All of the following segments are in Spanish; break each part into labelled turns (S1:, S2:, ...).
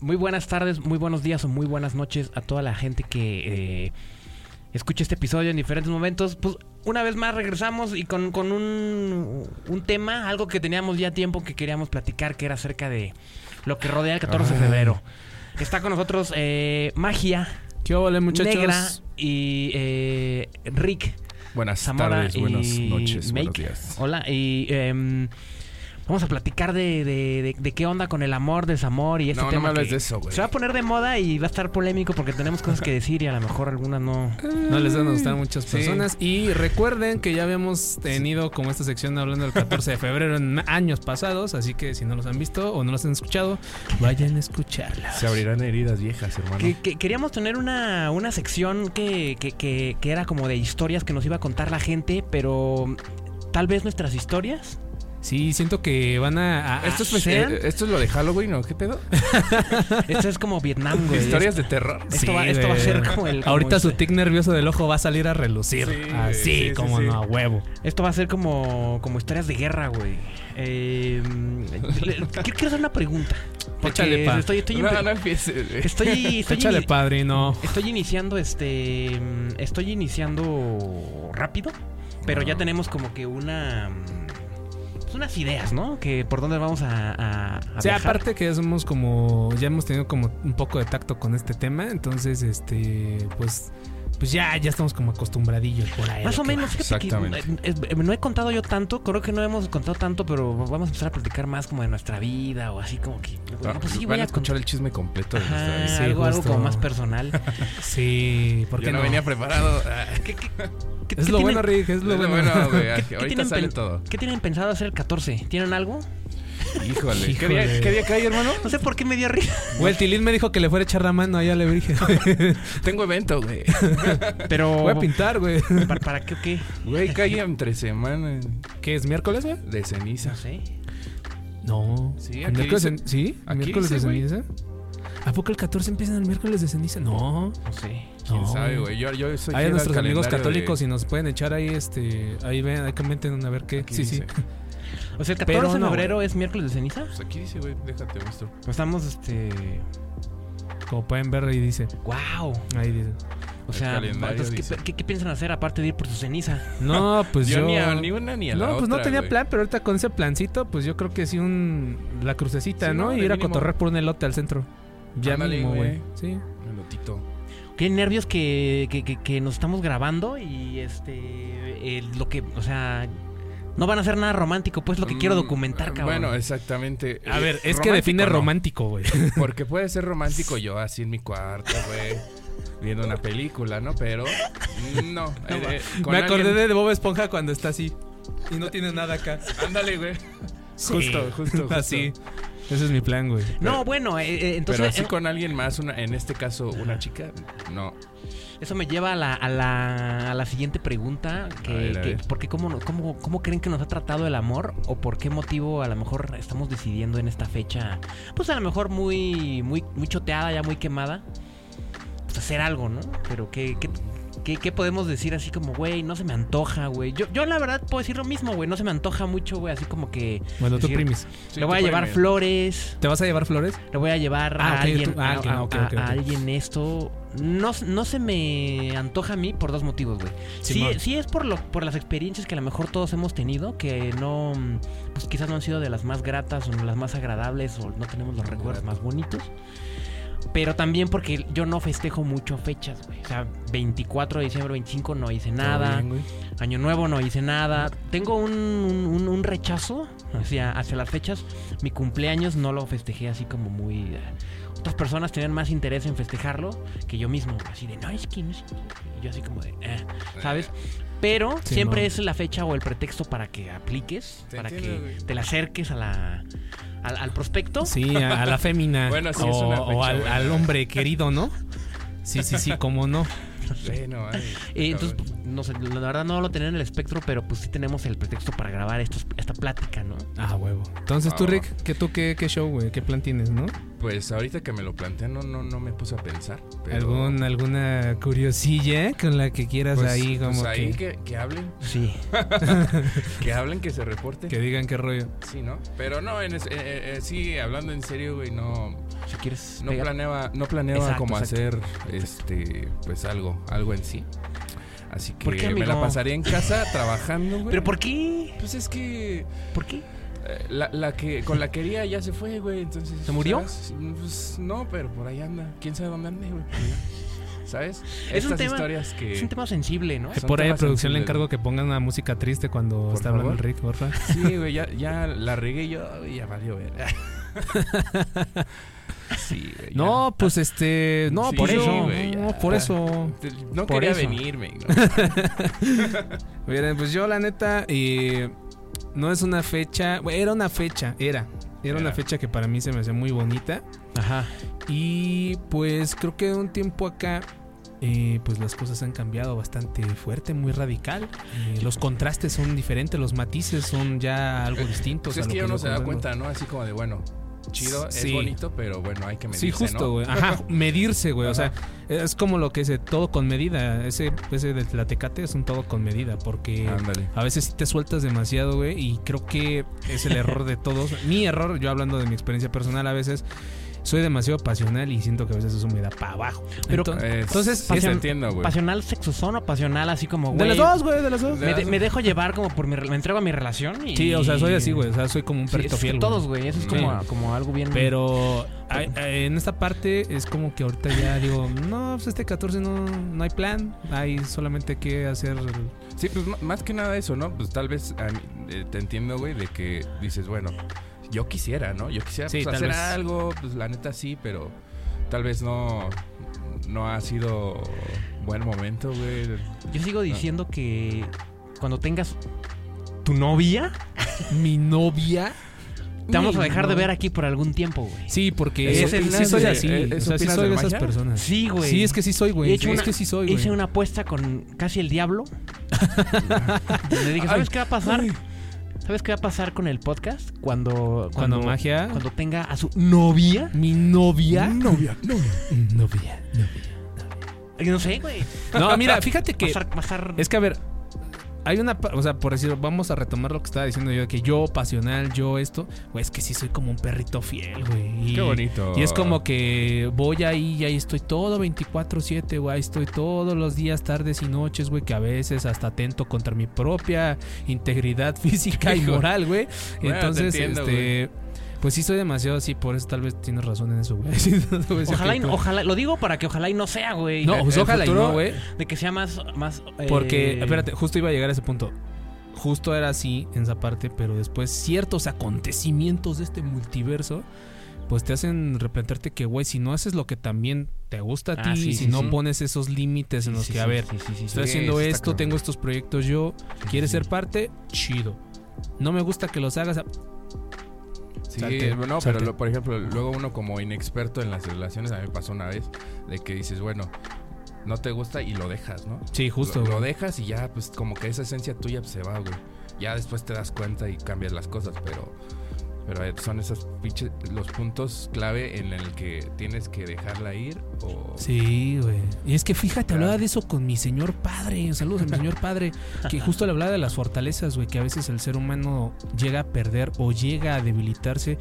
S1: Muy buenas tardes, muy buenos días o muy buenas noches a toda la gente que eh, escucha este episodio en diferentes momentos. Pues una vez más regresamos y con, con un, un tema, algo que teníamos ya tiempo que queríamos platicar, que era acerca de lo que rodea el 14 de febrero. Está con nosotros eh, Magia,
S2: ¿Qué vale, muchachos?
S1: Negra y eh, Rick.
S3: Buenas
S1: Zamora
S3: tardes,
S1: y
S3: buenas noches, buenos
S1: Make.
S3: días.
S1: Hola, y em, vamos a platicar de, de- de- de qué onda con el amor, desamor y este
S3: No, no
S1: tema.
S3: me hables
S1: que
S3: de eso, güey.
S1: Se va a poner de moda y va a estar polémico porque tenemos cosas que decir y a lo mejor algunas no.
S2: No les van a
S1: Mm.
S2: gustar muchas personas. Y recuerden que ya habíamos tenido como esta sección hablando del 14 de febrero en años pasados. Así que si no los han visto o no los han escuchado, vayan a escucharla.
S3: Se abrirán heridas viejas, hermano.
S1: Que, que- queríamos tener una, una sección que, que- que- que era como de historias que nos iba a contar la gente, pero tal vez nuestras historias.
S2: Sí, siento que van a. a-
S3: ¿Esto es,
S1: ¿Sean?
S3: eh, ¿Esto es lo de Halloween o qué pedo?
S1: Esto es como Vietnam, güey.
S3: Historias de terror.
S1: esto va- esto va a
S2: güey.
S1: ser como el- como
S2: Ahorita
S1: el-
S2: su tic nervioso del ojo va a salir a relucir.
S3: Sí,
S2: Así,
S3: sí, sí,
S2: como
S3: sí.
S2: no, a huevo.
S1: Esto va a ser como, como historias de guerra, güey. Eh, le- quiero- quiero hacer una pregunta. Porque
S2: Échale, pa.
S1: estoy, estoy,
S3: No, no empieces, güey.
S1: estoy, estoy,
S2: Échale,
S1: ini-
S2: padrino.
S1: estoy iniciando este, mm, estoy iniciando rápido, pero ya
S3: Ah.
S1: tenemos como que una, mm, pues unas ideas, ¿no? Que por dónde vamos a, a, a
S2: O sea,
S1: viajar.
S2: aparte que ya somos como, ya hemos tenido como un poco de tacto con este tema, entonces, este, pues, pues ya, ya estamos como acostumbradillos por ahí.
S1: Más
S2: lo
S1: o
S2: que
S1: menos,
S2: va.
S1: fíjate que,
S3: Exactamente.
S1: eh, eh, no he contado yo tanto, creo que no hemos contado tanto, pero vamos a empezar a platicar más como de nuestra vida o así como que.
S3: Ah,
S1: no, pues sí,
S3: Van
S1: voy
S3: a
S1: a
S3: escuchar el chisme completo de nuestra
S1: Ajá,
S3: vida.
S2: Sí,
S1: algo, algo
S2: justo.
S1: como más personal.
S2: Sí, porque
S3: Yo no,
S2: no?
S3: venía preparado. Ah,
S1: ¿Qué- qué- qué-
S2: Es
S1: qué
S2: lo
S1: tienen-
S2: bueno, Rick, es
S3: Es
S2: lo bueno.
S3: güey.
S1: ¿Qué- qué
S3: Ahorita
S1: tienen
S3: sale
S1: pen-
S3: todo.
S1: ¿Qué tienen pensado hacer el 14? ¿Tienen algo?
S3: Híjole. ¿Qué
S2: Híjole.
S3: día, ¿Qué día cae, hermano?
S1: No sé por qué me dio risa.
S2: Güey, el Tilín me dijo que le fuera a echar la mano allá le dije.
S3: Tengo evento, güey.
S1: Pero.
S3: Oh.
S2: Voy a pintar, güey.
S1: ¿Para, para qué o qué?
S3: Güey, cae entre semanas
S2: ¿Qué es miércoles, güey?
S3: de
S1: No
S3: ceniza.
S1: sé.
S2: No.
S3: Sí,
S2: ¿El
S3: aquí
S2: miércoles
S3: dice.
S2: en- ¿Sí?
S3: Aquí
S2: ¿Miércoles de
S3: dice, güey.
S2: ceniza? ¿A poco el 14 empiezan el miércoles de ceniza? No.
S1: No sé.
S3: ¿Quién
S2: no.
S3: sabe, güey? Yo, yo soy
S2: Hay a
S3: fiel al
S2: nuestros amigos
S3: calendario
S2: católicos
S3: de-
S2: y nos pueden echar ahí, este, ahí ven, ahí comenten a ver qué.
S3: Aquí
S2: Sí, sí.
S3: dice.
S1: O sea, el 14
S2: Pero
S1: de
S2: no,
S1: febrero
S2: güey.
S1: es miércoles de ceniza.
S3: Pues aquí dice, güey, déjate, gusto.
S1: Pues Estamos, este.
S2: Como pueden ver, ahí dice.
S1: ¡Wow!
S2: Ahí dice.
S1: O
S3: El
S1: sea,
S3: calendario
S1: entonces, ¿qué,
S3: dice.
S1: qué- qué piensan hacer aparte de ir por su ceniza?
S2: No, pues
S3: yo,
S2: yo.
S3: ni a ni una ni a la
S2: no, pues no
S3: otra,
S2: tenía
S3: güey.
S2: plan, pero ahorita con ese plancito, pues yo creo que sí un la crucecita,
S3: Sí,
S2: ¿no?
S3: no,
S2: Y
S3: de
S2: ir a
S3: mínimo.
S2: cotorrear por un elote al centro. Ya
S3: Ándale,
S2: mínimo, güey.
S3: güey.
S2: Sí.
S3: Melotito.
S1: Qué nervios que, que, que- que nos estamos grabando y este. el- lo que. O sea. No van a hacer nada romántico, pues lo que quiero
S3: Mm,
S1: documentar, cabrón.
S3: Bueno, exactamente.
S2: A
S3: Eh,
S2: ver, es que define
S3: no,
S2: romántico, güey.
S3: Porque puede ser romántico yo así en mi cuarto, güey. Viendo una película, ¿no? Pero. No. eh, eh, con
S2: Me acordé
S3: alguien-
S2: de Bob Esponja cuando está así. Y no tiene nada acá.
S3: Ándale, güey.
S2: Sí.
S3: Justo, justo, justo.
S2: Así. Ese es mi plan, güey.
S1: No, bueno, eh, eh, entonces.
S3: Pero así
S1: eh,
S3: con alguien más, una, en este caso, una chica, no.
S1: Eso me lleva a la, a la, a la siguiente pregunta, que,
S3: A ver, a
S1: que-
S3: ver.
S1: porque cómo, no- cómo, cómo creen que nos ha tratado el amor o por qué motivo a lo mejor estamos decidiendo en esta fecha, pues a lo mejor muy, muy, muy choteada, ya muy quemada, pues hacer algo, ¿no? Pero qué, qué,
S3: Eh,
S1: qué- qué podemos decir así como, güey, no se me antoja, güey. Yo, yo la verdad puedo decir lo mismo, güey, no se me antoja mucho, güey, así como que
S2: Bueno, tú
S1: Sí.
S2: primis.
S3: Sí,
S1: le voy
S3: tú
S1: a llevar
S3: ponme.
S1: flores,
S2: ¿Te vas a llevar flores?
S1: le voy a llevar
S2: Ah,
S1: a
S2: ok,
S1: alguien,
S2: tú- ah,
S1: a-
S2: ok, no,
S1: a-
S2: ok,
S1: a-
S2: ok, ok.
S1: a alguien esto. No, no se me antoja a mí por dos motivos, güey. Sí,
S2: Simón.
S1: sí es por lo, por las experiencias que a lo mejor todos hemos tenido, que no, mm, pues quizás no han sido de las más gratas o las más agradables o no tenemos los recuerdos más bonitos. Pero también porque yo no festejo mucho fechas, güey. O sea, 24 de diciembre, 25 no hice nada.
S2: Todo bien, güey.
S1: Año Nuevo no hice nada. Tengo un, un- un- un rechazo hacia, hacia las fechas. Mi cumpleaños no lo festejé así como muy... eh, Otras personas tenían más interés en festejarlo que yo mismo. Así de, no, es que no es que-". Y yo así como de, "Eh", ¿sabes? Pero
S2: Sí,
S1: siempre
S2: no.
S1: es la fecha o el pretexto para que apliques,
S3: Te
S1: para
S3: entiendo,
S1: que
S3: güey.
S1: te la acerques a la, al, al prospecto.
S2: Sí, a, a la fémina.
S3: Bueno, sí,
S2: o,
S3: es una fecha
S2: o al,
S3: buena.
S2: al hombre querido, ¿no? Sí, sí, sí, cómo no.
S3: Sí, no, ay,
S1: Eh, entonces,
S3: cabrón.
S1: no sé, la verdad no lo tenía en el espectro, pero pues sí tenemos el pretexto para grabar estos- esta plática, ¿no?
S2: Ah, huevo. Entonces tú,
S3: Ah.
S2: Rick, ¿qué tú qué, qué show, güey? ¿Qué plan tienes, no?
S3: Pues ahorita que me lo plantean, no, no, no me puse a pensar. Pero,
S2: ¿Algún, ¿Alguna curiosilla con la que quieras
S3: pues,
S2: ahí
S3: pues
S2: como
S3: ahí
S2: que,
S3: que... Que, hablen,
S1: Sí.
S3: que hablen, que se reporten.
S2: que digan qué rollo?
S3: Sí, ¿no? Pero no, en es- eh, eh, eh, sí, hablando en serio, güey, no.
S1: O sea, ¿quieres
S3: No
S1: pegar?
S3: planeaba, no planeaba
S1: Exacto,
S3: como
S1: exacto.
S3: hacer este pues algo, algo en sí. Así que
S1: ¿Por qué,
S3: me la
S1: amigo?
S3: pasaré en casa trabajando, güey.
S1: ¿Pero por qué?
S3: Pues es que
S1: ¿Por qué?
S3: eh, la, la que con la quería ya se fue, güey, entonces
S1: ¿Se murió?
S3: ¿sabes? Pues no, pero por ahí anda. ¿Quién sabe dónde anda, güey? Pero ya, ¿Sabes?
S1: Es un
S3: Estas
S1: tema-
S3: historias que
S1: Es un tema sensible, ¿no?
S3: Son
S2: Por ahí a
S3: temas
S2: producción le
S3: sensibles,
S2: encargo que pongan una música triste cuando
S3: Por
S2: está hablando el
S3: favor.
S2: Rick, porfa.
S3: Sí, güey, ya, ya la regué yo y ya valió ver. Sí, güey. ya.
S2: No, pues este. No,
S3: Sí,
S2: por
S3: sí,
S2: eso.
S3: güey, ya.
S2: no, por eso.
S3: Te- No
S2: por
S3: quería
S2: eso.
S3: venirme. ¿no?
S2: Miren, pues yo la neta. eh, no es una fecha. bueno, Era una fecha. Era. Era una
S3: Era.
S2: fecha que para mí se me hacía muy bonita.
S1: Ajá.
S2: Y pues creo que de un tiempo acá. eh, pues las cosas han cambiado bastante fuerte, muy radical. Eh, los contrastes son diferentes, los matices son ya algo distintos.
S3: Pues es
S2: a lo
S3: que ya
S2: yo
S3: uno se da
S2: comprendo.
S3: cuenta, ¿no? Así como de, bueno, chido,
S2: Sí.
S3: es bonito, pero bueno, hay que medirse,
S2: Sí, justo,
S3: ¿no?
S2: güey. Ajá, medirse, güey. O sea,
S3: Ajá.
S2: es como lo que es todo con medida. Ese, ese del Tlatecate es un todo con medida, porque
S3: Ándale.
S2: a veces sí te sueltas demasiado, güey. Y creo que es el error de todos. mi error, yo hablando de mi experiencia personal, a veces soy demasiado pasional y siento que a veces eso me da para abajo.
S1: Pero- eh,
S2: Entonces-
S3: Es-
S2: entonces,
S3: sí,
S2: pues, pasión-
S3: te entiendo, güey.
S1: ¿Pasional sexosón o pasional así como,
S2: de
S1: güey?
S2: las dos, güey, de las dos.
S1: Me, de- me dejo llevar como por mi... re- Me entrego a mi relación y...
S2: Sí, o sea, soy así, güey. O sea, soy como un
S1: Sí,
S2: perrito
S1: es que
S2: fiel. güey.
S1: todos, güey. Eso es como, como algo bien...
S2: Pero ay, ay, en esta parte es como que ahorita ya digo, no, pues este 14 no, no hay plan, hay solamente que hacer...
S3: Sí, pues m- más que nada eso, ¿no? Pues tal vez a mí, eh, te entiendo, güey, de que dices, bueno, yo quisiera, ¿no? Yo quisiera
S2: Sí,
S3: pues,
S2: tal
S3: hacer
S2: vez.
S3: algo, pues la neta sí, pero tal vez no, no ha sido buen momento, güey.
S1: Yo sigo diciendo que cuando tengas tu novia,
S2: Mi novia.
S1: te vamos a dejar de ver aquí por algún tiempo, güey.
S2: Sí, porque
S1: Eso
S2: sí,
S1: opinas
S2: sí soy
S1: de-
S2: así.
S3: eh,
S2: o
S3: eso
S2: sea, sí
S3: opinas
S2: soy
S3: del
S2: de esas
S3: Maya?
S2: personas.
S1: Sí, güey.
S2: Sí, es que sí soy,
S1: He
S2: güey.
S1: hecho
S2: Es
S1: una-
S2: que sí soy,
S1: Hice
S2: güey.
S1: una apuesta con casi el diablo. Le dije, ¿sabes qué va a pasar? ¿Sabes qué va a pasar con el podcast? Cuando...
S2: Cuando magia...
S1: Cuando tenga a su novia.
S2: Mi novia.
S3: Novia, novia.
S2: Novia.
S1: Eh, No sé, güey.
S2: No, mira, fíjate
S1: Va a
S2: que...
S1: estar... Va a estar-
S2: Es que a ver, hay una, pa- o sea, por decir, vamos a retomar lo que estaba diciendo yo, de que yo pasional, yo esto, güey, es que sí soy como un perrito fiel, güey. y-
S3: Qué bonito.
S2: Y es como que voy ahí y ahí estoy todo 24/7, güey, ahí estoy todos los días, tardes y noches, güey, que a veces hasta atento contra mi propia integridad física y
S3: Hijo.
S2: moral, güey.
S3: Bueno, te
S2: Entonces,
S3: entiendo,
S2: este... Pues sí, soy demasiado así, por eso tal vez tienes razón en eso, güey.
S1: Ojalá, y, ojalá, lo digo para que ojalá y no sea, güey.
S2: No, pues
S3: El
S2: ojalá y no,
S3: futuro-
S2: güey.
S1: De que sea más. más eh,
S2: Porque, espérate, justo iba a llegar a ese punto. Justo era así en esa parte, pero después ciertos acontecimientos de este multiverso, pues te hacen replantearte que, güey, si no haces lo que también te gusta a ti,
S1: Ah, sí, sí,
S2: si no
S1: sí.
S2: pones esos límites en los
S1: sí,
S2: que, a
S1: sí,
S2: ver,
S1: sí, sí, sí,
S2: estoy
S3: sí,
S2: haciendo
S3: sí, está
S2: esto,
S3: cabrón.
S2: tengo estos proyectos yo, ¿quieres ser parte? Chido. No me gusta que los hagas.
S3: Sí, eh,
S2: Salte,
S3: no,
S2: salte.
S3: pero lo- por ejemplo, luego uno como inexperto en las relaciones, a mí me pasó una vez, de que dices, bueno, no te gusta y lo dejas, ¿no?
S2: Sí, justo.
S3: Lo, lo
S2: güey.
S3: dejas y ya, pues como que esa esencia tuya pues, se va, güey. Ya después te das cuenta y cambias las cosas, pero, pero eh, son esos pinches, los puntos clave en el que tienes que dejarla ir o...
S2: Sí, güey. Y es que fíjate,
S3: Claro.
S2: hablaba de eso con mi señor padre. Saludos a mi señor padre. Que justo le hablaba de las fortalezas, güey, que a veces el ser humano llega a perder o llega a debilitarse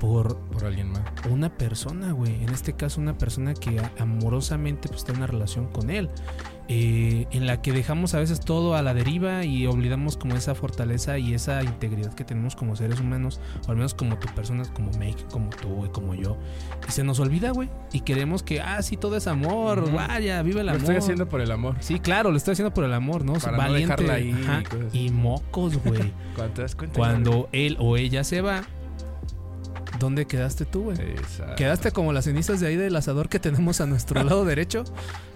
S2: por
S3: Por alguien más.
S2: una persona, güey. En este caso, una persona que a- amorosamente pues, está en una relación con él. eh, en la que dejamos a veces todo a la deriva y olvidamos como esa fortaleza y esa integridad que tenemos como seres humanos, o al menos como tu personas, como Make, como tú, güey, como yo. Y se nos olvida, güey. Y queremos que, ah, sí, todo es amor,
S3: Ujú.
S2: vaya, vive el
S3: Lo
S2: amor.
S3: estoy haciendo por el amor.
S2: Sí, claro, lo estoy haciendo por el amor, ¿no?
S3: Para no
S2: Valiente.
S3: dejarla ahí y
S2: ajá,
S3: cosas así.
S2: y mocos, güey.
S3: Cuando te das cuenta...
S2: Cuando él o ella se va, ¿dónde quedaste tú, güey?
S3: Exacto.
S2: Quedaste como las cenizas de ahí del asador que tenemos a nuestro lado derecho.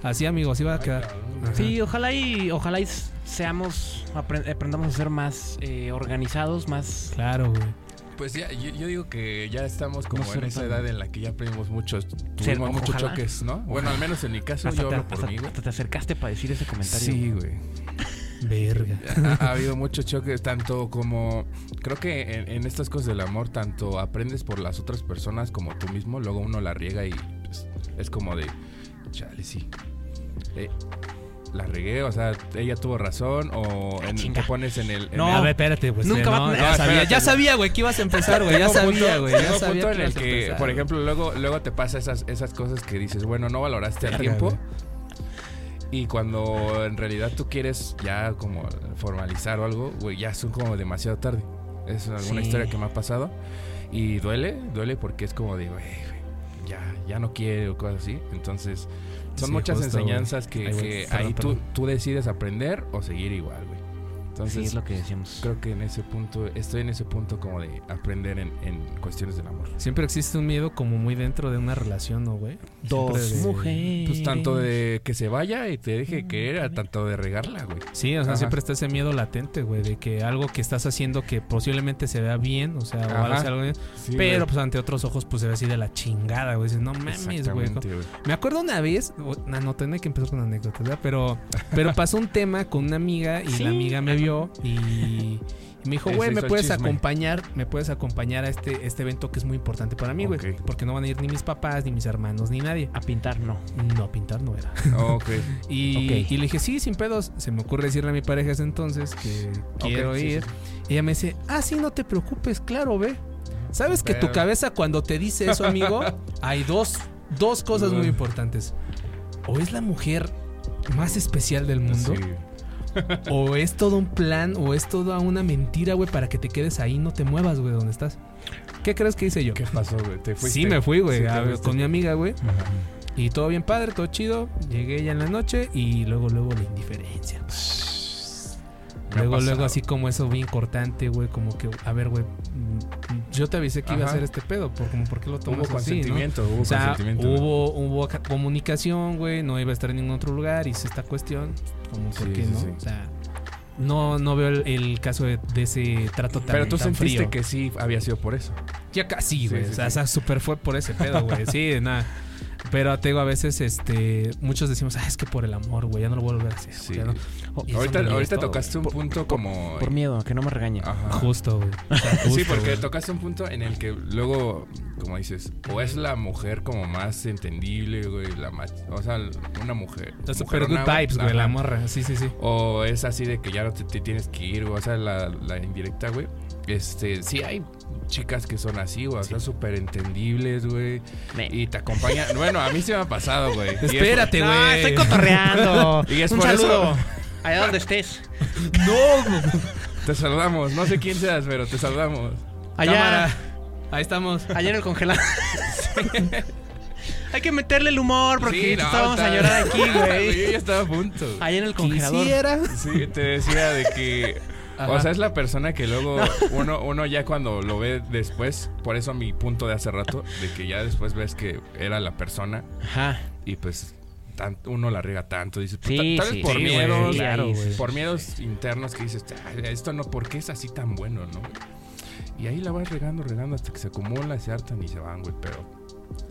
S2: Así, amigo, así va a
S3: Ay,
S2: quedar.
S3: cabrón, güey.
S1: Sí, ojalá y. Ojalá y s- seamos. apren- aprendamos a ser más eh, organizados, más.
S2: Claro, güey.
S3: Pues ya, yo, yo digo que ya estamos como
S1: No sé,
S3: en esa
S1: no.
S3: edad en la que ya aprendimos muchos,
S1: Ser-
S3: tuvimos muchos
S1: ojalá.
S3: choques, ¿no? Bueno, al menos en mi caso,
S1: hasta
S3: yo
S1: te,
S3: hablo por
S1: hasta-
S3: mí, güey.
S1: hasta te acercaste para decir ese comentario.
S3: Sí, güey.
S2: Verga.
S3: Ha, ha habido muchos choques, tanto como. Creo que en, en estas cosas del amor, tanto aprendes por las otras personas como tú mismo, luego uno la riega y pues, es como de. Chale, sí. Eh, la regué, o sea, ella tuvo razón, o
S1: Ah,
S3: en-
S1: chinga.
S3: te pones en el. en
S1: No,
S2: a
S3: el-
S2: ver, espérate, pues.
S1: Nunca
S2: eh,
S1: va a
S2: no,
S1: tener-
S2: ya,
S3: No,
S2: sabía,
S3: espérate.
S2: ya sabía, güey, que ibas a empezar, güey. Ya
S3: Llega un punto-
S2: sabía, güey.
S3: llega
S2: Ya
S3: un punto
S2: sabía
S3: en
S2: ibas
S3: el
S2: a
S3: que,
S2: empezar,
S3: por
S2: güey.
S3: ejemplo, luego, luego te pasa esas, esas cosas que dices, bueno, no valoraste a
S2: Verga,
S3: tiempo.
S2: güey.
S3: Y cuando en realidad tú quieres ya como formalizar o algo, güey, ya son como demasiado tarde. Es alguna
S1: Sí.
S3: historia que me ha pasado. Y duele, duele porque es como de, güey, güey, ya, ya no quiero, cosas así. Entonces, son
S2: Sí,
S3: muchas
S2: justo, güey.
S3: enseñanzas que,
S2: Ay, güey,
S3: que
S2: perdón,
S3: ahí tú,
S2: perdón.
S3: tú decides aprender o seguir igual, güey.
S1: Sí,
S3: Entonces,
S1: es lo que decíamos.
S3: creo que en ese punto, estoy en ese punto como de aprender en, en cuestiones del amor.
S2: Siempre existe un miedo como muy dentro de una relación, ¿no, güey?
S1: Dos
S2: Siempre de-
S1: mujeres.
S3: Pues tanto de que se vaya y te deje que era, tanto de regarla, güey.
S2: Sí, o sea,
S3: Ajá.
S2: siempre está ese miedo latente, güey, de que algo que estás haciendo que posiblemente se vea bien, o sea, o
S3: Ajá.
S2: hace algo bien, pero pues ante otros ojos pues se ve así de la chingada, güey. Dices, no mames, güey.
S3: Exactamente, güey.
S2: Me acuerdo una vez, no, no tenía que empezar con anécdotas, ¿verdad? Pero, pero pasó un tema con una amiga y
S1: Sí.
S2: la amiga me vio y, y me dijo,
S3: Ese
S2: güey, me
S3: hizo el
S2: puedes
S3: chisme.
S2: acompañar, me puedes acompañar a este, este evento que es muy importante para mí, güey.
S3: Ok.
S2: Porque no van a ir ni mis papás, ni mis hermanos, ni nadie.
S1: A pintar, no.
S2: No, a pintar no era.
S3: Ok.
S2: Y,
S1: Ok.
S2: y le dije, sí, sin pedos. Se me ocurre decirle a mi pareja ese entonces que quiero
S3: sí,
S2: ir.
S3: sí,
S2: Y ella me dice, ah, sí, no te preocupes, claro, ve. ¿Sabes que tu
S3: Pero-
S2: cabeza cuando te dice eso, amigo? hay dos, dos cosas muy
S3: Mm.
S2: importantes. O es la mujer más especial del mundo,
S3: Sí.
S2: o es todo un plan, o es toda una mentira, güey, para que te quedes ahí, no te muevas, güey, donde estás. ¿Qué crees que hice yo?
S3: ¿Qué pasó, güey? ¿Te fuiste?
S2: Sí, me fui, güey,
S3: Sí, te
S2: a-
S3: fuiste.
S2: con mi amiga, güey. Y todo bien padre, todo chido. Llegué ya en la noche y luego, luego la indiferencia.
S3: Me ha
S2: Luego,
S3: pasado.
S2: luego así como eso bien cortante, güey, como que, a ver, güey, mm, yo te avisé que iba a
S3: Ajá.
S2: hacer este pedo, por, como, ¿por qué lo
S3: Hubo
S2: tomas así, no?
S3: consentimiento, hubo
S2: O sea,
S3: consentimiento.
S2: hubo, hubo ca- comunicación, güey, no iba a estar en ningún otro lugar, hice esta cuestión, como por
S3: Sí,
S2: qué,
S3: sí,
S2: ¿no?
S3: sí.
S2: O sea, no, no veo el, el caso de, de ese trato tan
S3: Pero tú
S2: tan
S3: sentiste
S2: frío.
S3: que sí había sido por eso.
S2: Ya casi,
S3: Sí,
S2: güey.
S3: sí,
S2: o sea,
S3: sí.
S2: esa super fue por ese pedo, güey. Sí, de nada. Pero te digo, a veces, este, muchos decimos, ah, es que por el amor, güey, ya no lo vuelvo a volver a hacer.
S3: Sí.
S2: ya no". Y es
S3: Ahorita, ahorita
S2: donde llegas todo,
S3: tocaste un punto como...
S1: Por miedo, a que no me regañen.
S3: Ajá.
S2: güey. Justo, güey. O sea,
S3: sí,
S2: justo,
S3: porque
S2: güey.
S3: tocaste un punto en el que luego, como dices, o es la mujer como más entendible, güey, la más, o sea, una mujer.
S2: O sea,
S3: mujerona,
S2: pero good
S3: güey,
S2: vibes, güey,
S3: ajá.
S2: la morra. Sí, sí, sí.
S3: O es así de que ya no te, te tienes que ir, güey, o sea, la, la indirecta, güey. Este, sí hay chicas que son así, güey, o sea, súper entendibles, güey,
S1: Me-
S3: y te acompañan. bueno, a mí se me ha pasado, güey. y es-
S2: Espérate,
S1: No,
S2: güey.
S1: estoy cotorreando.
S3: Y es
S1: Un
S3: por eso-
S1: saludo. Allá donde estés.
S2: No, güey.
S3: Te saludamos, no sé quién seas, pero te saludamos.
S1: Allá.
S2: Cámara. Ahí estamos.
S1: Allá en el congelado. Hay que meterle el humor porque
S3: no,
S1: estábamos
S3: está-
S1: a llorar aquí, güey.
S3: Yo ya estaba a punto. güey.
S1: Allá en el congelador.
S3: Sí, te decía de que. O
S2: Ajá.
S3: sea, es la persona que luego uno, uno ya cuando lo ve después, por eso mi punto de hace rato, de que ya después ves que era la persona
S1: Ajá.
S3: y pues tan- uno la riega tanto, dices, pues,
S1: Sí,
S3: ta- tal vez
S1: sí,
S3: por
S1: sí,
S3: miedos,
S1: güey, claro, güey.
S3: por miedos internos que dices, "Ah, esto no, ¿por qué es así tan bueno, no? Y ahí la vas regando, regando hasta que se acumula, se hartan y se van, güey, pero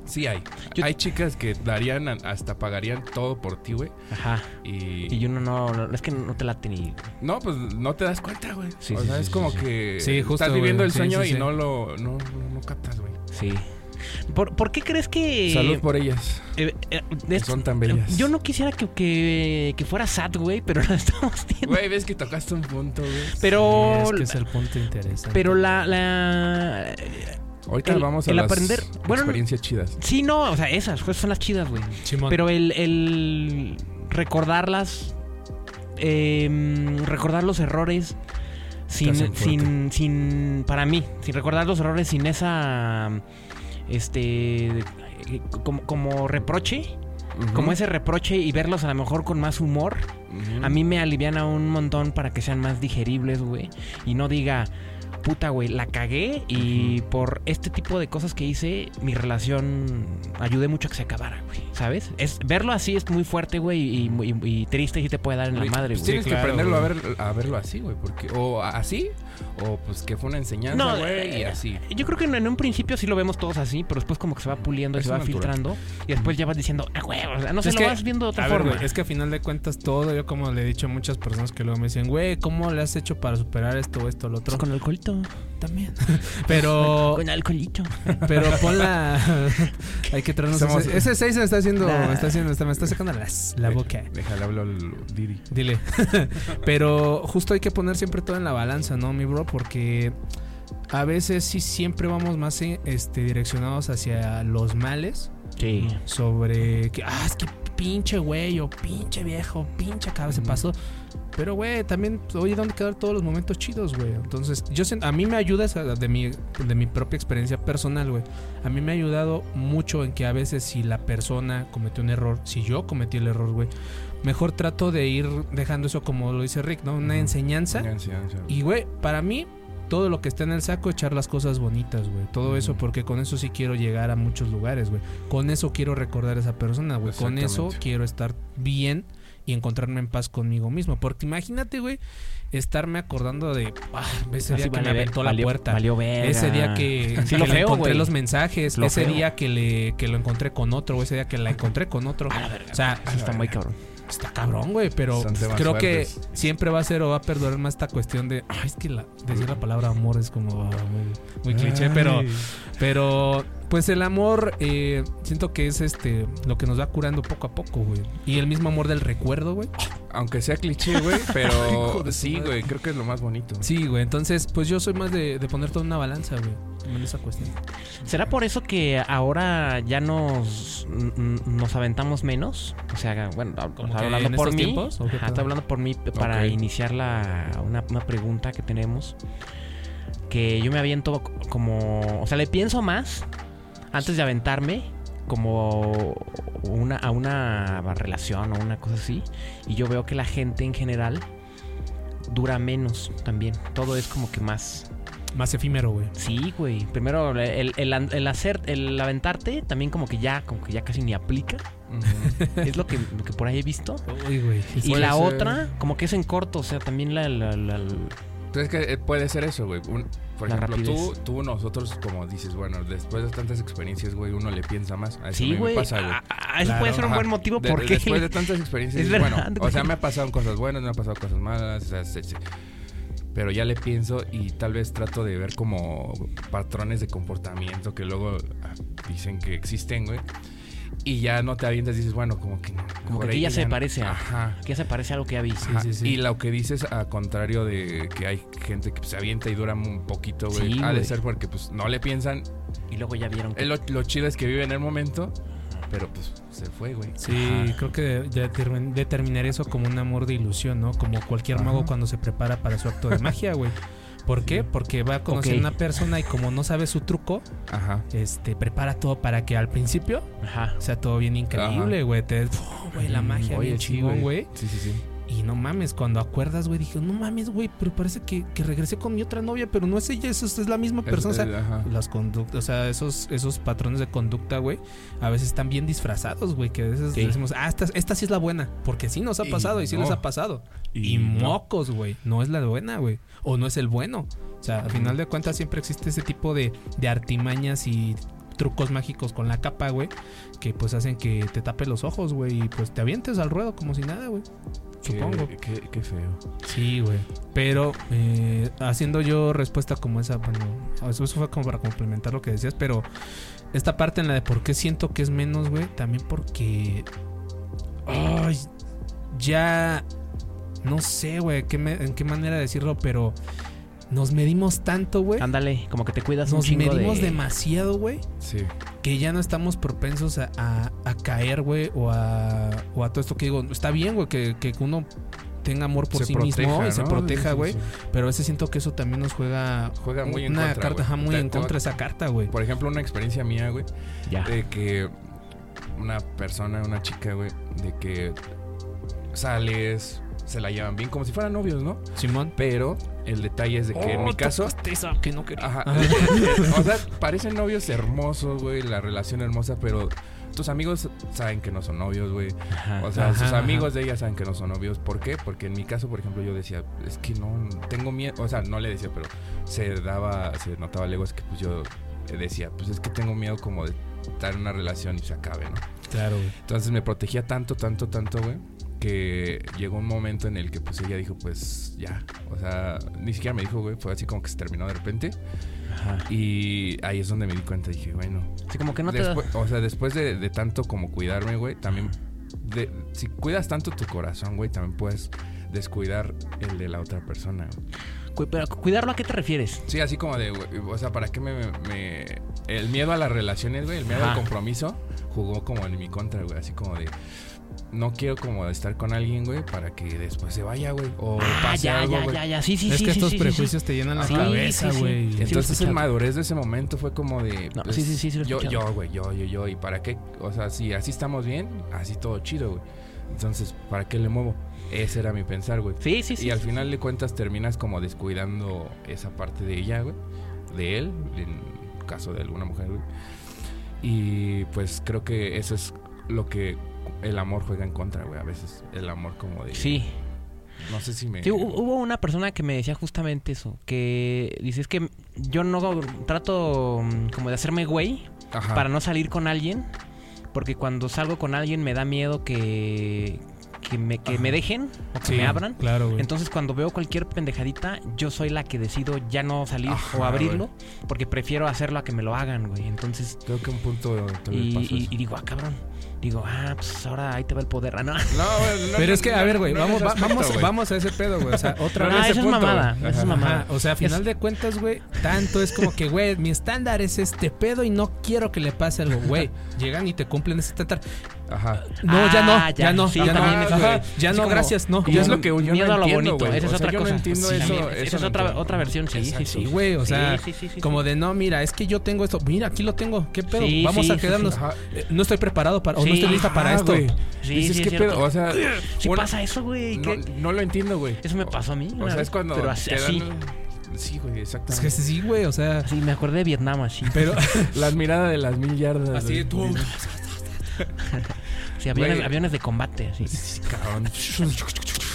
S3: sí hay.
S1: Yo-
S3: Hay chicas que darían, a- hasta pagarían todo por ti, güey,
S1: Ajá.
S3: y...
S1: Y uno no, no- Es que no te late ni.
S3: No, pues no te das cuenta, güey.
S1: Sí,
S3: o
S1: sí,
S3: sea,
S1: sí,
S3: es
S1: sí,
S3: como
S1: sí.
S3: que
S2: Sí, justo,
S3: estás viviendo
S2: güey.
S3: el
S2: Sí,
S3: sueño
S2: sí,
S3: y
S2: sí.
S3: no lo no, no, no captas, güey.
S1: Sí. ¿Por, por qué crees que.?
S3: Salud por ellas.
S1: eh, eh,
S3: que
S1: es-
S3: son tan bellas.
S1: Yo no quisiera que, que, que fuera sad, güey, pero la estamos viendo.
S3: Güey, ves que tocaste un punto, güey.
S1: Pero.
S2: Sí, es que es el punto interesante.
S1: Pero la, la.
S3: Ahorita
S1: el-
S3: vamos a
S1: el
S3: las
S1: aprender- bueno,
S3: experiencias chidas.
S1: Sí, no, o sea, esas pues, son las chidas, güey.
S2: Simón.
S1: Pero el, el recordarlas, em, recordar los errores
S2: hacen
S1: sin,
S2: fuerte.
S1: sin, sin, para mí, sin recordar los errores sin esa, este, eh, como, como reproche, como ese reproche y verlos a lo mejor con más humor, a mí me aliviana un montón para que sean más digeribles, güey, y no diga... Puta, güey, la cagué y por este tipo de cosas que hice, mi relación ayudé mucho a que se acabara, güey. ¿Sabes? Es, verlo así es muy fuerte, güey, y, y- y triste y te puede dar en la madre,
S3: Pues
S1: güey.
S3: tienes
S2: claro,
S3: que aprenderlo a, ver, a verlo así, güey. Porque, o a- así, o pues que fue una enseñanza,
S1: No,
S3: güey, y
S1: eh,
S3: así.
S1: Yo creo que en, en un principio sí lo vemos todos así, pero después como que se va puliendo y
S3: Es
S1: se va
S3: natural.
S1: filtrando. Y después ya vas diciendo, ah, güey, o sea, no sé,
S2: Es
S1: lo
S2: que-
S1: vas viendo de otra
S2: A ver,
S1: forma.
S2: güey, es que a final de cuentas todo, yo como le he dicho a muchas personas que luego me dicen, güey, ¿cómo le has hecho para superar esto, esto, lo
S1: Pues
S2: otro?
S1: con el colito.
S2: también. Oh. Pero,
S1: Con alcoholito.
S2: pero ponla. Hay que traernos.
S3: Somos-
S2: Ese, ese seis me está haciendo.
S1: Nah.
S2: Me está haciendo. está- me está sacando las- la boca.
S3: Déjale hablar al Diri.
S2: Dile. Pero justo hay que poner siempre todo en la balanza, ¿no, mi bro? Porque a veces sí siempre vamos más eh, este, direccionados hacia los males.
S1: Sí.
S2: Sobre que, ah, es que pinche güey o pinche viejo, pinche cabrón se
S3: Ujú.
S2: pasó. Pero, güey, también, oye, ¿dónde quedaron todos los momentos chidos, güey? Entonces, yo sien- a mí me ayuda, esa- de mi, de mi propia experiencia personal, güey. A mí me ha ayudado mucho en que a veces si la persona cometió un error, si yo cometí el error, güey, mejor trato de ir dejando eso como lo dice Rick, ¿no? Una
S3: Ujú.
S2: enseñanza.
S3: Ansia,
S2: Y, güey, para mí, todo lo que está en el saco, echar las cosas bonitas, güey. Todo
S1: Mm.
S2: eso,
S3: Ujú.
S2: porque con eso sí quiero llegar a muchos lugares, güey. Con eso quiero recordar a esa persona, güey. Con eso
S3: Exactamente.
S2: quiero estar bien y encontrarme en paz conmigo mismo. Porque imagínate, güey, estarme acordando de ah, ese día
S1: Así
S2: que
S1: vale
S2: me
S1: ver-
S2: aventó la
S1: valió-
S2: puerta.
S1: Valió verga.
S2: Ese día que,
S1: Sí
S2: que
S1: lo
S2: le
S1: feo,
S2: encontré
S1: güey.
S2: los mensajes,
S1: Lo
S2: ese
S1: feo.
S2: día que le que lo encontré con otro, o ese día que la encontré con otro.
S1: A la verga.
S2: O sea,
S1: Sí, está muy cabrón.
S2: Está cabrón, güey, pero
S3: Son temas
S2: creo que
S3: fuertes.
S2: siempre va a ser o va a perdurar más esta cuestión de. Ay, es que la, decir la palabra amor es como ah, muy, muy cliché, pero, pero pues el amor eh, siento que es este lo que nos va curando poco a poco, güey. Y el mismo amor del recuerdo, güey.
S3: Aunque sea cliché, güey,
S2: Hijo
S3: pero
S2: de su
S3: sí,
S2: madre.
S3: güey, creo que es lo más bonito.
S2: Sí, güey. Entonces, pues yo soy más de, de poner todo en una balanza, güey. En esa cuestión.
S1: ¿Será por eso que ahora ya nos, n- n- nos aventamos menos? O sea, bueno, hab-
S2: ¿Como
S1: o sea,
S2: que
S1: hablando
S2: en
S1: por
S2: estos
S1: mí.
S2: tiempos, o qué
S1: Ajá,
S2: pedo?
S1: estoy hablando por mí p- para
S3: Ok.
S1: iniciar la, una, una pregunta que tenemos. Que yo me aviento c- como. O sea, le pienso más antes de aventarme como una, a una relación o una cosa así. Y yo veo que la gente en general dura menos también. Todo es como que más.
S2: Más efímero, güey.
S1: Sí, güey. Primero el, el, el hacer, el aventarte también como que ya, como que ya casi ni aplica.
S3: Ujú.
S1: es lo que, lo que por ahí he visto.
S2: Uy, güey.
S1: Y
S3: Puede
S1: la
S3: ser.
S1: otra, como que es en corto, o sea, también la, la- la- la-
S3: Entonces que eh, puede ser eso, güey. Un- por
S1: La
S3: ejemplo, tú,
S1: rapidez.
S3: tú, nosotros, como dices, bueno, después de tantas experiencias, güey, uno le piensa más. A eso a mí
S1: Sí,
S3: me
S1: güey.
S3: pasa,
S1: A- a- a- Eso
S2: Claro,
S1: puede ser un
S3: Ajá.
S1: buen motivo
S3: De-
S1: porque
S3: Después de tantas experiencias,
S1: Es
S3: dices,
S1: verdad,
S3: bueno,
S1: güey.
S3: o sea, me han pasado cosas buenas, me han pasado cosas malas, o sea, se- se- pero ya le pienso y tal vez trato de ver como patrones de comportamiento que luego ah, dicen que existen, güey. Y ya no te avientas, dices, bueno, como que no.
S1: Como que
S3: por
S1: aquí
S3: ahí
S1: ya se
S3: no-
S1: parece a-
S3: Ajá.
S1: que se parece a algo que ya vi.
S2: Sí,
S3: Ajá,
S2: sí, sí.
S3: Y lo que dices, a contrario de que hay gente que se avienta y dura un poquito, güey.
S1: Sí,
S3: ha de
S1: güey.
S3: ser porque, pues, no le piensan.
S1: Y luego ya vieron que
S3: Eh, Lo, lo chido es que vive en el momento, pero, pues, se fue, güey.
S2: Sí,
S1: Ajá.
S2: creo que ya termin- determinar eso como un amor de ilusión, ¿no? Como cualquier mago
S3: Ajá.
S2: cuando se prepara para su acto de magia, güey. ¿Por qué? Porque va a conocer
S1: Ok.
S2: a una persona y como no sabe su truco,
S3: Ajá.
S2: este, prepara todo para que al principio
S1: Ajá.
S2: sea todo bien increíble, güey. Te, ¡Fu! güey, la magia,
S3: Mm, Oye,
S2: bien
S3: sí,
S2: chingón, güey.
S3: Sí, sí, sí.
S2: Y no mames, cuando acuerdas, güey, dije, no mames, güey, pero parece que, que regresé con mi otra novia, pero no es ella, es, es la misma persona. o sea, las conductas, o sea, esos, esos patrones de conducta, güey, a veces están bien disfrazados, güey, que a veces
S1: Sí.
S2: decimos, ah, esta, esta sí es la buena, porque sí nos ha
S3: Y
S2: pasado y sí
S3: no.
S2: nos ha pasado. Y,
S3: Y no.
S2: mocos, güey, no es la buena, güey, o no es el bueno. O sea, al final de cuentas siempre existe ese tipo de, de artimañas y trucos mágicos con la capa, güey, que pues hacen que te tape los ojos, güey, y pues te avientes al ruedo como si nada, güey. Supongo.
S3: Qué, feo.
S2: Sí, güey. Pero eh, haciendo yo respuesta como esa, bueno, eso, eso fue como para complementar lo que decías, pero esta parte en la de por qué siento que es menos, güey, también porque. Ay, ya. No sé, güey, qué me- en qué manera decirlo, pero nos medimos tanto, güey.
S1: Ándale, como que te cuidas un
S2: Nos
S1: chingo
S2: medimos
S1: de...
S2: demasiado, güey
S3: Sí.
S2: que ya no estamos propensos a, a- a caer, güey, o a, o a todo esto que digo. Está bien, güey, que, que uno tenga amor por sí mismo y se
S3: ¿no?
S2: proteja,
S3: Sí,
S2: güey.
S3: sí,
S2: Pero a veces siento que eso también nos juega,
S3: Juega muy en
S2: una
S3: contra,
S2: carta
S3: güey.
S2: ajá, muy
S3: Te-
S2: en
S3: te va-
S2: contra esa carta, güey.
S3: sí. Por ejemplo, una experiencia mía, güey,
S1: Ya.
S3: de que una persona, una chica, güey, de que sales, se la llevan bien como si fueran novios, ¿no?
S2: Simón.
S3: Pero el detalle es de que en
S2: Oh,
S3: mi caso.
S2: Esa que no quería.
S3: Ajá.
S2: Ajá.
S3: o sea, parecen novios hermosos, güey, la relación hermosa, pero tus amigos saben que no son novios, güey.
S1: Ajá.
S3: O sea,
S2: Ajá,
S3: sus
S2: ajá.
S3: amigos de ella saben que no son novios. ¿Por qué? Porque en mi caso, por ejemplo, yo decía, es que no, tengo miedo. O sea, no le decía, pero se daba, se notaba luego es que pues yo decía, pues es que tengo miedo como de estar en una relación y se acabe, ¿no?
S2: Claro, güey.
S3: Entonces me protegía tanto, tanto, tanto, güey, que llegó un momento en el que pues ella dijo, pues ya, o sea, ni siquiera me dijo, güey, fue así como que se terminó de repente.
S1: Ajá.
S3: Y ahí es donde me di cuenta, dije, bueno,
S1: Así como que no
S3: después- o sea, después de, de tanto como cuidarme, güey, también, de- si cuidas tanto tu corazón, güey, también puedes descuidar el de la otra persona. güey.
S1: te da... Cu- pero ¿Cuidarlo a qué te refieres?
S3: Sí, así como de, güey, o sea, ¿para qué me, me- El miedo a las relaciones, güey, el miedo
S1: Ajá.
S3: al compromiso, jugó como en mi contra, güey, así como de... No quiero como estar con alguien, güey, para que después se vaya, güey. O
S1: Ah,
S3: pase
S1: ya,
S3: algo,
S1: ya,
S3: güey.
S1: ya, ya. Sí, sí,
S2: es
S1: sí.
S2: que
S1: sí,
S2: estos
S1: sí, sí,
S2: prejuicios te llenan la
S1: Sí,
S2: cabeza,
S1: sí, sí.
S2: güey.
S1: Sí, lo he
S3: Entonces,
S1: escuchado.
S3: en madurez de ese momento fue como de. pues,
S1: No, sí, sí, sí, sí lo he
S3: Yo,
S1: escuchado.
S3: yo, güey, yo, yo, yo. ¿Y para qué? O sea, si así estamos bien, así todo chido, güey. Entonces, ¿para qué le muevo? Ese era mi pensar, güey.
S1: Sí, sí, sí.
S3: y al final de cuentas terminas como descuidando esa parte de ella, güey. De él, en caso de alguna mujer, güey. Y pues creo que eso es lo que el amor juega en contra, güey. A veces el amor como de...
S1: Sí.
S3: No sé si me...
S2: Eh,
S1: Sí, hu- hubo una persona que me decía justamente eso, que dice, es que yo no trato mm, como de hacerme güey
S2: Ah.
S3: Ajá.
S1: para no salir con alguien, porque cuando salgo con alguien me da miedo que, que, me, que me dejen o que
S2: Sí,
S1: me abran.
S2: Claro, güey.
S1: Entonces cuando veo cualquier pendejadita, yo soy la que decido ya no salir
S3: Ajá,
S1: o abrirlo, porque prefiero hacerlo a que me lo hagan, güey. Entonces,
S3: Creo que un punto... también
S1: y,
S3: pasó
S1: y-
S3: eso.
S1: y digo, ah, cabrón. Digo, ah, pues ahora ahí te va el poder. Ah, no.
S3: No, güey, no,
S2: Pero
S3: no,
S2: es que,
S3: no,
S2: a ver, güey,
S3: no,
S2: vamos,
S3: no,
S2: va-
S3: no,
S2: vamos,
S3: güey.
S2: vamos a ese pedo, güey. O sea, otra
S1: No, eso
S2: vez.
S1: Ah, es
S2: ese punto,
S1: mamada,
S2: güey.
S1: eso es mamada.
S2: Ajá, O sea, a final
S1: Es-
S2: de cuentas, güey, tanto es como que, güey, mi estándar es este pedo y no quiero que le pase algo, güey. Llegan y te cumplen ese estándar.
S3: Ajá.
S2: No,
S1: Ah,
S2: ya no, ya,
S1: ya,
S2: no,
S1: sí,
S2: ya no.
S1: también eso,
S2: Ajá,
S1: güey.
S2: ya
S1: Así
S2: no,
S1: como-
S2: gracias, no.
S1: como
S3: Y
S2: ya
S3: es
S2: no.
S3: lo que yo no
S1: miedo a lo
S3: entiendo,
S1: bonito,
S3: güey.
S1: esa
S3: O
S1: es
S3: sea,
S1: otra
S3: yo no
S1: cosa.
S3: entiendo
S1: Sí,
S3: eso-
S1: también,
S3: eso
S1: esa es
S3: no
S1: otra,
S3: entiendo.
S1: otra versión, sí, sí,
S3: Exacto,
S1: sí.
S2: Sí, güey, o
S1: Sí,
S2: sea,
S1: sí, sí, sí, sí.
S2: como de no, mira, es que yo tengo esto. Mira, aquí lo tengo. ¿Qué pedo?
S1: Sí,
S2: Vamos
S1: sí,
S2: a
S1: sí,
S2: quedarnos.
S1: sí.
S3: Ajá.
S2: Eh, No estoy preparado para, o
S1: Sí.
S2: no estoy lista para
S3: Ah,
S2: esto.
S3: güey.
S1: Sí,
S3: Dices,
S1: sí, es
S3: ¿qué
S1: cierto.
S3: pedo? O sea,
S1: Sí
S3: bueno,
S1: pasa eso, güey.
S3: no,
S1: ¿qué-
S3: no lo entiendo, güey.
S1: Eso me pasó a mí.
S3: O
S1: una
S3: sea,
S1: vez,
S3: es cuando
S1: Pero así,
S3: te dan-
S1: así,
S3: Sí, güey,
S2: Es que
S3: exactamente.
S2: sí, güey, o sea.
S1: así, me acordé de Vietnam, así.
S2: Pero
S3: Las miradas de las mil yardas.
S2: así
S3: güey.
S2: de tú.
S1: Sí, aviones,
S3: Güey.
S1: aviones de combate, así.
S3: Sí, cabrón.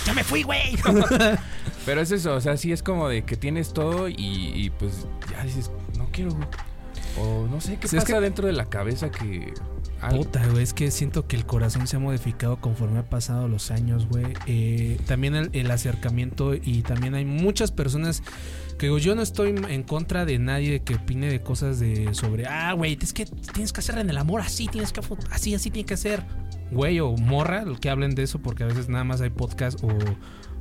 S1: ¡Ya me fui, güey!
S3: Pero es eso, o sea, sí es como de que tienes todo y, y pues ya dices, no quiero, güey. O no sé qué
S2: Sí, es
S3: pasa dentro de la cabeza que. al-
S2: Puta, güey, es que siento que el corazón se ha modificado conforme ha pasado los años, güey. Eh, también el, el acercamiento y también hay muchas personas que digo, yo no estoy en contra de nadie que opine de cosas de sobre, ah, güey, es que tienes que hacer en el amor así, tienes que fu- así, así tiene que ser, güey, o morra, lo que hablen de eso, porque a veces nada más hay podcast o,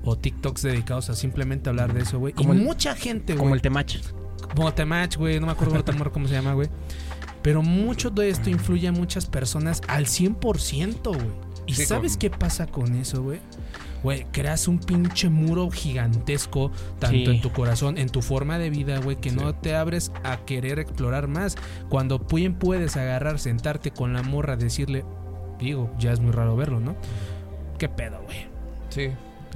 S2: o TikToks dedicados a simplemente hablar de eso, güey. Y
S1: Como el-
S2: mucha gente, güey.
S1: Como el temach.
S2: Como Temach, güey, no me acuerdo ahorita, amor, cómo se llama, güey. Pero mucho de esto influye a muchas personas al 100%, güey. ¿Y
S3: Sí,
S2: sabes
S3: con-
S2: qué pasa con eso, güey? Güey, creas un pinche muro gigantesco, tanto
S1: Sí.
S2: en tu corazón, en tu forma de vida, güey, que no te abres a querer explorar más. Cuando bien puedes agarrar, sentarte con la morra, decirle, digo, ya es muy raro verlo, ¿no? ¿Qué pedo, güey?
S3: Sí.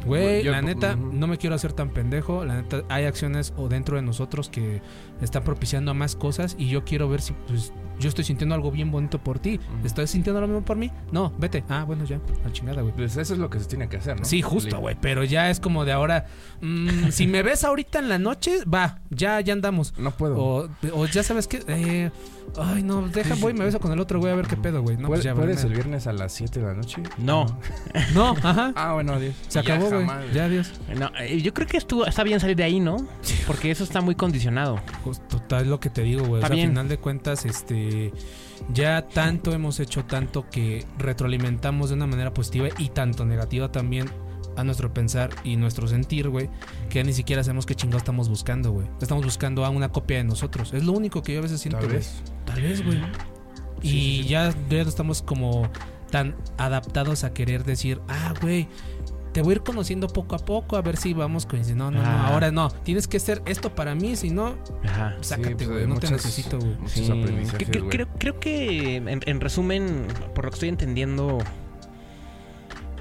S2: Güey,
S3: Yo-
S2: la neta,
S3: Ujú.
S2: no me quiero hacer tan pendejo. La neta, hay acciones o dentro de nosotros que están propiciando a más cosas y yo quiero ver si pues, yo estoy sintiendo algo bien bonito por ti.
S3: Ujú.
S2: ¿Estás sintiendo lo mismo por mí? No, vete. Ah, bueno, ya. A la chingada, güey.
S3: Pues eso es lo que se tiene que hacer, ¿no?
S2: Sí, justo, güey. Pero ya es como de ahora. mm, si me ves ahorita en la noche, va, ya, ya andamos.
S3: No puedo.
S2: O, o ya sabes que. eh, ay, no, deja, voy, me beso con el otro, güey, a ver qué pedo, güey. No, pues
S3: ¿Puedes,
S2: ya,
S3: puedes el
S2: vale,
S3: viernes a las 7 de la noche?
S1: No,
S2: No, ajá.
S3: Ah, bueno, adiós. Ya
S2: Se acabó, güey.
S3: jamás,
S2: Ya, adiós.
S1: no. eh, Yo creo que estuvo, está bien salir de ahí, ¿no? Porque eso está muy condicionado.
S2: Justo, tal Pues, lo que te digo, güey. O
S1: Está
S2: sea,
S1: bien.
S2: al final de cuentas, este. Ya tanto hemos hecho tanto que retroalimentamos de una manera positiva y tanto negativa también a nuestro pensar y nuestro sentir, güey, que ya ni siquiera sabemos qué chingado estamos buscando, güey. Estamos buscando a una copia de nosotros. Es lo único que yo a veces siento,
S3: Tal
S2: güey.
S3: vez.
S2: Tal vez, güey. Y ya, ya no estamos como tan adaptados a querer decir, ah, güey, te voy a ir conociendo poco a poco, a ver si vamos coincidiendo. No, no, no,
S1: Ah.
S2: ahora no. Tienes que ser esto para mí, si no,
S1: Ajá.
S2: Sácate,
S3: Sí, pues,
S2: güey.
S3: hay
S2: no
S3: muchas-
S2: te necesito, güey.
S3: Muchos
S1: Sí.
S3: aprendizajes,
S1: Cre- cre-
S3: güey.
S1: creo, creo que, en, en resumen, por lo que estoy entendiendo,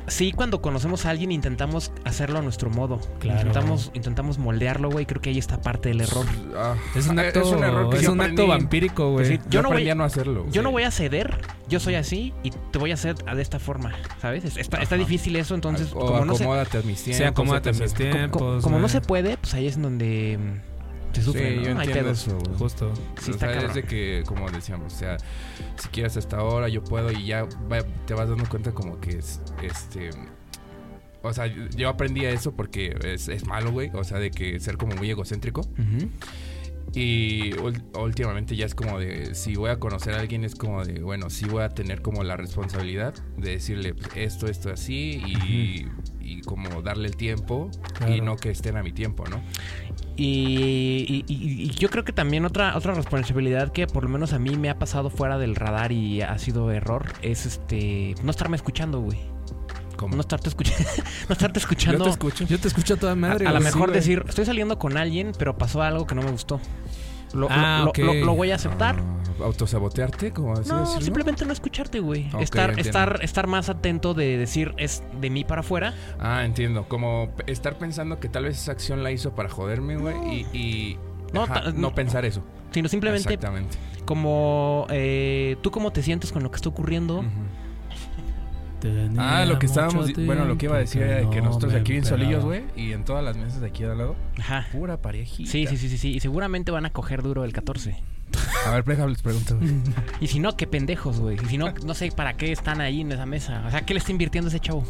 S1: sí, cuando conocemos a alguien intentamos hacerlo a nuestro modo.
S2: Claro.
S1: Intentamos, intentamos moldearlo, güey. Creo que ahí está parte del error.
S3: Ah,
S2: Es un
S3: ah,
S2: acto, es
S3: un error que yo
S2: un
S3: aprendí.
S2: acto vampírico, güey.
S1: Sí,
S3: Yo, no voy a no hacerlo.
S1: Yo no voy a ceder, yo soy así y te voy a hacer de esta forma, ¿sabes? Es- Está, está
S3: Ajá.
S1: difícil eso, entonces,
S3: o
S1: como no se, co-
S3: acomódate a mis tiempos.
S2: Se acomódate a
S3: etcétera.
S2: mis
S1: co-
S2: tiempos.
S1: como,
S2: güey.
S1: no se puede, pues ahí es en donde mm, se
S3: Sí,
S1: sufre,
S3: yo
S1: ¿no? Hay
S3: entiendo
S1: pedos.
S3: eso, güey.
S2: Justo.
S1: Sí,
S3: o
S1: está
S3: sea, es
S1: cabrón.
S3: de que, como decíamos, o sea, si quieres hasta ahora, yo puedo y ya va- te vas dando cuenta como que es, este, O sea, yo aprendí a eso porque es, es malo, güey. O sea, de que ser como muy egocéntrico.
S1: Ujú.
S3: Y ul- últimamente ya es como de, si voy a conocer a alguien, es como de, bueno, sí voy a tener como la responsabilidad de decirle pues, esto, esto, así, y, y como darle el tiempo y
S2: Claro.
S3: no que estén a mi tiempo, ¿no?
S1: Y, y- y- y yo creo que también otra, otra responsabilidad que por lo menos a mí me ha pasado fuera del radar y ha sido error es este no estarme escuchando, güey.
S3: Como,
S1: No estarte escuchando. no estarte
S3: yo
S1: escuchando.
S3: te escucho.
S2: Yo te escucho a toda
S1: a,
S2: madre.
S1: a lo
S2: güey.
S1: mejor
S2: Sí, güey.
S1: decir, estoy saliendo con alguien, pero pasó algo que no me gustó. Lo, lo-
S2: Ah,
S1: lo-
S2: ok.
S1: lo- lo voy a aceptar.
S3: Ah, autosabotearte, como así
S1: No,
S3: decirlo?
S1: simplemente no escucharte, güey.
S3: Ok,
S1: estar,
S3: entiendo.
S1: estar, estar más atento de decir es de mí para afuera.
S3: Ah, entiendo. Como p- estar pensando que tal vez esa acción la hizo para joderme, güey, y, y-
S1: No,
S3: ajá,
S1: ta-
S3: no pensar eso.
S1: Sino simplemente
S3: Exactamente.
S1: como eh, tú cómo te sientes con lo que está ocurriendo.
S3: Ujú.
S2: Tenía
S3: Ah, lo que
S2: mucho
S3: estábamos. di- Bueno, lo que iba a
S2: tiempo
S3: decir era de que
S2: no
S3: nosotros
S2: me
S3: aquí en Solillos,
S2: pelaba.
S3: güey, y en todas las mesas de aquí de al lado,
S1: Ajá.
S3: pura parejita.
S1: Sí, sí, sí, sí, sí. Y seguramente van a coger duro el 14.
S3: A ver, Pleja, les pregunto. güey.
S1: Y si no, qué pendejos, güey. Y si no, no sé para qué están ahí en esa mesa. O sea, ¿qué le está invirtiendo ese chavo?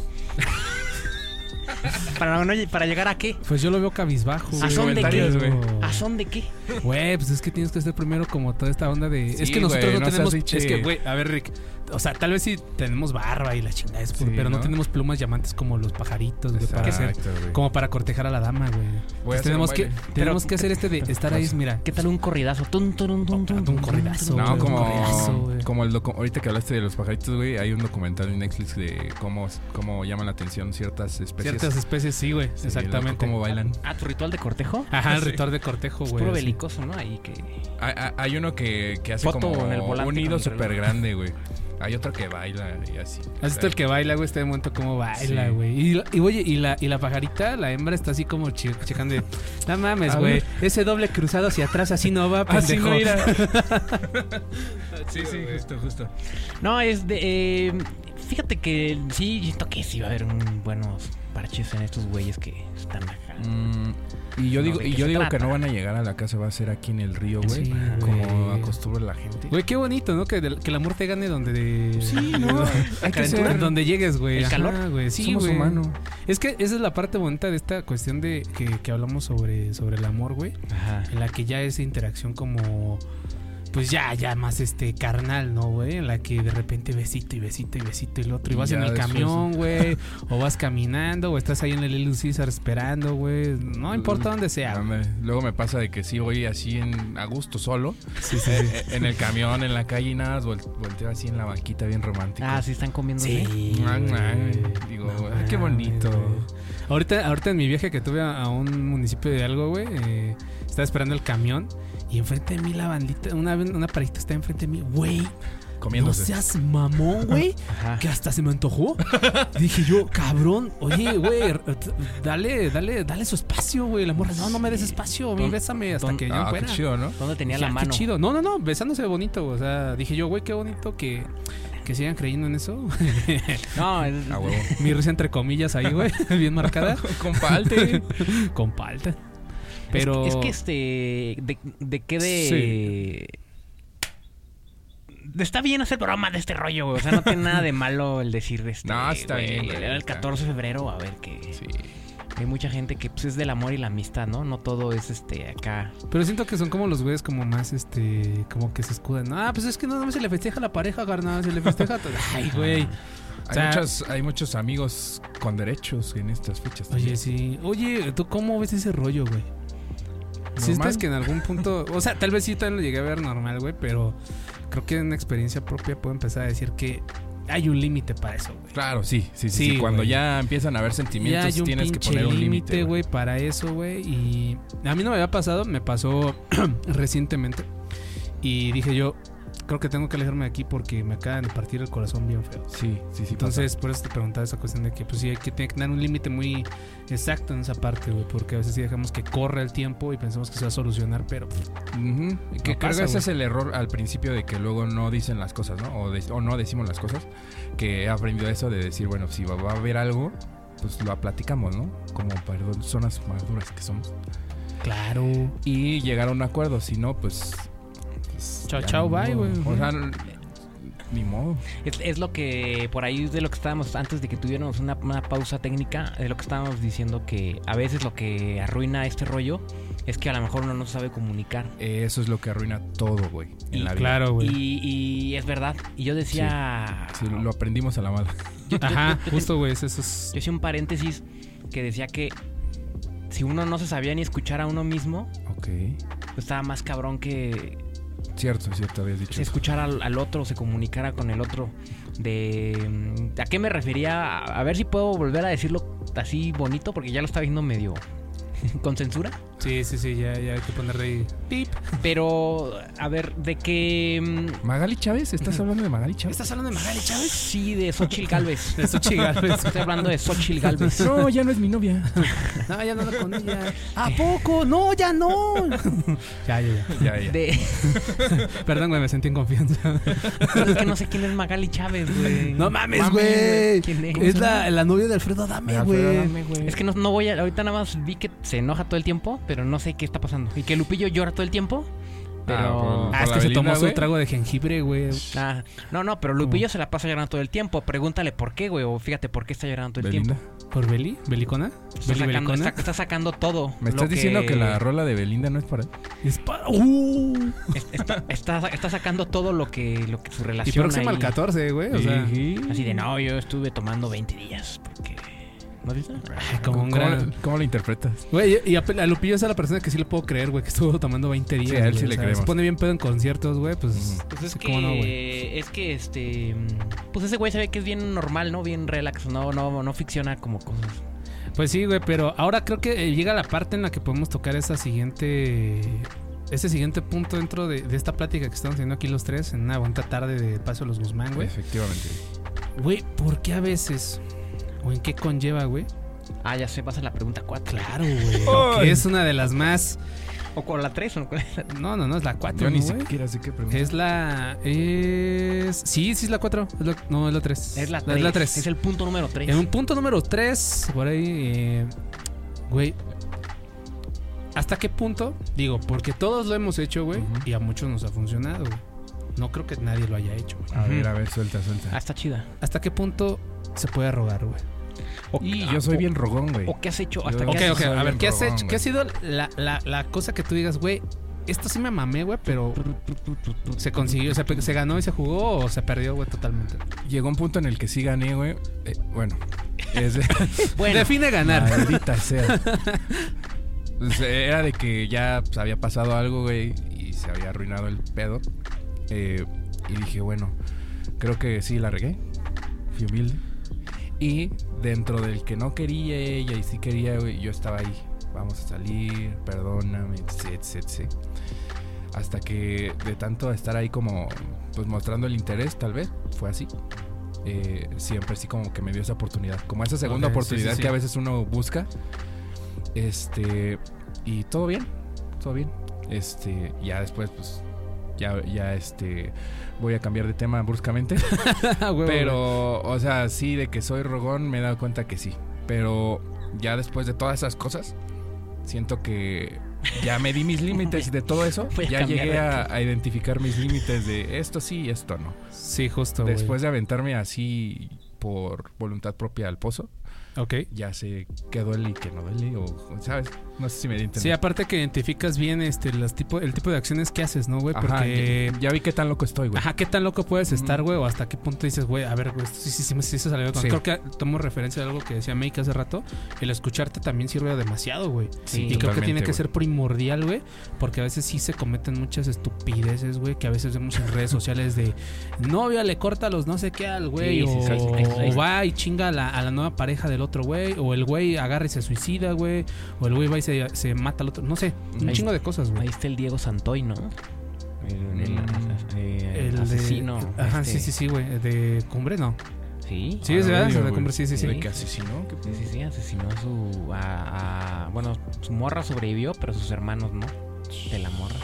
S1: ¿Para, no- ¿Para llegar a qué?
S2: Pues yo lo veo cabizbajo.
S1: ¿A
S2: güey.
S1: son de qué?
S3: comentarios, güey.
S1: ¿A son de qué?
S2: Güey, pues es que tienes que hacer primero como toda esta onda de.
S3: Sí,
S2: es que nosotros
S3: güey,
S2: no,
S3: no seas
S2: tenemos.
S3: pinche-
S2: Es que, güey, a ver, Rick. O sea, tal vez sí tenemos barba y la chingada, es por-
S3: Sí,
S2: pero ¿no?
S3: ¿no?
S2: tenemos plumas llamantes como los pajaritos, güey, para hacer.
S3: Exacto, güey.
S2: Como para cortejar a la dama, güey. Entonces
S3: hacer
S2: tenemos
S3: un
S2: que,
S3: baile.
S2: tenemos que hacer este de estar ahí, mira.
S1: ¿Qué tal un corridazo? Tun, turun,
S3: Oh,
S1: tun, tun,
S2: Ah,
S1: tun,
S2: un corridazo,
S1: tun,
S3: No,
S1: tun,
S2: güey,
S1: tun, tun.
S2: corridazo,
S3: como,
S2: güey.
S3: como el docu- ahorita que hablaste de los pajaritos, güey, hay un documental en Netflix de cómo, cómo llaman la atención ciertas especies.
S2: Ciertas especies, sí, güey.
S3: Sí,
S2: exactamente.
S3: Cómo bailan.
S1: Ah, tu ritual de cortejo.
S2: Ajá, el
S3: Sí.
S2: ritual de cortejo,
S1: Es
S2: güey.
S1: puro
S2: así.
S1: belicoso, ¿no? Ahí que.
S3: Hay, hay- hay uno que, que hace
S1: Foto
S3: como
S1: en el volante
S3: un nido
S1: con el reloj.
S3: súper grande, güey. Hay otro que baila y así.
S2: ¿Has visto el que baila, güey? Este de momento cómo baila,
S3: Sí.
S2: güey. Y, la- y oye, y la, y la pajarita, la hembra, está así como che- checando. de, No mames,
S3: A
S2: güey.
S3: ver.
S2: Ese doble cruzado hacia atrás así no va,
S3: Así
S2: pendejo.
S3: no irá. sí, sí, justo, justo.
S1: No, es de. eh, fíjate que sí, siento que sí va a haber un buenos parches en estos güeyes que están acá.
S3: Mm, y yo
S1: No,
S3: digo,
S1: ¿de
S3: y
S1: qué
S3: yo
S1: se
S3: digo que
S1: trata?
S3: no van a llegar a la casa, va a ser aquí en el río, güey.
S2: Sí, güey.
S3: como acostumbra la gente.
S2: Güey, qué bonito, ¿no? Que, del- que el amor te gane donde...
S3: Sí, no. Hay que
S2: Donde-
S3: ser.
S2: Donde llegues, güey.
S1: El
S2: Ajá,
S1: calor.
S2: güey. Sí,
S3: Somos
S2: güey.
S3: humanos.
S2: Es que esa es la parte bonita de esta cuestión de que, que hablamos sobre, sobre el amor, güey.
S1: Ajá.
S2: En la que ya es interacción como... Pues ya, ya más este carnal, ¿no, güey? En la que de repente besito y besito y besito y el otro. Y
S3: Y
S2: vas
S3: ya
S2: en el
S3: después-
S2: camión, güey. o vas caminando, o estás ahí en el Little Caesar esperando, güey.
S3: Mm,
S2: No importa dónde sea. güey.
S3: Hombre, Luego me pasa de que sí voy así en, a gusto solo,
S2: Sí, sí, sí.
S3: eh, en el camión, en la calle y nada, vol- volteo así en la banquita bien romántico.
S1: Ah, sí, están comiendo.
S3: Ay,
S2: güey.
S3: ay, digo, güey, qué
S2: mames,
S3: bonito.
S2: güey. Ahorita, ahorita en mi viaje que tuve a, a un municipio de algo, güey, eh, estaba esperando el camión y enfrente de mí la bandita, una, una parejita está enfrente de mí, güey. No
S3: comiéndose.
S2: seas mamón, güey.
S1: Ajá.
S2: Que hasta se me antojó. Dije yo, cabrón, oye, güey, r- t- dale, dale, dale su espacio, güey. La morra, no, no me des espacio, güey,
S1: Don-
S2: bésame hasta
S1: don-
S2: que yo
S3: ah, qué
S2: fuera.
S3: chido, ¿no?
S1: ¿Dónde tenía
S2: Dije,
S1: la
S2: "Ah,
S1: mano?
S2: Qué chido. No, no, no, besándose bonito. O sea, dije yo, güey, qué bonito que, que sigan creyendo en eso.
S1: No, es-
S3: A Ah, huevo.
S2: Mi risa entre comillas ahí, güey, bien marcada.
S3: Comparte.
S2: Con palta.
S1: es-
S2: Pero.
S1: Es, que este. ¿De, de qué de.? de- Está bien hacer broma de este rollo, güey. O sea, no tiene nada de malo el decir este.
S3: No, está
S1: güey,
S3: bien, güey,
S1: El
S3: está.
S1: 14 de febrero, a ver que.
S3: Sí.
S1: Hay mucha gente que pues, es del amor y la amistad, ¿no? No todo es este acá.
S2: Pero siento que son como los güeyes como más este. Como que se escudan. Ah, pues es que no, no se le festeja a la pareja, carnal. Se le festeja a todo. Ay, güey.
S3: Hay,
S2: O sea-
S3: muchos, hay muchos amigos con derechos en estas fechas.
S2: Oye,
S3: también.
S2: sí. Oye, ¿tú cómo ves ese rollo, güey? Si
S3: Normal.
S2: estás que en algún punto. O sea, tal vez sí también lo llegué a ver normal, güey. Pero creo que en una experiencia propia puedo empezar a decir que hay un límite para eso, güey.
S3: Claro, sí, sí, sí.
S2: Sí,
S3: sí. Cuando
S2: güey.
S3: ya empiezan a haber
S2: Ya
S3: sentimientos,
S2: hay un
S3: tienes que
S2: pinche
S3: poner un
S2: límite,
S3: límite,
S2: güey, para eso, güey. Y a mí no me había pasado, me pasó recientemente. Y dije yo, creo que tengo que alejarme de aquí porque me acaban de partir el corazón bien feo.
S3: Sí, sí, sí.
S2: Entonces, por eso te preguntaba esa cuestión de que, pues sí, hay que tener un límite muy exacto en esa parte, güey. Porque a veces sí dejamos que corra el tiempo y pensamos que se va a solucionar, pero
S3: Ujú. Que
S2: No
S3: creo
S2: pasa,
S3: que ese
S2: güey.
S3: es el error al principio de que luego no dicen las cosas, ¿no? O, de- o no decimos las cosas. Que he aprendido eso de decir, bueno, si va, va a haber algo, pues lo platicamos, ¿no? Como personas maduras que somos.
S2: claro.
S3: Y llegar a un acuerdo, si no, pues. pues,
S2: Chao,
S3: ya
S2: chao,
S3: ni
S2: bye,
S3: modo.
S2: güey.
S3: O sea, n- Ni modo.
S1: Es, es lo que por ahí de lo que estábamos antes de que tuviéramos una, una pausa técnica, de lo que estábamos diciendo que a veces lo que arruina este rollo es que a lo mejor uno no sabe comunicar.
S3: Eso es lo que arruina todo, güey.
S2: Y
S3: En la vida.
S2: claro, güey.
S1: Y, y es verdad. Y yo decía.
S3: Sí, lo aprendimos a la mala.
S2: Ajá, justo, güey. Eso es.
S1: Yo hice un paréntesis que decía que si uno no se sabía ni escuchar a uno mismo, pues
S3: Ok.
S1: estaba más cabrón que
S3: Cierto, cierto, habías dicho.
S1: se
S3: eso.
S1: escuchara al, al otro, se comunicara con el otro. De mm, a qué me refería, a, a ver si puedo volver a decirlo así bonito, porque ya lo estaba viendo medio con censura.
S2: Sí, sí, sí. Ya, ya hay que ponerle ahí. Pip.
S1: Pero, a ver, de que mm,
S3: Magali Chávez, ¿estás hablando de Magali Chávez?
S2: ¿Estás hablando de Magali Chávez?
S1: sí de Xochitl Galvez.
S2: De Xochitl Gálvez.
S1: Estoy hablando de Xochitl Galvez.
S3: No, ya no es mi novia.
S2: No, ya no ando con ella. ¿A poco? No, ya no. ya, ya, ya.
S3: ya, ya.
S1: De,
S2: Perdón, güey, me sentí en confianza.
S1: es que no sé quién es Magali Chávez, güey.
S2: No mames, güey.
S1: ¿Quién es?
S2: Es la, la novia de Alfredo Adame,
S3: Alfredo
S2: güey.
S3: Adame, güey.
S1: Es que no, no voy a. Ahorita nada más vi que se enoja todo el tiempo, pero no sé qué está pasando. Y que Lupillo llora todo el tiempo, pero.
S3: por-
S2: Ah, es
S3: la
S2: que se
S3: Belinda,
S2: tomó su
S3: güey.
S2: trago de jengibre, güey.
S1: Ah, no, no, pero Lupillo se la pasa llorando todo el tiempo. Pregúntale por qué, güey, o fíjate por qué está llorando todo el
S3: Belinda.
S1: tiempo.
S2: ¿Por Beli? ¿Belicona?
S1: Está
S2: ¿Beli
S1: sacando,
S2: Belicona?
S1: está- está sacando todo. lo
S3: Me estás diciendo que la rola de Belinda no es para él.
S2: Es para- ¡Uh!
S1: es- Está, está- está sacando todo lo que, lo que su
S2: Y
S1: relación.
S2: próxima
S1: ahí.
S2: al 14, güey. O sea,
S1: Así de no, yo estuve tomando 20 días porque. ¿No viste?
S2: ay, como
S3: ¿Cómo,
S2: un
S3: cómo
S2: gran.
S3: lo- cómo lo interpretas?
S2: Güey, y a, a Lupillo es a la persona que sí le puedo creer, güey, que estuvo tomando 20 días.
S3: Sí, a él
S2: güey,
S3: sí
S2: o
S3: le
S2: sea, Se
S3: creemos.
S2: pone bien pedo en conciertos, güey, pues.
S3: Ujú.
S1: Pues es
S2: sí,
S1: que,
S2: cómo no, güey.
S1: es que este. mm, Pues ese güey se ve que es bien normal, ¿no? Bien relax, no, no, no ficciona como cosas.
S2: Pues sí, güey, pero ahora creo que eh, llega la parte en la que podemos tocar esa siguiente. Ese siguiente punto dentro de, de esta plática que estamos teniendo aquí los tres en una bonita tarde de Paso de los Guzmán, güey.
S3: Efectivamente.
S2: Güey, ¿por qué a veces? ¿O en qué conlleva, güey?
S1: Ah, ya sé, pasa la pregunta 4.
S2: Claro, güey. lo que
S3: Ay.
S2: es una de las más.
S1: O con la 3,
S2: No, no, no, es la 4.
S3: Yo ni siquiera sé qué preguntar.
S2: Es la. Es. Sí, sí, es la 4. No, es la 3.
S1: Es la 3.
S2: Es la 3.
S1: Es el punto número 3.
S2: En un punto número 3, por ahí, eh, güey. ¿Hasta qué punto? Digo, porque todos lo hemos hecho, güey,
S3: Ujú.
S2: y a muchos nos ha funcionado, güey. No creo que nadie lo haya hecho, güey.
S3: A
S1: Ujú.
S3: ver, a ver, suelta,
S1: Ah,
S3: suelta.
S1: está chida.
S2: ¿Hasta qué punto se puede rogar, güey?
S3: Y yo soy bien rogón, güey.
S1: ¿O qué has hecho? ¿Hasta
S3: Yo-
S2: Ok,
S1: qué has
S2: ok,
S3: soy
S2: a ver,
S3: bien
S2: ¿qué has
S3: rogón,
S2: hecho? ¿Qué
S3: güey.
S2: ha sido la, la- la cosa que tú digas, güey? Esto sí me mamé, güey, pero se consiguió, o sea, pe- se ganó y se jugó o se perdió, güey, totalmente.
S3: Llegó un punto en el que sí gané, güey. Eh, bueno, es de...
S1: Bueno,
S2: Define ganar.
S3: Maldita sea. Pues, eh, Era de que ya pues, había pasado algo, güey, y se había arruinado el pedo. Eh, y dije, bueno, creo que sí la regué. Fui humilde. Y dentro del que no quería ella y sí quería, güey, yo estaba ahí. Vamos a salir, perdóname, etc, etc, etc. Hasta que de tanto estar ahí como, pues mostrando el interés, tal vez, fue así. Eh, siempre sí como que me dio esa oportunidad. Como esa segunda
S2: Ok, sí,
S3: oportunidad
S2: sí, sí.
S3: que a veces uno busca. Este, y todo bien, todo bien. Este, ya después, pues, ya, ya, este, voy a cambiar de tema bruscamente.
S2: Ah, güey, güey.
S3: Pero, o sea, sí, de que soy rogón, me he dado cuenta que sí. Pero ya después de todas esas cosas, siento que ya me di mis límites y de todo eso.
S1: Voy a
S3: Ya
S1: cambiar
S3: llegué
S1: de
S3: a, a identificar mis límites de esto sí y esto no.
S2: Sí, justo, güey.
S3: Después de aventarme así por voluntad propia al pozo,
S2: Ok.
S3: ya sé qué duele y qué no duele. O, ¿sabes? No sé si me di a entender.
S2: Sí, aparte que identificas bien este las tipo, el tipo de acciones que haces, ¿no, güey?
S3: Ajá,
S2: Porque.
S3: ya, ya vi qué tan loco estoy, güey.
S2: Ajá, ¿qué tan loco puedes
S3: Mm.
S2: estar, güey? O hasta qué punto dices, güey, a ver, güey, esto sí, sí, sí, me- sí se salió de control. Creo que tomo referencia a algo que decía Meike hace rato. El escucharte también sirve demasiado, güey.
S1: Sí,
S2: y creo que
S3: totalmente,
S2: tiene que
S3: güey.
S2: ser primordial, güey. Porque a veces sí se cometen muchas estupideces, güey. Que a veces vemos en redes sociales de novia le corta los no sé qué al güey.
S1: Sí, sí,
S2: o,
S1: sí, sí, sí, sí.
S2: o va y chinga a la, a la nueva pareja del otro güey. O el güey agarra y se suicida, güey. O el güey va y se, se mata al otro. No sé, un
S1: Ahí-
S2: chingo de cosas,
S1: ahí
S2: güey.
S1: está el Diego Santoy, ¿no? El, el-
S3: Mm.
S1: eh,
S2: El de-
S1: asesino.
S2: Ajá,
S1: este.
S2: sí, sí, sí, güey. De cumbre, no.
S1: Sí.
S2: Sí, es verdad,
S3: Odio,
S2: se la
S3: güey.
S2: compré, sí, sí, sí.
S3: De que asesinó, que-
S1: Sí, sí, sí, asesinó a su. A, a- bueno, su morra sobrevivió, pero sus hermanos no. De la morra.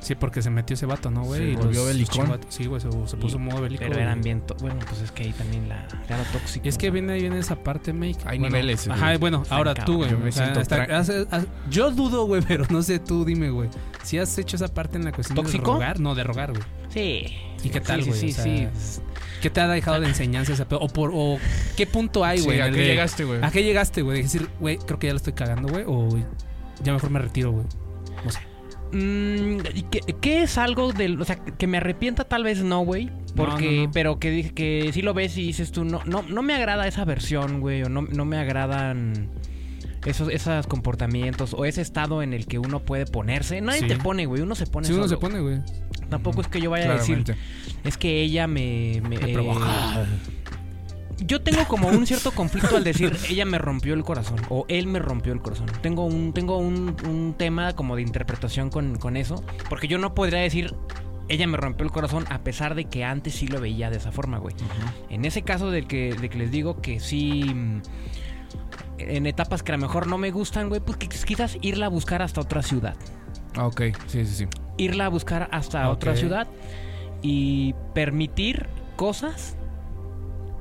S2: Sí, porque se metió ese vato, ¿no, güey?
S1: Sí,
S2: y lo
S1: güey,
S2: vio
S1: se
S2: belicón.
S1: chingó.
S2: Sí, güey, se, se puso
S1: Y-
S2: modo bélico.
S1: Pero
S2: güey.
S1: eran bien. to- Bueno, pues es que ahí también la. Era lo tóxico.
S2: Es que viene ahí viene esa parte, Make.
S3: Hay
S2: Bueno,
S3: niveles, güey.
S2: Ajá, bueno,
S1: Está
S2: ahora
S1: cabrón.
S2: tú, güey.
S3: Yo me
S2: o sea,
S3: siento
S2: está-
S3: tra-
S2: has- has- yo dudo, güey, pero no sé tú, dime, güey. Si has hecho esa parte en la cuestión
S1: ¿Tóxico?
S2: de rogar, no, de rogar, güey.
S1: Sí.
S2: ¿Y qué tal,
S1: Sí,
S2: güey?
S1: sí,
S2: O sea,
S1: sí.
S2: ¿Qué te ha dejado de enseñanza esa pe- o por o qué punto hay,
S3: Sí,
S2: güey? en
S3: ¿A
S2: el
S3: qué
S2: de-
S3: llegaste, güey?
S2: ¿A qué llegaste, güey? De decir, güey, creo que ya lo estoy cagando, güey, o ya mejor me retiro, güey. No sé.
S1: Mm, ¿y qué, qué es algo del. O sea, que me arrepienta tal vez no, güey. Porque.
S2: no, no.
S1: Pero que, dije- que sí lo ves y dices tú, no, no, no me agrada esa versión, güey. O no, no me agradan. Esos, esos comportamientos o ese estado en el que uno puede ponerse. Nadie
S2: Sí.
S1: te pone, güey. Uno se pone.
S2: Si uno
S1: solo,
S2: se
S1: güey.
S2: pone, güey.
S1: Tampoco es que yo vaya a decir.
S3: Claramente.
S1: Es que ella me. me, eh,
S2: provoca.
S1: Yo tengo como un cierto conflicto al decir ella me rompió el corazón o él me rompió el corazón. Tengo un, tengo un, un tema como de interpretación con, con eso. Porque yo no podría decir ella me rompió el corazón a pesar de que antes sí lo veía de esa forma, güey. En ese caso del que, de que les digo que sí. mm, En etapas que a lo mejor no me gustan, güey, pues quiz- quizás irla a buscar hasta otra ciudad
S3: Ah, ok. Sí, sí, sí.
S1: irla a buscar hasta
S2: Ok.
S1: otra ciudad y permitir cosas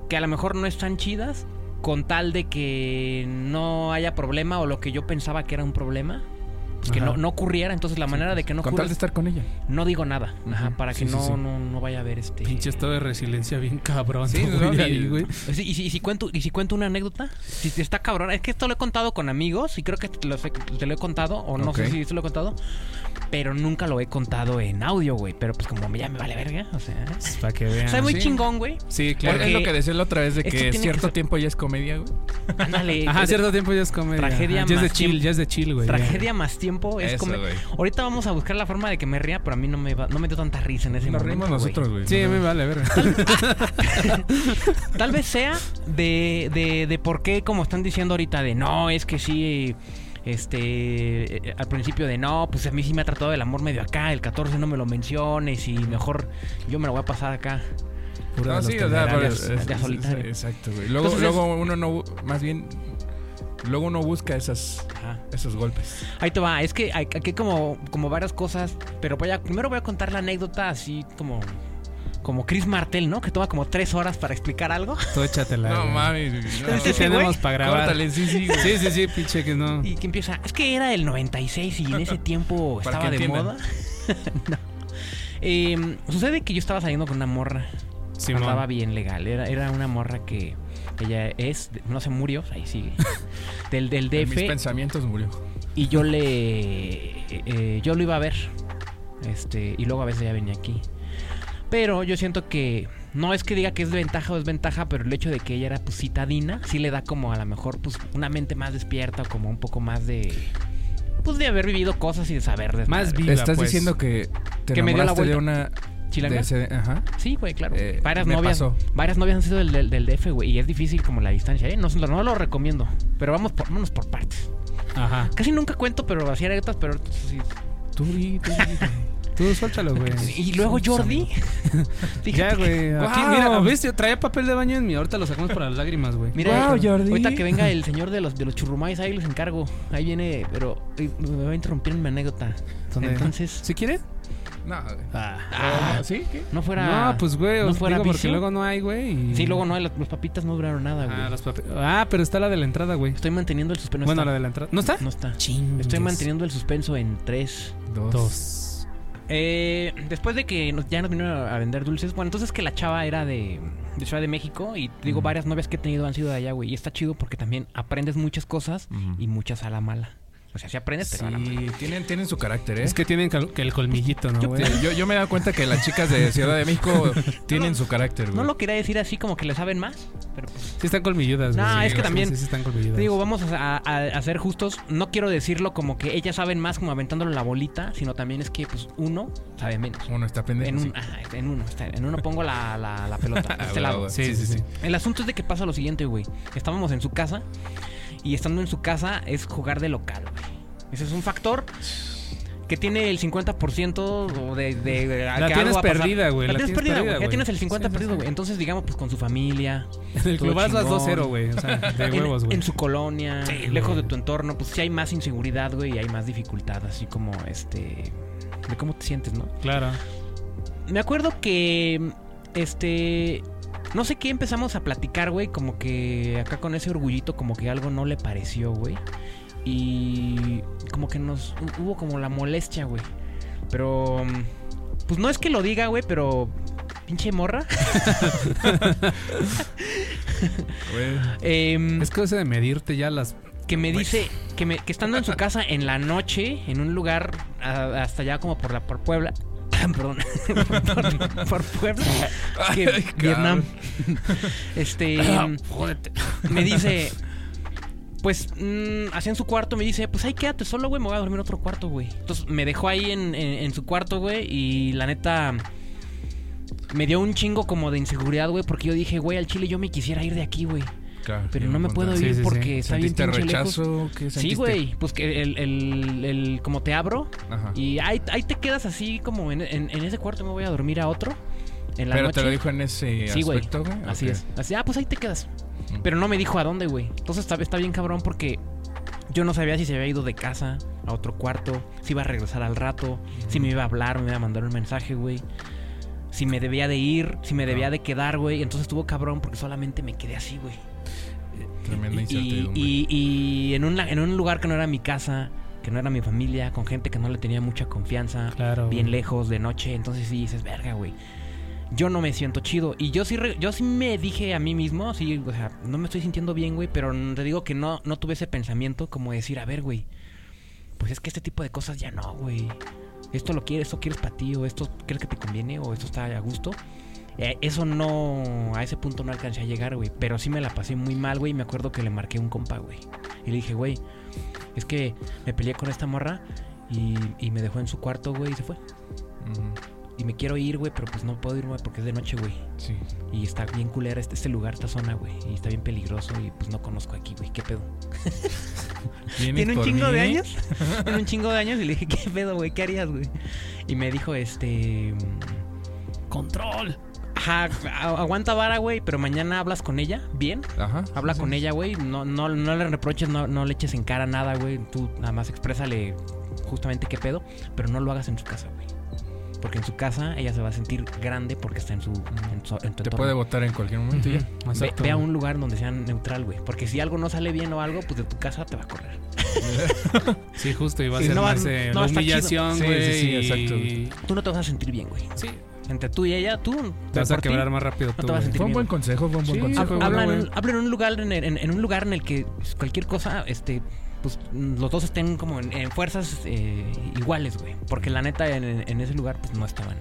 S1: que a lo mejor no están chidas con tal de que no haya problema o lo que yo pensaba que era un problema. pues, que
S2: Ajá.
S1: no, no ocurriera, entonces la manera de que no
S3: pues, Con tal
S1: ocurra
S3: de
S1: es,
S3: estar con ella.
S1: no digo nada, Ajá,
S3: Ujú.
S1: para
S3: Sí,
S1: que
S3: sí,
S1: no,
S3: sí.
S1: no, no vaya a haber este...
S2: Pinche estado de resiliencia bien cabrón,
S3: Sí,
S2: ¿no,
S3: no,
S2: güey,
S3: no,
S2: ahí,
S3: y-
S2: güey.
S1: Sí, Y si, y si cuento, y si cuento una anécdota, si, si está cabrón, es que esto lo he contado con amigos y creo que te lo, sé- te lo he contado, o no
S3: Ok.
S1: sé si te lo he contado, pero nunca lo he contado en audio, güey. Pero pues como ya me vale verga, o sea.
S2: Para que vean.
S1: Está muy
S3: Ah, sí.
S1: chingón, güey.
S2: Sí,
S3: Claro,
S2: claro.
S1: Porque-
S3: es lo que decía la otra vez de
S1: Esto
S3: que
S1: tiene que
S3: cierto
S1: ser-
S3: tiempo ya es comedia, güey.
S1: Ándale.
S2: Ajá, cierto tiempo ya es comedia.
S1: Tragedia
S2: Ajá, ya es de
S1: más
S2: chill,
S1: tiempo.
S2: ya es de chill, güey. ya.
S1: Tragedia más tiempo es
S3: Eso,
S1: como.
S3: güey.
S1: Ahorita vamos a buscar la forma de que me ría, pero a mí no me, va- no me dio tanta risa en ese
S3: Nos
S1: momento.
S3: reímos
S1: güey.
S3: nosotros, güey.
S2: Sí,
S3: Nos
S2: me
S3: reímos.
S2: vale, verga.
S1: Tal vez sea de, de, de por qué, como están diciendo ahorita, de no, es que sí. Este, eh, al principio de no, pues a mí sí me ha tratado el amor medio acá, el 14 no me lo menciones y mejor yo me lo voy a pasar acá. Ah,
S3: No,
S2: Pura de los
S3: sí, o sea,
S1: temerarios,
S3: pero es-
S1: ya
S3: es-
S1: solitario.
S3: es- Exacto, güey. Luego,
S1: Entonces-
S3: luego uno no, bu- más bien, luego uno busca esas,
S1: Ajá.
S3: esos golpes.
S1: Ahí te va, es que hay- aquí hay como, como varias cosas, pero voy a- primero voy a contar la anécdota así como, como Chris Martel, ¿no? Que toma como tres horas para explicar algo.
S2: Tú échatela.
S3: No
S2: güey.
S3: mames, güey, no.
S2: Sí,
S1: ese
S2: tenemos
S1: Este güey?
S2: para grabar.
S3: Córtale, sí, sí, güey.
S2: Sí, sí, sí, pinche que no.
S1: Y que empieza, es que era el 96 y en ese tiempo
S3: Para
S1: estaba
S3: que
S1: de moda.
S3: entiendan.
S1: No. Eh, sucede que yo estaba saliendo con una morra.
S2: Simón.
S1: Andaba bien legal. Era, era una morra que ella es, no se murió, ahí sigue. Del, del
S3: En mis
S1: DF.
S3: pensamientos murió.
S1: Y yo le. eh, yo lo iba a ver. Este. Y luego a veces ya venía aquí. Pero yo siento que. No es que diga que es ventaja o desventaja, pero el hecho de que ella era pues, citadina, sí le da como a lo mejor pues una mente más despierta, como un poco más de. Pues de haber vivido cosas y de saber desmadre.
S2: Más viva,
S3: Estás
S2: pues.
S3: diciendo que te
S1: Que me dio la
S3: enamoraste de una...
S1: ¿Chilanga?
S3: de ese- ajá.
S1: Sí, güey, claro.
S3: Eh,
S1: varias
S3: me
S1: novias.
S3: pasó.
S1: Varias novias han sido del, del- del DF, güey. Y es difícil como la distancia, ¿eh? No, se lo- no lo recomiendo. Pero vamos por, vámonos por partes.
S2: Ajá.
S1: Casi nunca cuento, pero hacía anécdotas, pero sí.
S3: Tú, di, tú, di, güey.
S2: Tú suéltalo, güey.
S1: Y luego Jordi. fíjate
S2: Ya,
S1: que-
S2: güey. Aquí,
S3: Guau.
S2: mira, ¿ves? Yo traía papel de baño en mi. Ahorita lo sacamos para las lágrimas, güey.
S1: Mira,
S3: Guau,
S1: ahorita-
S3: Jordi.
S1: ahorita que venga el señor de los, de los churrumais, ahí les encargo. Ahí viene, pero eh, me va a interrumpir en mi anécdota.
S2: ¿Dónde?
S1: Entonces,
S2: ¿Sí quiere?
S3: No, güey.
S2: Ah.
S3: Oh, ¿Sí? ¿Qué?
S1: no fuera.
S2: no, pues, güey.
S1: no
S2: os
S1: fuera
S2: digo porque
S1: vicio.
S2: luego no hay, güey. y-
S1: Sí, luego no, las, las papitas no duraron nada, güey.
S2: Ah, los pape- ah, pero está la de la entrada, güey.
S1: Estoy manteniendo el suspenso.
S2: bueno, la de la entrada. ¿No está?
S1: No está.
S2: Chingues.
S1: Estoy manteniendo el suspenso en tres.
S3: Dos.
S2: Dos.
S1: Eh, después de que nos- ya nos vinieron a a vender dulces, bueno, entonces que la chava era de, de Ciudad de México y te digo, varias novias que he tenido han sido de allá, güey. Y está chido porque también aprendes muchas cosas
S3: Ujú.
S1: y muchas a la mala. O sea, si aprendes, pero a la mala.
S3: Mm. Sí, tienen, tienen su carácter, ¿eh?
S2: Es que tienen cal- que el colmillito, ¿no, güey?
S3: Sí, yo, yo me he dado cuenta que las chicas de Ciudad de México tienen su carácter, güey.
S1: No lo quería decir así como que le saben más, pero pues,
S2: Sí están colmilludas,
S1: No,
S2: güey.
S1: es que
S2: Sí,
S1: también-
S2: Sí, sí están colmilludas.
S1: te digo, vamos a, a- a ser justos. No quiero decirlo como que ellas saben más como aventándolo la bolita, sino también es que pues uno sabe menos.
S3: Uno está pendejo.
S1: En, un-
S3: sí.
S1: ajá, en uno, está- en uno pongo la, la- la pelota, de
S3: Ah,
S1: este
S3: güey,
S1: lado.
S3: güey.
S2: Sí, sí, sí.
S1: El asunto es de que pasa lo siguiente, güey. Estábamos en su casa y estando en su casa es jugar de local, güey. Ese es un factor que tiene el 50% de, de, de-
S2: La
S1: que algo
S2: tienes
S1: va a pasar.
S2: perdida, güey,
S1: La,
S2: la
S1: tienes
S2: tienes
S1: perdida,
S2: perdida,
S1: güey. Ya
S2: güey.
S1: tienes el 50
S2: Sí, sí,
S1: perdido,
S2: sí.
S1: güey. Entonces, digamos, pues con su familia.
S2: En el
S1: Todo
S2: clubazo vas
S1: chingón.
S2: 2-0, güey. O sea, de
S1: en-
S2: huevos,
S1: en,
S2: güey.
S1: su colonia,
S2: Sí,
S1: lejos
S2: güey.
S1: de tu entorno, pues sí hay más inseguridad, güey, y hay más dificultad, así como este. de cómo te sientes, ¿no?
S2: Claro.
S1: Me acuerdo que. Este. No sé qué empezamos a platicar, güey. Como que acá con ese orgullito, como que algo no le pareció, güey. Y. Como que nos. hu- Hubo como la molestia, güey. Pero. mm, Pues no es que lo diga, güey, pero. Pinche morra.
S3: Güey,
S1: em,
S2: Es cosa de medirte ya las.
S1: que me dice que, me, que estando en su casa en la noche, en un lugar a- hasta allá como por la por Puebla. Perdón, por, por Puebla, que
S3: Ay, cabrón.
S1: Vietnam. Este me dice, pues mm, así en su cuarto me dice, pues ahí quédate solo, güey, me voy a dormir en otro cuarto, güey. Entonces me dejó ahí en, en- en su cuarto, güey, y la neta me dio un chingo como de inseguridad, güey, porque yo dije, güey, al Chile yo me quisiera ir de aquí, güey,
S3: claro,
S1: pero
S3: yo
S1: no me puedo
S3: encontré-
S1: ir
S2: Sí, sí,
S1: porque
S2: sí.
S1: está bien
S3: ¿Sentiste
S1: pinche lejos.
S3: rechazo? ¿Qué
S1: Sí,
S3: sentiste?
S1: güey. Pues que el, el- el- como te abro
S3: Ajá.
S1: y ahí, ahí te quedas así como en, en- en ese cuarto me voy a dormir a otro. En la
S3: Pero
S1: noche.
S3: te lo dijo en ese
S1: Sí, güey.
S3: aspecto, güey.
S1: Así
S3: Ok.
S1: es. Así, ah, pues ahí te quedas.
S3: Mm.
S1: Pero no me dijo a dónde, güey. Entonces está, está bien cabrón porque yo no sabía si se había ido de casa a otro cuarto, si iba a regresar al rato, si me iba a hablar, me iba a mandar un mensaje, güey. Si me debía de ir, si me debía de quedar, güey. Entonces estuvo cabrón porque solamente me quedé así, güey.
S3: Tremenda
S1: Y,
S3: incertidumbre.
S1: y- y en, un, la- en un lugar que no era mi casa, que no era mi familia, con gente que no le tenía mucha confianza,
S2: Claro.
S1: bien lejos, de noche, entonces sí dices, verga, güey. Yo no me siento chido. Y yo sí, re- yo sí me dije a mí mismo, sí, o sea, no me estoy sintiendo bien, güey, pero n- te digo que no, no tuve ese pensamiento como decir, a ver, güey, pues es que este tipo de cosas ya no, güey. Esto lo quieres, esto quieres para ti, o esto crees que te conviene, o esto está a gusto. Eh, eso no, a ese punto no alcancé a llegar, güey. Pero sí me la pasé muy mal, güey. y Me acuerdo que le marqué a un compa, güey. Y le dije, güey, es que me peleé con esta morra y, y me dejó en su cuarto, güey, y se fue.
S3: Ujú.
S1: Y me quiero ir, güey, pero pues no puedo ir, güey, porque es de noche, güey.
S3: Sí.
S1: Y está bien culera este, este lugar, esta zona, güey. Y está bien peligroso y pues no conozco aquí, güey. ¿Qué pedo?
S3: ¿Vienes
S1: Tiene un
S3: por
S1: chingo
S3: mí?
S1: de años. Tiene un chingo de años y le dije, ¿qué pedo, güey? ¿Qué harías, güey? Y me dijo, este.
S2: Control.
S1: Ajá, a- aguanta vara, güey, pero mañana hablas con ella, bien.
S3: Ajá.
S1: Habla con ella, güey. No, no, no le reproches, no, no le eches en cara nada, güey. Tú nada más exprésale justamente qué pedo, pero no lo hagas en su casa, güey. Porque en su casa ella se va a sentir grande porque está en su. En su- en tu
S3: Te
S1: entorno.
S3: puede votar en cualquier momento y ya.
S1: Ve, ve a un lugar donde sea neutral, güey. Porque si algo no sale bien o algo, pues de tu casa te va a correr.
S2: Sí, justo, iba a
S1: Sí,
S2: ser
S1: no va-
S2: más eh,
S1: no va a estar
S2: la
S1: chido.
S2: humillación,
S3: Sí,
S2: güey.
S3: sí, sí, exacto.
S2: y-
S1: Tú no te vas a sentir bien, güey.
S2: Sí,
S1: Entre tú y ella, tú.
S2: te vas a
S1: por ti.
S2: quebrar más rápido tú.
S1: te vas a
S2: güey.
S1: sentir
S3: Fue un buen consejo, fue un buen
S2: Sí,
S1: Hab-
S3: consejo.
S2: fue
S1: habla,
S2: bueno,
S1: en,
S2: güey.
S1: habla en un lugar en, en- en un lugar en el que cualquier cosa, este, pues mm, los dos estén como en, en fuerzas eh, iguales, güey. Porque la neta en, en ese lugar pues no estaban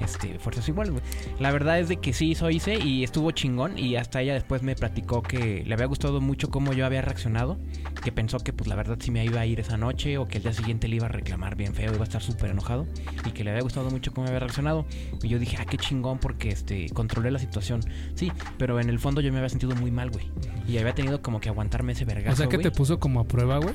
S1: este, fuerzas iguales, güey. La verdad es de que sí, eso hice y estuvo chingón y hasta ella después me platicó que le había gustado mucho cómo yo había reaccionado, que pensó que pues la verdad sí me iba a ir esa noche o que el día siguiente le iba a reclamar bien feo, iba a estar súper enojado y que le había gustado mucho cómo había reaccionado. Y yo dije, ah, qué chingón porque este, controlé la situación. Sí, pero en el fondo yo me había sentido muy mal, güey. Y había tenido como que aguantarme ese vergazo,
S2: O sea, que
S1: güey.
S2: te puso como a prueba, güey.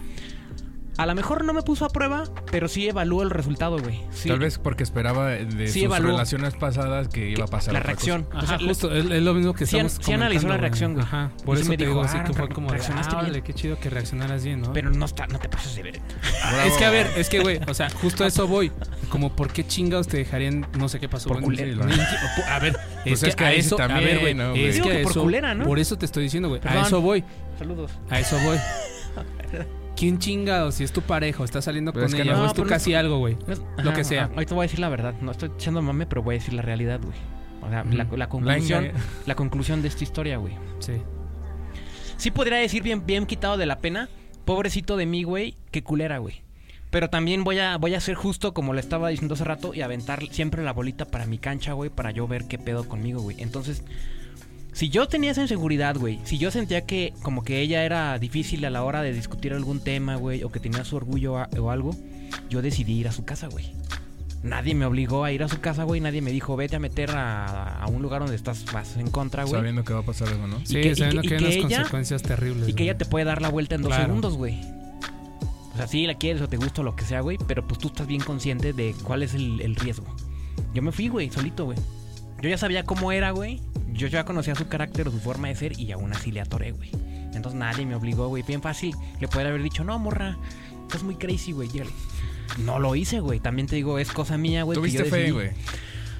S1: A lo mejor no me puso a prueba, pero sí evalúo el resultado, güey. Sí,
S3: Tal vez porque esperaba de
S1: Sí,
S3: sus
S1: evaluó.
S3: relaciones pasadas que
S1: que-
S3: iba a pasar
S1: la
S3: otra cosa.
S1: reacción. O sea,
S2: pues, Ajá,
S1: la-
S2: justo, es, es lo mismo que
S1: sí
S2: estamos
S1: an- sí analizó la
S2: comentando,
S1: reacción, güey.
S2: Ajá,
S1: Y
S2: por
S1: sí
S2: eso
S1: me
S2: te
S1: dijo,
S2: digo, sí,
S1: ah,
S2: que fue
S1: re-
S2: como de,
S1: reaccionaste
S2: ah,
S1: bien.
S2: órale, qué chido que reaccionaras bien, ¿no?
S1: Pero no, está, no te pases de ver.
S2: es que a ver, es que güey, o sea, justo a eso voy. Como por qué chingados te dejarían, no sé qué pasó.
S1: Por
S2: güey,
S1: culero.
S2: sí, la verdad. O por- a ver,
S3: Pues
S2: es, que, a
S3: ahí sí
S2: eso, a
S3: también,
S2: ver, güey,
S3: ¿no, güey?
S2: es
S1: Digo
S2: que a
S1: que por
S2: eso,
S1: culera, ¿no?
S2: por eso te estoy diciendo, güey, a
S1: Perdón.
S2: eso voy.
S1: Saludos.
S2: A eso voy. ¿Quién chingado? Si es tu pareja o estás saliendo
S3: Pero
S2: con
S3: es que
S2: ella
S1: no,
S2: o es tu
S1: pero no-
S2: casi algo, güey.
S1: No es-
S2: Lo que sea.
S1: Ahorita voy a decir la verdad. No estoy echando mame, pero voy a decir la realidad, güey. O sea,
S2: Ujú.
S1: la, la conclusión,
S3: engañé.
S1: la conclusión de esta historia, güey.
S2: Sí.
S1: Sí podría decir bien, bien quitado de la pena. Pobrecito de mí, güey. Qué culera, güey. Pero también voy a, voy a ser justo, como le estaba diciendo hace rato, y aventar siempre la bolita para mi cancha, güey, para yo ver qué pedo conmigo, güey. Entonces, si yo tenía esa inseguridad, güey, si yo sentía que como que ella era difícil a la hora de discutir algún tema, güey, o que tenía su orgullo a- o algo, yo decidí ir a su casa, güey. Nadie me obligó a ir a su casa, güey. Nadie me dijo, vete a meter a, a un lugar donde estás más en contra, güey.
S3: Sabiendo que va a pasar algo, ¿no?
S2: Sí,
S1: que- y
S2: sabiendo
S1: que-
S2: que,
S1: y
S2: hay
S1: que
S2: unas
S1: ella-
S2: consecuencias terribles.
S1: Y que
S2: güey.
S1: ella te puede dar la vuelta en dos
S2: Claro.
S1: segundos, güey. O sea, sí la quieres o te gusta o lo que sea, güey, pero pues tú estás bien consciente de cuál es el, el riesgo. Yo me fui, güey, solito, güey. Yo ya sabía cómo era, güey. Yo ya conocía su carácter o su forma de ser y aún así le atoré, güey. Entonces nadie me obligó, güey. Bien fácil. Le podría haber dicho, no, morra, estás muy crazy, güey. llégale". No lo hice, güey. También te digo, es cosa mía, güey. que
S3: Tuviste
S1: yo
S3: fe,
S1: decidí.
S3: güey.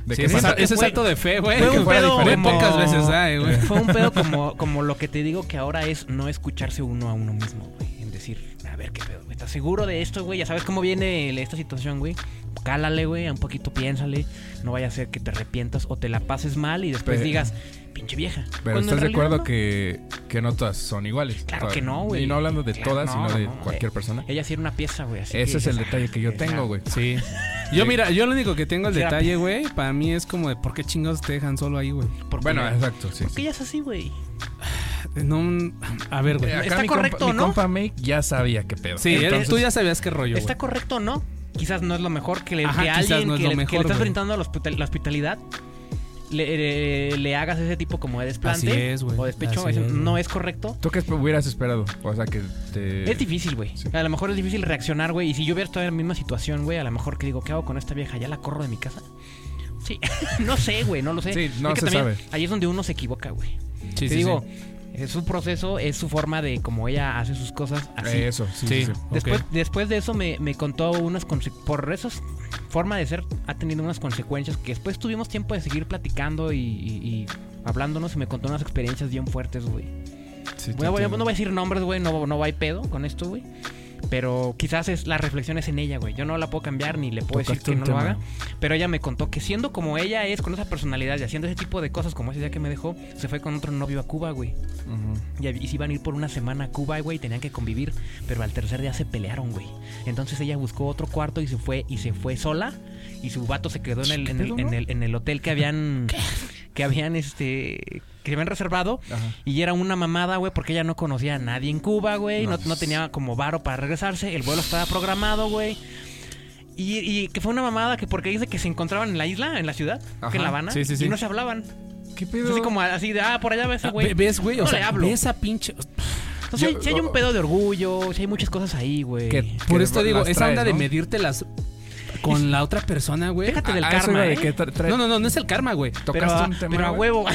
S3: De
S2: Sí,
S3: que
S2: ese
S3: pasa-
S2: es- ese es
S1: fue-
S2: acto de fe, güey.
S1: fue
S2: que
S1: un
S2: fuera
S1: pedo
S2: diferente.
S1: como-
S2: Pocas veces hay, güey.
S1: Fue un pedo como, como lo que te digo que ahora es no escucharse uno a uno mismo, güey. En decir, a ver qué pedo, güey. ¿Estás seguro de esto, güey? Ya sabes cómo viene el- esta situación, güey. Cálale, güey. Un poquito piénsale. No vaya a ser que te arrepientas o te la pases mal y después
S3: Pe-
S1: digas, pinche vieja.
S3: Pero
S1: Cuando en
S3: estás de
S1: realidad
S3: acuerdo
S1: no.
S3: que, que no todas son iguales.
S1: Claro
S3: O sea,
S1: que no, güey.
S3: Y no hablando de
S1: Claro,
S3: todas,
S1: no,
S3: sino de
S1: no, no.
S3: cualquier persona.
S1: Ella sí era una pieza, güey. así que
S3: Ese es
S1: dices,
S3: el detalle que yo
S1: "Ah,
S3: tengo, güey.
S2: Sí. Yo, mira, yo lo único que tengo el
S1: Sí, era-
S2: detalle, güey, para mí es como de por qué chingados te dejan solo ahí, güey.
S1: porque
S3: Bueno,
S1: me-
S3: exacto, sí.
S1: porque ella es así, güey.
S2: No, a ver, güey.
S3: Eh, acá
S1: Está
S3: mi compa-
S1: correcto,
S3: Mi
S1: ¿no?
S3: compa Make ya sabía qué pedo.
S2: Sí, él-
S3: Entonces,
S2: tú ya sabías qué rollo, güey.
S1: ¿Está correcto o no? Quizás no es lo mejor que le
S2: Ajá,
S1: que
S2: quizás
S1: alguien
S2: no es
S1: que,
S2: lo
S1: le- que
S2: mejor,
S1: le estás
S2: güey.
S1: brindando la, hospita- la hospitalidad le, le- eh, le hagas ese tipo como de desplante
S2: Así es, güey.
S1: o despecho.
S2: Así
S1: eso
S2: es,
S1: no
S2: güey.
S1: es correcto.
S3: ¿Tú qué hubieras esperado? O sea, que te...
S1: Es difícil, güey.
S3: sí.
S1: A lo mejor es difícil reaccionar, güey. Y si yo hubiera estado en la misma situación, güey, a lo mejor que digo, ¿qué hago con esta vieja? ¿Ya la corro de mi casa? Sí, no sé, güey, no lo sé.
S3: Sí, no
S1: Es que
S3: se
S1: también
S3: sabe.
S1: Ahí es donde uno se equivoca, güey.
S2: Sí,
S1: Te
S2: sí,
S1: digo,
S2: sí.
S1: es su proceso, es su forma de cómo ella hace sus cosas así.
S3: Eh, Eso, sí, sí,
S2: Sí.
S3: sí.
S1: ah, Después,
S2: Ok.
S1: después de eso me, me contó unas conse- por esas forma de ser ha tenido unas consecuencias que después tuvimos tiempo de seguir platicando y, y- y hablándonos y me contó unas experiencias bien fuertes, güey.
S3: Sí, te
S1: Bueno, voy-
S3: entiendo.
S1: no voy a decir nombres, güey, no, no hay pedo con esto, güey. Pero quizás es, la reflexión es en ella, güey. Yo no la puedo cambiar ni le puedo decir
S3: Tocaste
S1: que
S3: un
S1: no lo
S3: tema.
S1: haga. Pero ella me contó que siendo como ella es, con esa personalidad y haciendo ese tipo de cosas como ese día que me dejó, se fue con otro novio a Cuba, güey.
S3: Ujú.
S1: Y, hab- y se iban a ir por una semana a Cuba, güey, y tenían que convivir, pero al tercer día se pelearon, güey. Entonces ella buscó otro cuarto y se fue, y se fue sola, y su vato se quedó en el, en el, en el- en el hotel que habían, que habían, este, que habían reservado,
S3: Ajá.
S1: y era una mamada, güey, porque ella no conocía a nadie en Cuba, güey, no,
S3: No,
S1: no tenía como varo para regresarse, el vuelo estaba programado, güey. Y, y que fue una mamada que porque dice que se encontraban en la isla, en la ciudad, que
S3: Ajá,
S1: en La Habana,
S2: sí, sí, sí.
S1: y no se hablaban.
S3: ¿Qué pedo?
S1: Entonces, así como así de, ah, por allá va ese
S2: Ah,
S1: güey.
S2: Pues ve- ¿Ves, güey? O
S1: No le
S2: sea,
S1: hablo.
S2: ve esa pinche. pues,
S1: Entonces,
S3: Yo-
S1: si hay un pedo de orgullo, si hay muchas cosas ahí, güey.
S3: Que-
S2: Por esto
S3: las
S2: digo,
S3: traes,
S2: esa onda de
S3: ¿no?
S2: medirte las con la otra persona, güey.
S1: Déjate del
S3: a eso
S1: karma,
S3: iba de
S1: ¿eh?
S3: que tra- trae-
S2: No, no, no, no es el karma, güey.
S1: Pero,
S3: Tocaste
S1: a-
S3: un tema,
S1: pero a
S3: güey.
S1: huevo.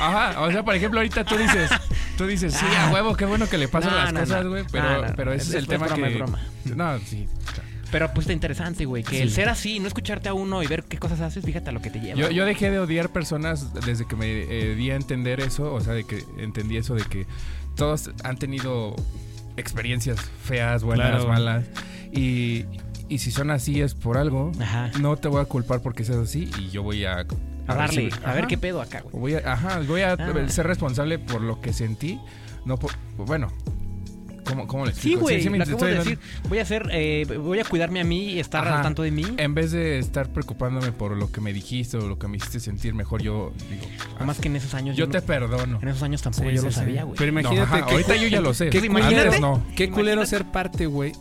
S3: Ajá, o sea, por ejemplo, ahorita tú dices, tú dices, sí, a huevo, qué bueno que le pasan
S1: Ah. No,
S3: las
S1: no,
S3: cosas,
S1: no.
S3: güey,
S1: No,
S3: pero,
S1: no, no.
S3: pero ese
S1: Es-
S3: es, el
S1: es
S3: tema
S1: broma,
S3: que...
S1: es broma.
S3: No, sí.
S1: pero pues está interesante, güey. Que el ser así, no escucharte a uno y ver qué cosas haces, fíjate a lo que te lleva.
S3: Yo, yo dejé de odiar personas desde que me eh, di a entender eso, o sea, de que entendí eso de que todos han tenido experiencias feas, buenas,
S2: Claro.
S3: malas, y, y si son así es por algo,
S1: Ajá.
S3: no te voy a culpar porque seas así y yo voy a...
S1: A darle,
S3: ver si-
S1: a ver
S3: ajá.
S1: qué pedo acá, güey.
S3: Voy a, ajá, voy a
S1: Ah.
S3: ser responsable por lo que sentí, no por, bueno, ¿cómo, cómo le
S1: Sí,
S3: explico?
S1: güey.
S3: me
S1: lo acabo
S3: estoy
S1: de
S3: dando-
S1: decir. Voy a hacer, eh, voy a cuidarme a mí y estar
S3: Ajá.
S1: al tanto de mí.
S2: Eh,
S3: En vez de estar preocupándome por lo que me dijiste o lo que me hiciste sentir mejor, yo digo, ah,
S1: Más que en esos años.
S3: yo te
S1: no-
S3: perdono.
S1: En esos años tampoco
S2: Sí,
S1: yo
S2: sí,
S1: lo
S2: sí.
S1: sabía, güey.
S2: Pero imagínate
S3: No, ajá,
S2: que
S3: ahorita yo ya lo sé.
S2: Qué
S1: imagínate-
S3: Antes no.
S2: Qué culero
S1: Imagínate.
S2: ser parte, güey,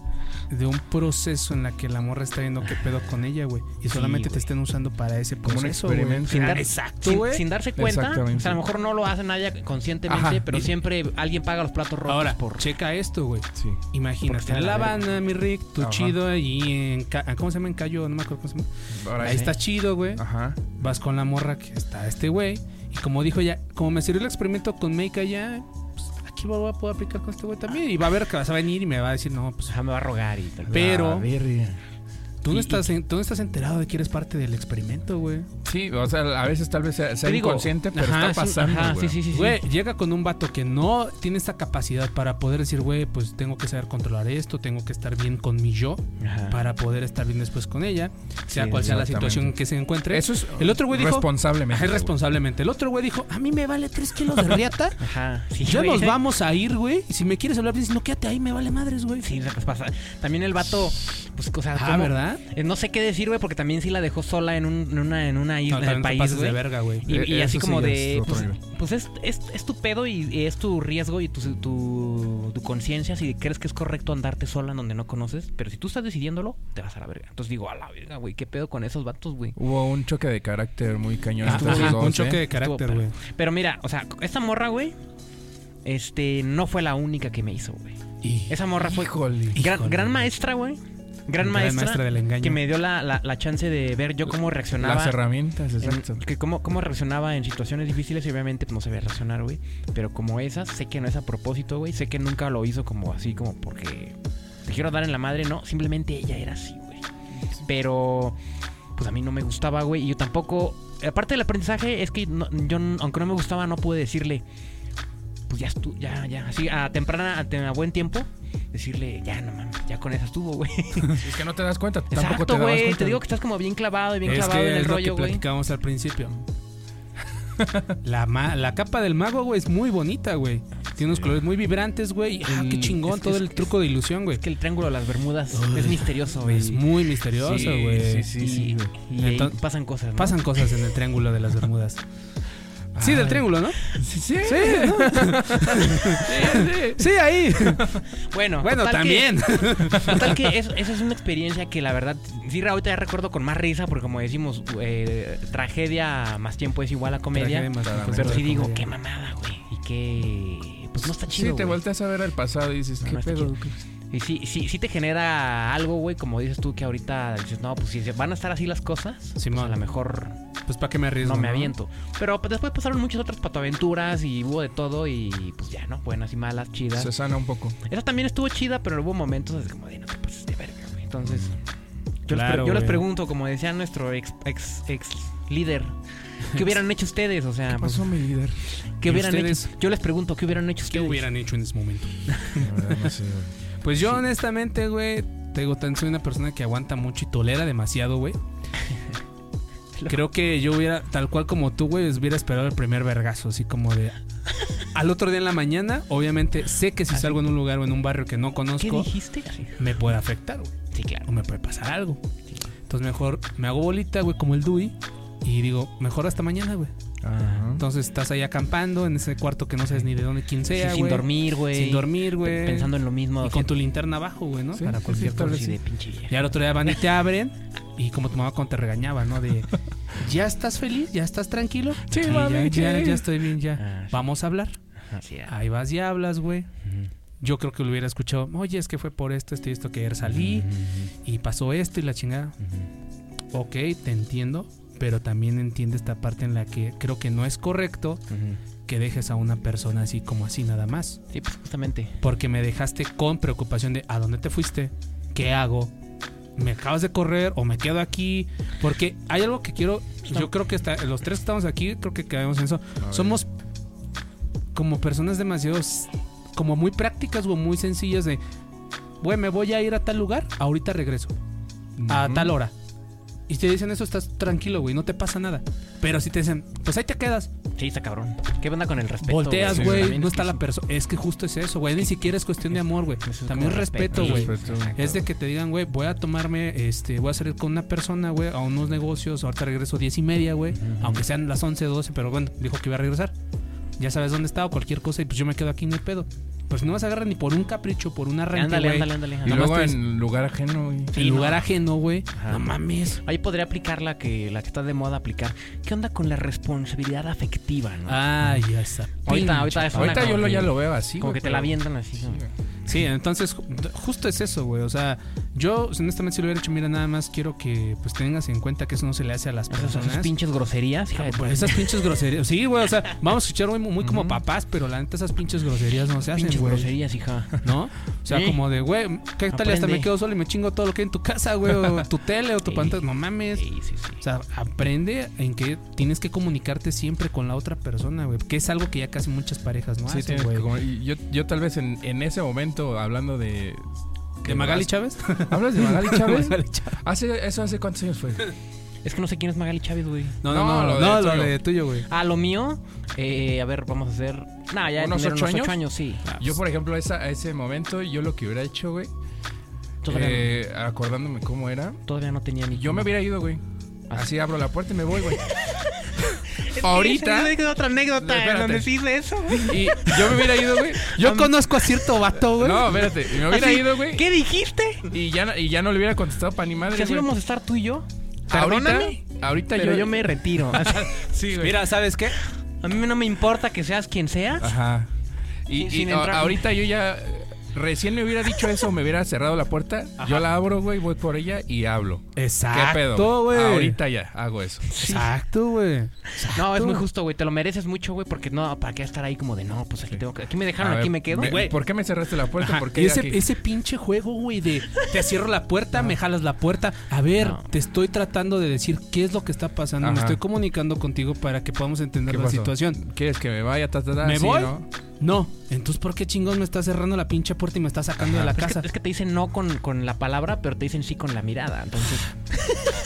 S2: de un proceso en la que la morra está viendo qué pedo con ella, güey. Y solamente
S1: güey.
S2: te estén usando para ese
S3: Como un
S2: proceso, güey.
S3: experimento.
S1: Sin, dar-
S2: Exacto,
S1: sin-
S2: güey.
S1: sin darse cuenta,
S3: Exactamente.
S1: o sea, a lo mejor no lo hace nadie conscientemente,
S3: Ajá.
S1: pero
S3: Y-
S1: siempre alguien paga los platos rotos
S2: Ahora,
S1: por
S2: checa esto, güey.
S3: Sí.
S1: Porque
S2: Imagínate
S1: está
S2: en
S1: de
S2: La
S1: la verga.
S2: Habana, mi Rick, tú
S3: Ajá.
S2: chido ahí en... Ca- ¿Cómo se llama? En Cayo, no me acuerdo cómo se llama.
S3: Ahora
S2: Ahí
S3: sí.
S2: está chido, güey.
S3: Ajá.
S2: Vas con la morra que está este güey. Y como dijo ya, como me sirvió el experimento con Make allá, pues aquí lo voy a poder aplicar con este güey también. Y va a ver que vas a venir y me va a decir, no, pues
S1: Ajá, me va a rogar y tal.
S2: Pero-
S3: La verga.
S2: tú
S1: Y-
S2: no, estás, en- tú no estás enterado de que eres parte del experimento, güey.
S3: Sí, o sea, a veces tal vez sea, sea
S1: Te digo,
S3: inconsciente, pero
S2: ajá,
S3: está
S1: sí,
S3: pasando.
S1: ajá,
S3: güey.
S1: sí, sí, sí, sí.
S2: Güey, llega con un vato que no tiene esta capacidad para poder decir, güey, pues tengo que saber controlar esto, tengo que estar bien con mi yo
S1: Ajá.
S2: para poder estar bien después con ella, sea
S1: Ah. Sí,
S2: cual sea la
S3: exactamente.
S2: situación en que se encuentre.
S3: Eso es
S2: El otro güey dijo-
S3: responsablemente.
S2: Ajá, es responsablemente. El otro güey dijo, a mí me vale tres kilos de riata.
S1: Ajá. Sí,
S2: Ya
S1: güey.
S2: nos vamos a ir, güey. Y si me quieres hablar, dices, no, quédate ahí, me vale madres, güey.
S1: Sí, se pasa. También el vato, pues, o sea,
S2: Ah,
S1: ¿cómo?
S2: ¿verdad?
S1: Eh, No sé qué decir, güey, porque también sí la dejó sola en, un- en una, en una isla
S2: No,
S1: del
S2: también te
S1: país,
S2: pasas
S1: güey.
S2: de verga, güey.
S1: Y, y
S3: Eh,
S1: así
S3: eso
S1: como
S3: sí ya
S1: de,
S3: es otro
S1: pues,
S3: nivel.
S1: pues es, es, es tu pedo y, y es tu riesgo y tu, tu, tu conciencia si crees que es correcto andarte sola en donde no conoces, pero si tú estás decidiéndolo, te vas a la verga. Entonces digo, a la verga, güey, ¿qué pedo con esos vatos, güey?
S3: Hubo un choque de carácter muy cañón.
S2: Ah,
S3: entre los
S2: ajá,
S3: dos,
S2: un
S3: ¿eh?
S2: choque de carácter,
S1: Estuvo
S2: güey.
S1: perro. Pero mira, o sea, esta morra, güey, este, no fue la única que me hizo, güey.
S2: Y-
S1: Esa morra fue
S2: híjole,
S1: gran,
S2: híjole.
S1: gran maestra, güey. Gran,
S2: Gran
S1: maestra,
S2: maestra del engaño.
S1: que me dio la, la- la chance de ver yo cómo reaccionaba.
S3: Las herramientas,
S1: en-
S3: exacto.
S1: que cómo, cómo reaccionaba en situaciones difíciles y obviamente pues, no se ve reaccionar, güey. Pero como esa, sé que no es a propósito, güey. Sé que nunca lo hizo como así, como porque te quiero dar en la madre, no. Simplemente ella era así, güey. Pero pues a mí no me gustaba, güey. Y yo tampoco. Aparte del aprendizaje, es que no- yo, n- aunque no me gustaba, no pude decirle. Pues ya estuvo, ya, ya. Así a temprana, a, te- a buen tiempo, decirle, ya no mames, ya con esa estuvo, güey.
S3: Es que no te das cuenta, tampoco te
S1: Exacto,
S3: dabas
S1: güey.
S3: cuenta.
S1: Te digo que estás como bien clavado y bien
S2: es
S1: clavado
S2: que
S1: en el
S2: es
S1: rollo,
S2: lo que
S1: güey.
S2: platicábamos al principio. La, ma- la capa del mago, güey, es muy bonita, güey. Tiene unos colores muy vibrantes, güey. Ah, qué
S1: El- Mm,
S2: chingón
S1: es-
S2: todo
S1: es-
S2: el truco de ilusión, güey.
S1: Es que el triángulo de las Bermudas
S2: Uy,
S1: es misterioso, güey.
S2: Es muy misterioso,
S3: Sí,
S2: güey.
S3: sí, sí,
S1: y,
S3: sí. güey.
S1: y ahí
S2: Entonces-
S1: pasan cosas, ¿no?
S2: Pasan cosas en el triángulo de las Bermudas. Sí, del
S3: Ay.
S2: triángulo, ¿no?
S3: Sí, sí.
S2: Sí, ¿no? sí, ahí.
S1: Bueno,
S2: Bueno,
S1: total que-
S2: también.
S1: Total que es- esa es una experiencia que la verdad, sí, ahorita ya recuerdo con más risa, porque como decimos, eh, tragedia más tiempo es igual a comedia.
S2: Tragedia más
S3: Pero
S2: tiempo
S1: Pero
S2: de
S1: sí digo,
S2: comedia.
S1: qué mamada, güey. Y que... Pues no está
S3: Sí,
S1: chido.
S3: te
S1: güey.
S3: volteas a ver al pasado y dices,
S1: No,
S3: ¿qué
S1: no está
S3: pedo?
S1: Y sí, sí, sí te genera algo, güey, como dices tú, que ahorita dices, no, pues si se- van a estar así las cosas, pues
S2: Simón.
S1: a lo mejor
S2: Pues para qué me arriesgo.
S1: no me aviento. Pero pues, después pasaron muchas otras patoaventuras y hubo de todo y pues ya, ¿no? Buenas y malas, chidas.
S3: Se sana un poco.
S1: Esa también estuvo chida, pero hubo momentos así como de no te pases de verga, güey. Entonces, yo, les,
S2: Claro,
S1: pre- yo les
S2: güey.
S1: pregunto, como decía nuestro ex, ex, ex líder, ¿qué hubieran hecho ustedes? O sea,
S3: ¿Qué pasó, mi líder?
S1: pues,
S2: ¿Y
S1: ¿qué hubieran
S2: ustedes?
S1: hecho? Yo les pregunto, ¿qué hubieran hecho
S2: ¿Qué
S1: ustedes?
S2: hubieran hecho en ese momento?
S3: La verdad, no sé, güey.
S2: Pues yo honestamente, güey, te digo, tan- soy una persona que aguanta mucho y tolera demasiado, güey. Creo que yo hubiera, tal cual como tú, güey, hubiera esperado el primer vergazo, así como de... Al otro día en la mañana, obviamente, sé que si
S1: Así.
S2: salgo en un lugar o en un barrio que no
S1: ¿Qué
S2: conozco,
S1: dijiste? Así.
S2: me puede afectar, güey.
S1: Sí, claro.
S2: O me puede pasar algo. Entonces mejor me hago bolita, güey, como el Dewey. Y digo, mejor hasta mañana, güey.
S3: Ajá.
S2: Entonces estás ahí acampando en ese cuarto que no sabes ni de dónde quién
S1: Sí,
S2: sea,
S1: sin
S2: güey.
S1: dormir, güey.
S2: Sin dormir, güey.
S1: pe- Pensando en lo mismo.
S2: Y con tu linterna abajo, güey, ¿no?
S3: Sí,
S2: Para
S3: sí,
S2: cualquier
S3: sí,
S2: cosa.
S3: tal
S1: así de pinche vieja.
S2: Y al otro día van y te abren. Y como tu mamá cuando te regañaba, ¿no? De, ¿ya estás feliz? ¿Ya estás tranquilo?
S3: Sí,
S2: ya,
S3: mami,
S2: ya,
S3: sí.
S2: ya estoy bien, ya.
S1: Ah, sí.
S2: Vamos a hablar.
S1: Ajá, sí, ya.
S2: Ahí vas y hablas, güey. Yo creo que lo hubiera escuchado. Oye, es que fue por esto, esto y esto que ayer salí. Y pasó esto y la chingada. Ok, te entiendo. Pero también entiendo esta parte en la que creo que no es correcto que dejes a una persona así como así nada más
S1: Sí, pues justamente.
S2: porque me dejaste con preocupación de a dónde te fuiste, qué hago, me acabas de correr o me quedo aquí, porque hay algo que quiero, yo creo que está, los tres que estamos aquí, creo que quedamos en eso,
S3: A ver.
S2: somos como personas demasiado, s- como muy prácticas o muy sencillas de, güey, me voy a ir a tal lugar, ahorita regreso, a
S3: Ujú.
S2: ah, tal hora. Y te dicen eso, estás tranquilo, güey, no te pasa nada. Pero si te dicen, pues ahí te quedas,
S1: Sí, está cabrón. ¿Qué onda con el respeto?
S2: volteas,
S3: sí,
S2: güey,
S1: También
S2: no
S1: es
S2: está
S1: que
S2: la
S1: sí.
S2: persona. Es que justo es eso, güey, ni siquiera es cuestión de amor, güey.
S1: Eso es
S2: También
S1: como
S2: respeto,
S3: respeto,
S2: güey.
S3: respeto.
S1: Exacto.
S2: Es de que te digan, güey, voy a tomarme, este, voy a salir con una persona, güey, a unos negocios, ahorita regreso diez y media, güey, aunque sean las 11, 12, pero bueno, dijo que iba a regresar. Ya sabes dónde está o cualquier cosa y pues yo me quedo aquí en el pedo. Pues no vas a agarrar ni por un capricho, por una renta,
S1: Ándale, ándale,
S2: güey.
S1: ándale.
S3: Y
S1: ándale.
S2: Nomás
S3: luego
S2: te-
S3: en lugar ajeno, güey.
S1: Sí,
S2: En lugar
S1: no.
S2: ajeno, güey.
S1: Ajá.
S2: No mames.
S1: Ahí podría aplicar la que, la que está de moda aplicar. ¿Qué onda con la responsabilidad afectiva, no?
S3: Ah,
S2: Ay, ya está.
S1: Ahorita- ahorita es una
S3: Ahorita yo
S1: como
S3: lo, ya
S1: que-
S3: lo veo así.
S1: como que
S3: güey,
S1: te la
S3: pero-
S1: avientan así.
S3: Sí,
S1: ¿no?
S3: güey.
S2: Sí, entonces ju- justo es eso, güey. O sea, yo honestamente si lo hubiera hecho, mira, nada más quiero que pues tengas en cuenta que eso no se le hace a las
S1: Esas, esas
S2: personas.
S1: pinches groserías. hija de tu-
S2: Pues esas pinches groserías. Sí, güey, o sea, vamos a escuchar muy, muy como papás, pero la neta esas pinches groserías no se hacen,
S1: pinches
S2: güey.
S1: groserías, hija.
S2: ¿No? O sea,
S1: Sí.
S2: como de, güey, ¿qué tal? y Hasta
S1: Aprende.
S2: me quedo solo y me chingo todo lo que hay en tu casa, güey, o tu tele o tu
S1: Sí.
S2: pantalla. No mames.
S1: Sí, sí, sí.
S2: O sea, aprende en que tienes que comunicarte siempre con la otra persona, güey. Que es algo que ya casi muchas parejas no
S3: Sí,
S2: hacen,
S3: tienes
S2: güey.
S3: que comer. Y Yo, yo tal vez en, en ese momento, hablando de...
S2: ¿De Magali
S3: vas-
S2: Chávez?
S3: ¿Hablas de Magali Chávez?
S2: Magali Chávez.
S3: Hace, ¿Eso hace cuántos años fue?
S1: Es que no sé quién es Magali Chávez, güey.
S2: No, no,
S3: No,
S2: no,
S3: lo
S2: no,
S3: de
S2: lo
S3: tuyo.
S2: de tuyo, güey.
S1: Ah, lo mío. eh, a ver, vamos a hacer. Nah, ya de
S3: ¿Unos
S1: tener
S3: ocho años?
S1: años, sí.
S3: Yo, por ejemplo, esa, a ese momento, yo lo que hubiera hecho, güey,
S1: Todavía, no-
S3: eh, acordándome cómo era,
S1: todavía no tenía ni.
S3: yo me hubiera ido, güey.
S1: Ah.
S3: Así abro la puerta y me voy, güey. Ahorita,
S1: Es otra anécdota
S3: en Espérate. donde sí
S1: hice eso, güey.
S3: y yo me hubiera ido, güey.
S2: Yo
S3: Am-
S2: conozco a cierto vato, güey.
S3: No, espérate, me hubiera ido, güey.
S1: ¿Qué dijiste?
S3: Y ya, no- y ya no le hubiera contestado para ni madre,
S1: Si así
S3: güey.
S1: vamos a estar tú y yo.
S3: Ahorita,
S1: Perdóname.
S3: ahorita
S1: Pero yo me retiro. Así-
S3: Sí, güey.
S2: Mira, ¿sabes qué?
S3: Ah,
S1: A mí no me importa que seas quien seas.
S3: Ajá. Y,
S1: Sin-
S3: y
S1: sin
S3: a-
S1: entrar.
S3: ahorita yo ya eh, recién me hubiera dicho eso, me hubiera cerrado la puerta, yo la abro, güey, voy por ella y hablo.
S2: Exacto,
S3: ¿Qué pedo?
S2: güey.
S3: Ahorita ya hago eso.
S2: Exacto, güey.
S1: No, es muy justo, güey. Te lo mereces mucho, güey, porque no, ¿para qué estar ahí como de no? Pues aquí tengo que. Aquí me dejaron,
S3: A ver,
S1: aquí me quedo.
S3: ve-
S1: Güey,
S3: ¿Por qué me cerraste la puerta?
S2: Ajá,
S3: ¿Por qué
S2: ese,
S3: aquí?
S2: ese pinche juego, güey, de te cierro la puerta, me jalas la puerta. A ver,
S1: No.
S2: te estoy tratando de decir qué es lo que está pasando. Me
S3: Ajá.
S2: estoy comunicando contigo para que podamos entender
S3: ¿Qué
S2: la
S3: pasó?
S2: situación.
S3: ¿Quieres que me vaya? Ta, ta, ta?
S2: ¿Me
S3: Sí,
S2: voy?
S3: ¿no?
S2: No, entonces, ¿por qué chingón me está cerrando la pinche puerta y me está sacando de
S3: Ajá.
S2: la
S1: es,
S2: casa?
S1: que, es que te dicen no con, con la palabra, pero te dicen sí con la mirada. Entonces,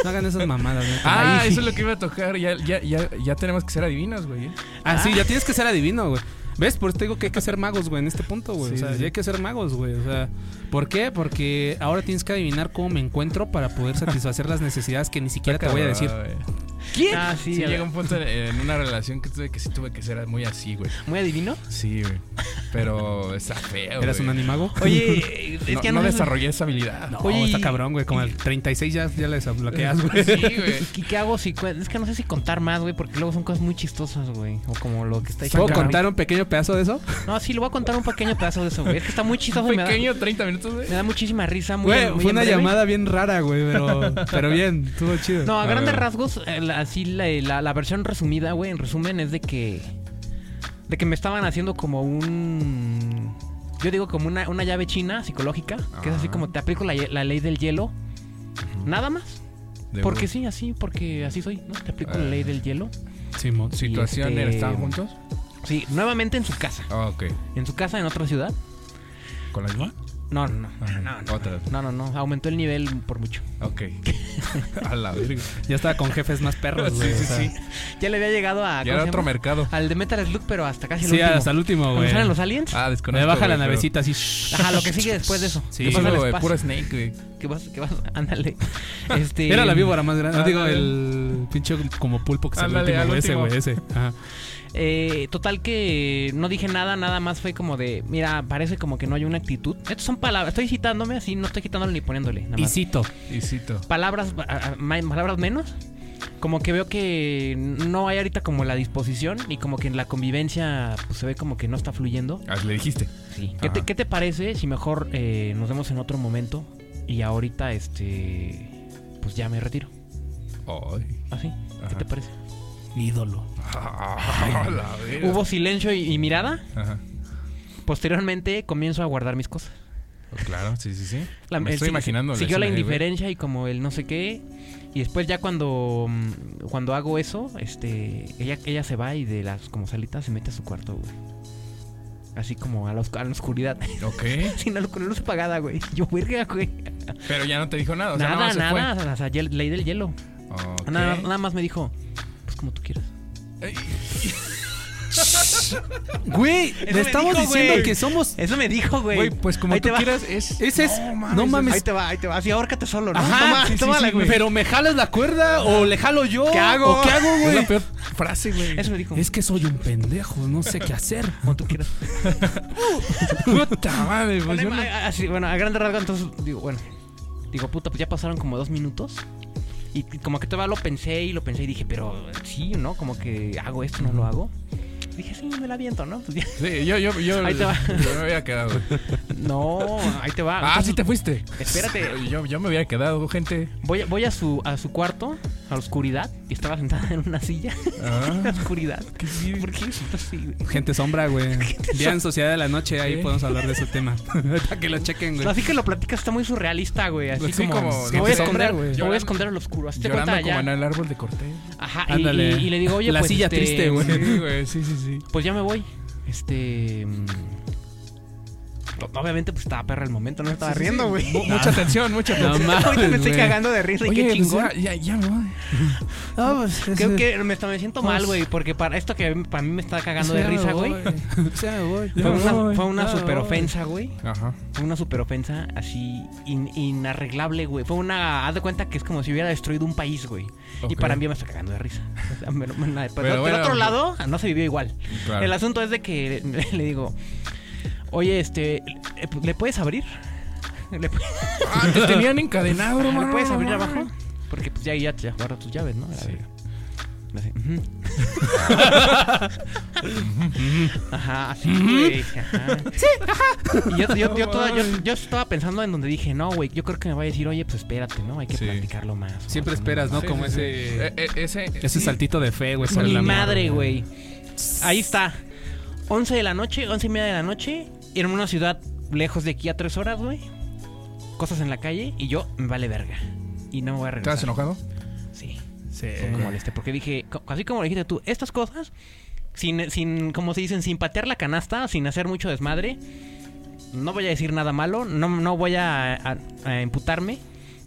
S2: No hagan esas mamadas,
S3: Ah,
S2: Ahí.
S3: eso es lo que iba a tocar. Ya, ya, ya, ya tenemos que ser adivinos, güey. ¿eh?
S2: Ah, sí, ya tienes que ser adivino, güey. ¿Ves? Por eso te digo que hay que ser magos, güey, en este punto, güey.
S3: Sí,
S2: o sea,
S3: sí, sí.
S2: ya hay que ser magos, güey. O sea, ¿por qué? Porque ahora tienes que adivinar cómo me encuentro para poder satisfacer las necesidades que ni siquiera te voy a decir.
S3: Cabrón, güey.
S2: ¿Quién?
S1: ah,
S3: Sí,
S1: sí, a ver,
S3: llega un punto en, en una relación que tuve que sí tuve que ser muy así, güey.
S1: muy adivino.
S3: Sí, güey. Pero está feo.
S2: ¿Eras
S3: güey.
S2: un animago?
S1: Oye,
S3: No,
S1: es que
S3: no
S1: sé-
S3: desarrollé esa habilidad.
S2: No,
S1: Oye,
S2: está
S1: y-
S2: cabrón, güey. Como el 36 ya, ya la desbloqueas, güey.
S3: Sí, güey.
S1: ¿Y qué hago si cu- es que no sé si contar más, güey, porque luego son cosas muy chistosas, güey, o como lo que está
S2: ¿Puedo
S1: diciendo.
S2: contar un pequeño pedazo de eso?
S1: No, sí, le voy a contar un pequeño pedazo de eso, güey. Es que está muy chistoso y me da,
S3: Pequeño, 30 minutos, güey.
S1: me da muchísima risa, muy,
S2: Güey,
S1: muy
S2: fue
S1: en
S2: una
S1: breve.
S2: llamada bien rara, güey, pero, pero bien, estuvo chido.
S1: No, a
S3: A
S1: grandes
S3: ver.
S1: rasgos, eh, la- así la, la- la versión resumida, güey, en resumen, es de que. De que me estaban haciendo como un. Yo digo como una, una llave china psicológica, que es así
S3: Ah.
S1: como te aplico la, ye- la ley del hielo. Nada más.
S3: De
S1: Porque
S3: una
S1: sí, así, porque así soy, ¿no? Te aplico la
S3: Ah.
S1: ley del hielo.
S2: Simón.
S3: Situación,
S1: y este-
S3: ¿estaban juntos?
S1: Sí, nuevamente en su casa.
S3: Ah, ok.
S1: En su casa, en otra ciudad.
S3: ¿Con la misma?
S1: No, no,
S3: Ajá.
S1: no. No, no,
S3: Otra.
S1: no, no, no, Aumentó el nivel por mucho.
S3: Ok. A la verga.
S2: Ya estaba con jefes más perros, güey.
S3: sí, sí,
S2: o sea.
S3: sí.
S1: Ya le había llegado a. ¿cómo
S3: Ya era
S1: se
S3: otro
S1: llama? Ah,
S3: mercado.
S1: Al de Metal Slug, pero hasta casi el
S2: Sí,
S1: último.
S2: hasta el último,
S1: Cuando
S2: güey.
S1: salen los aliens.
S3: Ah,
S2: Me
S3: desconozco.
S2: baja la
S3: güey, pero-
S2: navecita así.
S1: Ajá, lo que sigue después de eso.
S2: Sí.
S1: ¿Qué
S3: Sí,
S1: pasa al
S3: güey,
S1: espacio?
S3: puro Snake, güey.
S1: ¿Qué pasa? ¿Qué pasa? Ándale. Este,
S2: Era la víbora más grande.
S3: Ah,
S2: digo,
S3: ándale.
S2: el pinche como pulpo que salió el
S3: Ándale,
S2: último,
S3: al
S2: güey, ese,
S3: último.
S2: güey, ese. Ajá.
S1: eh, total que no dije nada, nada más fue como de, mira, parece como que no hay una actitud. Estas son palabras, estoy citándome así, no estoy quitándole ni poniéndole. Nada
S2: Y
S1: más.
S2: cito.
S3: Y cito.
S1: Palabras, a- a- ma- palabras menos. Como que veo que no hay ahorita como la disposición y como que en la convivencia pues, se ve como que no está fluyendo.
S3: Ah, le dijiste. Ah.
S1: Sí. ¿Qué, te,
S3: Ajá.
S1: qué te parece si mejor eh, nos vemos en otro momento y ahorita este pues ya me retiro?
S3: Ay.
S1: Así. ¿Qué
S3: Ajá.
S1: te parece?
S2: Ídolo.
S3: Ah, la verga.
S1: Hubo silencio y, y mirada.
S3: Ajá.
S1: Posteriormente comienzo a guardar mis cosas.
S3: Oh, Claro, sí, sí, sí.
S1: La-
S3: Me
S1: el
S3: estoy
S1: si-
S3: imaginando.
S1: Siguió la
S3: escena ¿eh? ahí, güey.
S1: indiferencia y como el no sé qué. Y después ya cuando, mm, cuando hago eso, este, ella, ella se va y de las como salitas se mete a su cuarto, güey. Así como a la, oscu- a la oscuridad.
S3: Ok.
S1: Sin la luz, con la luz apagada, güey. Yo, verga, güey.
S3: Pero ya no te dijo nada. O sea,
S1: nada,
S3: nada,
S1: nada. O sea, hiel- ley del hielo.
S3: más se fue. Ok.
S1: Nada, nada más me dijo, pues como tú quieras.
S3: Ey,
S2: Güey,
S1: Eso
S2: le
S1: me
S2: estamos
S1: dijo,
S2: diciendo
S1: güey.
S2: que somos.
S1: Eso me dijo, güey.
S3: Güey, pues como
S1: Ahí te
S3: tú
S1: va.
S3: quieras, es.
S2: Ese es- no mames.
S1: Ahí te va, ahí te va. Así, ahórcate solo. ¿no?
S2: Ajá,
S1: Toma-
S2: sí, sí,
S1: tómala,
S2: sí, güey. Pero me jalas la cuerda o le jalo yo.
S1: ¿Qué hago?
S2: ¿O qué hago,
S3: Es
S2: güey?
S3: la peor frase, güey.
S1: Eso me dijo.
S2: Es que soy un pendejo, no sé qué hacer.
S1: como tú quieras.
S3: Puta madre, pues yo
S1: Bueno,
S3: no-
S1: a- a- así, bueno, a grande rasgo, entonces digo, bueno. Digo, puta, pues ya pasaron como dos minutos. Y y como que todavía lo pensé y lo pensé y dije, pero sí, ¿no? Como que hago esto, no lo hago. Dije, sí, me la viento, ¿no? Pues ya.
S3: Sí, yo, yo, yo.
S1: Ahí te va.
S3: Yo me había quedado.
S1: No, ahí te va.
S3: Ah,
S1: Entonces,
S3: sí te fuiste.
S1: Espérate.
S3: Yo, yo me había quedado, gente.
S1: Voy, a- voy a, su, a su cuarto, a la oscuridad, y estaba sentada en una silla. en la
S3: Ah,
S1: oscuridad.
S3: que sí.
S1: ¿Por qué eso así, güey?
S2: Gente sombra, güey. Vean Sociedad de la Noche, ahí
S3: Sí.
S2: podemos hablar de ese tema. Para que lo chequen, güey.
S1: Así que lo platicas, está muy surrealista, güey. Así
S3: Sí,
S1: como,
S3: como
S1: me voy a
S3: gente sombra,
S1: esconder,
S3: güey.
S1: me voy a
S3: Llorando-
S1: esconder al oscuro. Así te
S3: Llorando
S1: cuenta
S3: como
S1: ya.
S3: en el árbol de Cortés.
S1: Ajá, y,
S2: Ándale.
S1: y- y le digo, oye,
S2: La
S1: pues,
S2: silla
S1: este,
S2: triste, güey.
S3: Sí, güey, sí, sí, sí.
S1: Pues ya me voy. Este. mm, o- Obviamente, pues estaba perra el momento, no me estaba
S3: Sí, sí,
S1: riendo,
S3: sí.
S1: güey.
S3: Mu- Mucha atención, mucha
S2: No
S3: atención.
S2: mames,
S1: Ahorita me estoy
S2: güey.
S1: cagando de risa y
S3: Oye,
S1: qué chingón.
S3: pues, ya, ya, ya me voy.
S2: Ah, pues, ese-
S1: Creo que me, me siento mal, güey, porque para esto que para mí me está cagando de
S2: ese Pues ya me
S1: risa,
S2: voy.
S1: güey.
S2: Ese ya me voy.
S1: Fue
S3: me
S1: una,
S3: voy,
S1: fue una
S2: ya me
S1: super
S2: voy.
S1: ofensa, güey.
S3: Ajá.
S1: Fue una super ofensa así in- inarreglable, güey. Fue una. Haz de cuenta que es como si hubiera destruido un país, güey. Y
S3: Ok.
S1: para mí me está cagando de risa. O sea, me- me- me- pero
S3: Pero
S1: del
S3: bueno. pues,
S1: otro lado, no se vivió igual.
S3: Claro.
S1: El asunto es de que le, le digo, oye, este, ¿le puedes abrir? ¿Le, pu-
S3: Ah, te tenían encadenado,
S1: ¿le
S3: mano.
S1: puedes
S3: no
S1: abrir
S3: mames.
S1: abajo? Porque pues ya, ya, ya guarda tus llaves, ¿no? A la
S3: Sí.
S1: verga. Me hace, "Ujú". ajá, así, güey. Sí, ajá. Y yo, yo, yo,
S3: No
S1: toda- yo-
S3: mames.
S1: yo estaba pensando en donde dije, no, güey, yo creo que me va a decir, oye, pues espérate, ¿no? Hay que
S3: Sí.
S1: platicarlo más. ¿no?
S2: Siempre
S1: O sea,
S2: esperas, ¿no?
S3: Sí,
S2: como
S3: sí, sí.
S2: ese.
S3: Eh, eh, ese.
S2: Ese saltito de fe, güey. sobre
S1: Mi
S2: la mierda,
S1: madre, güey. Ahí está. 11 de la noche, 11 y media de la noche. y En una ciudad lejos de aquí a 3 horas, güey. Cosas en la calle y yo me vale verga. Y no me voy a regresar.
S3: ¿Estabas enojado?
S1: Sí.
S2: Sí.
S3: Eh.
S1: fue como molesté. Porque dije, co- así como lo dijiste tú, estas cosas, sin, sin, como se dicen, sin patear la canasta, sin hacer mucho desmadre, no voy a decir nada malo, no, no voy a, a- a imputarme,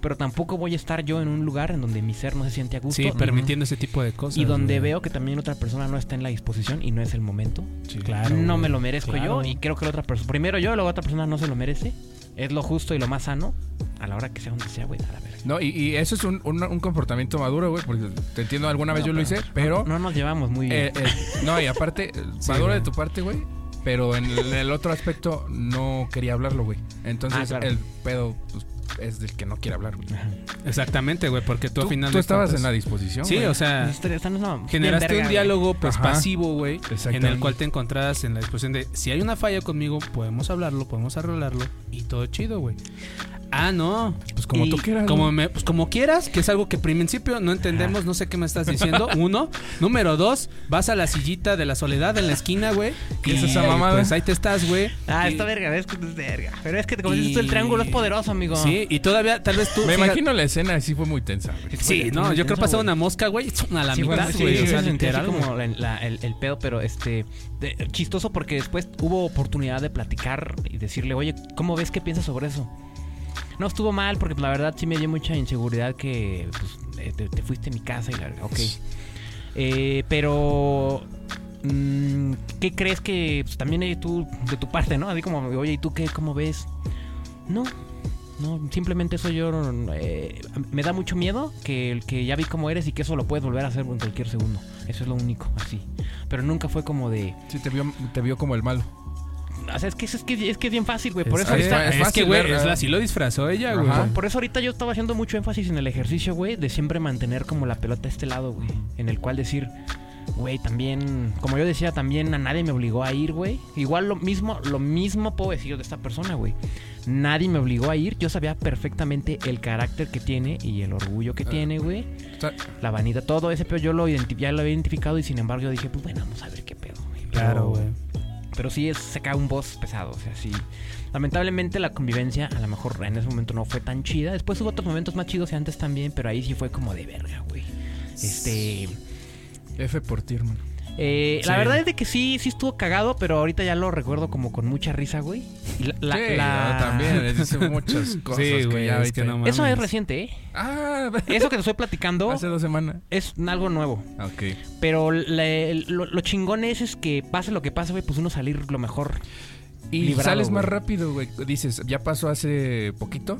S1: pero tampoco voy a estar yo en un lugar en donde mi ser no se siente a gusto.
S2: Sí, permitiendo ese tipo de cosas.
S1: Y donde
S2: güey.
S1: veo que también otra persona no está en la disposición y no es el momento.
S2: Sí, claro.
S1: no
S2: güey.
S1: me lo merezco
S2: Claro.
S1: yo y creo que la otra persona, primero yo, luego otra persona no se lo merece. Es lo justo y lo más sano a la hora que sea donde sea, güey, a la verga.
S3: No, y, y eso es un, un- un comportamiento maduro, güey, porque te entiendo, alguna vez yo lo hice, pero...
S1: No nos llevamos muy bien.
S3: eh, eh, no, y aparte, eh,
S2: Sí,
S3: maduro
S2: güey.
S3: de tu parte, güey, pero en el, el otro aspecto no quería hablarlo, güey. Entonces,
S1: Ah, claro.
S3: el pedo pues, es del que no quiere hablar, güey.
S2: eh,
S1: Ajá.
S2: Exactamente, güey, porque tú,
S3: Tú,
S2: al final.
S3: tú
S2: de
S3: estabas
S2: cuentas-
S3: en la disposición,
S2: Sí,
S3: güey.
S2: o sea.
S1: Esta- esta no es una-
S2: Generaste
S1: bien verga,
S2: un
S1: güey.
S2: diálogo pues
S3: Ajá.
S2: pasivo, güey, en
S3: Exactamente.
S2: el cual te encontrabas en la disposición de si hay una falla conmigo, podemos hablarlo, podemos arreglarlo y todo chido, güey. Ah, no.
S3: Pues como
S1: Y
S3: tú quieras.
S2: Como
S3: güey.
S2: me, pues como quieras, que es algo que en principio no entendemos, no sé qué me estás diciendo. Uno, número dos, vas a la sillita de la soledad en la esquina, güey.
S3: ¿Qué es
S2: y,
S3: esa mamada?
S2: Pues ahí te estás, güey.
S1: Ah,
S2: Y-
S1: esta verga, es que es verga. Pero es que como dices
S2: y-
S1: tú, el triángulo es poderoso, amigo.
S2: Sí, y todavía tal vez tú
S3: Me
S2: fíjate-
S3: imagino la escena, sí fue muy tensa, güey.
S2: Sí,
S1: Fue
S2: no, yo creo
S1: intenso,
S2: que pasó
S1: güey.
S2: una mosca, güey, a la
S1: Sí, güey,
S2: mitad,
S1: sí,
S2: güey,
S1: sí,
S2: o sea,
S1: sí, sentí así
S2: literal,
S1: como la- la- el, el pedo, pero este de- chistoso porque después hubo oportunidad de platicar y decirle, oye, ¿cómo ves qué piensas sobre eso? No estuvo mal porque pues, la verdad sí me dio mucha inseguridad que pues, eh, te, te fuiste a mi casa y la verdad, ok. Eh, pero, mm, ¿qué crees que pues, también eh, tú, de tu parte, no? Así como, oye, ¿y tú qué, cómo ves? No, no, simplemente eso yo eh, me da mucho miedo que el que ya vi cómo eres y que eso lo puedes volver a hacer en cualquier segundo. Eso es lo único, así. Pero nunca fue como de,
S3: Sí, te vio, te vio como el malo.
S1: o sea, es que es, es que es que es bien fácil, güey, por
S2: Es-
S1: eso
S2: ahí
S1: ahorita
S2: está,
S3: es
S2: es que
S3: fácil
S2: güey,
S3: ver,
S2: es
S3: ¿verdad?
S2: la- así lo disfrazó ella, güey.
S3: Ajá.
S1: por eso ahorita yo estaba haciendo mucho énfasis en el ejercicio, güey, de siempre mantener como la pelota a este lado, güey, en el cual decir Güey, también, como yo decía, también a nadie me obligó a ir, güey. Igual lo mismo, lo mismo puedo decir de esta persona, güey. Nadie me obligó a ir. Yo sabía perfectamente el carácter que tiene y el orgullo que
S3: Ah.
S1: tiene, güey.
S3: O sea,
S1: la vanidad, todo ese pedo yo lo identi- ya lo había identificado y sin embargo yo dije, pues bueno, vamos a ver qué pedo. güey. Pero-
S2: Claro, güey.
S1: Pero sí es, se cae un boss pesado, o sea, sí. Lamentablemente la convivencia a lo mejor en ese momento no fue tan chida. Después hubo otros momentos más chidos y antes también, pero ahí sí fue como de verga, güey. Este...
S3: F por ti, hermano.
S1: eh, La
S2: Sí.
S1: verdad es de que sí, sí estuvo cagado, pero ahorita ya lo recuerdo como con mucha risa, güey. Y la- la-
S3: sí,
S1: la-
S3: no, también, le dice muchas cosas
S2: Sí,
S3: que
S2: güey,
S3: ya
S2: es que eh, no mames.
S1: Eso es reciente, ¿eh?
S3: Ah,
S1: Eso que te estoy platicando
S3: hace dos semanas.
S1: es algo nuevo.
S3: Ok.
S1: Pero le- lo, lo chingón es, es que pase lo que pase, güey, pues uno salir lo mejor.
S3: Y
S1: Librado,
S3: sales más
S1: güey.
S3: rápido, güey. Dices, ya pasó hace poquito.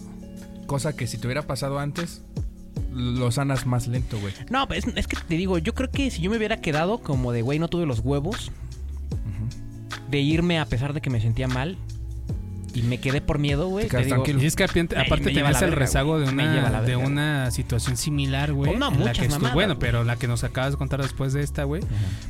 S3: Cosa que si te hubiera pasado antes, lo sanas más lento, güey.
S1: No, pues, es, que te digo, yo creo que si yo me hubiera quedado como de, güey, no tuve los huevos de irme a pesar de que me sentía mal y me quedé por miedo, güey.
S3: Te quedas
S1: te digo,
S3: tranquilo.
S2: Y es que apiente-
S1: Me- me
S2: aparte
S1: lleva
S2: tenías
S1: la
S2: el
S1: verga,
S2: rezago de
S1: güey. Me lleva la
S2: una, de
S1: verga.
S2: una situación similar, güey.
S1: Oh, no,
S2: en la
S1: muchas
S2: que estuvo-
S1: mamadas,
S2: Bueno,
S1: güey.
S2: pero la que nos acabas de contar después de esta, güey,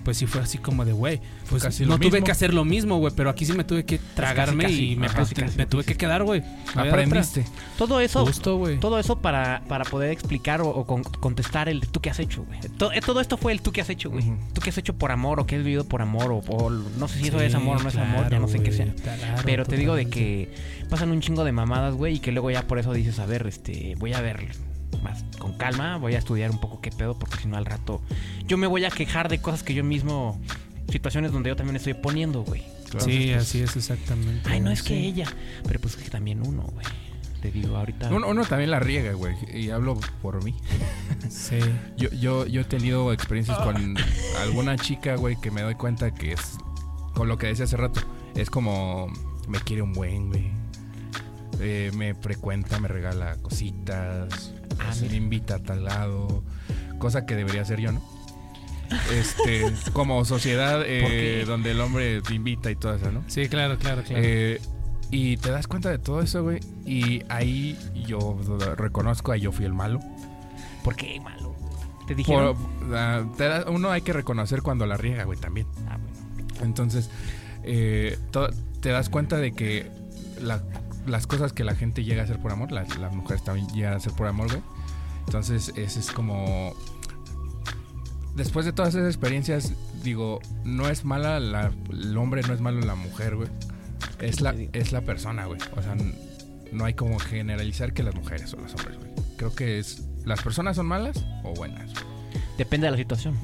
S2: pues sí fue así como de, güey, pues
S3: casi lo
S2: no tuve
S3: mismo.
S2: que hacer lo mismo, güey, pero aquí sí me tuve que tragarme
S1: casi,
S2: y me,
S1: ajá, casi,
S2: pues,
S1: casi,
S2: me tuve que quedar, güey. No había
S3: Aprendiste.
S1: Todo
S2: otra.
S1: eso,
S2: Justo, güey.
S1: todo eso para, para poder explicar o, o con- contestar el tú que has hecho, güey. To- eh, Todo, esto fue el tú que has hecho, güey.
S3: Ujú.
S1: Tú que has hecho por amor o que has vivido por amor o, o no sé si eso
S2: Sí,
S1: es amor o no es amor, ya
S2: claro,
S1: no sé qué
S2: güey,
S1: sea.
S2: claro,
S1: Pero te digo de
S2: totalmente.
S1: que pasan un chingo de mamadas, güey, y que luego ya por eso dices, a ver, este, voy a ver más con calma, voy a estudiar un poco qué pedo, porque si no al rato yo me voy a quejar de cosas que yo mismo, situaciones donde yo también estoy poniendo, güey.
S2: Sí,
S3: pues,
S2: así es exactamente.
S1: Ay, no
S2: güey,
S1: es que
S2: sí.
S1: ella, pero pues que también uno, güey. Te digo, ahorita...
S3: Uno, uno también la riega, güey. Y hablo por mí.
S2: Sí.
S3: Yo, yo, yo he tenido experiencias con alguna chica, güey, que me doy cuenta que es. Con lo que decía hace rato. Es como. Me quiere un buen, güey. Eh, me frecuenta, me regala cositas.
S1: Ah,
S3: así,
S1: mira.
S3: me invita a tal lado. Cosa que debería hacer yo, ¿no? Este, como sociedad eh,
S1: qué?
S3: donde el hombre te invita y todo eso, ¿no?
S2: Sí, claro, claro, claro.
S3: Eh, y te das cuenta de todo eso, güey. Y ahí yo reconozco, ahí yo fui el malo.
S1: ¿Por qué malo? güey? ¿Te
S3: Por-
S1: dijeron?
S3: la- te da- uno hay que reconocer cuando la riega, güey, también.
S1: Ah, bueno.
S3: Entonces, eh, to- te das cuenta de que la- las cosas que la gente llega a hacer por amor, las, las mujeres también llegan a hacer por amor, güey. Entonces, ese es como... Después de todas esas experiencias, digo, no es mala la, el hombre, no es malo la mujer, güey. Es la, es la persona, güey. O sea, n- no hay como generalizar que las mujeres son los hombres, güey. Creo que es... ¿Las personas son malas o buenas?
S1: Depende de la situación.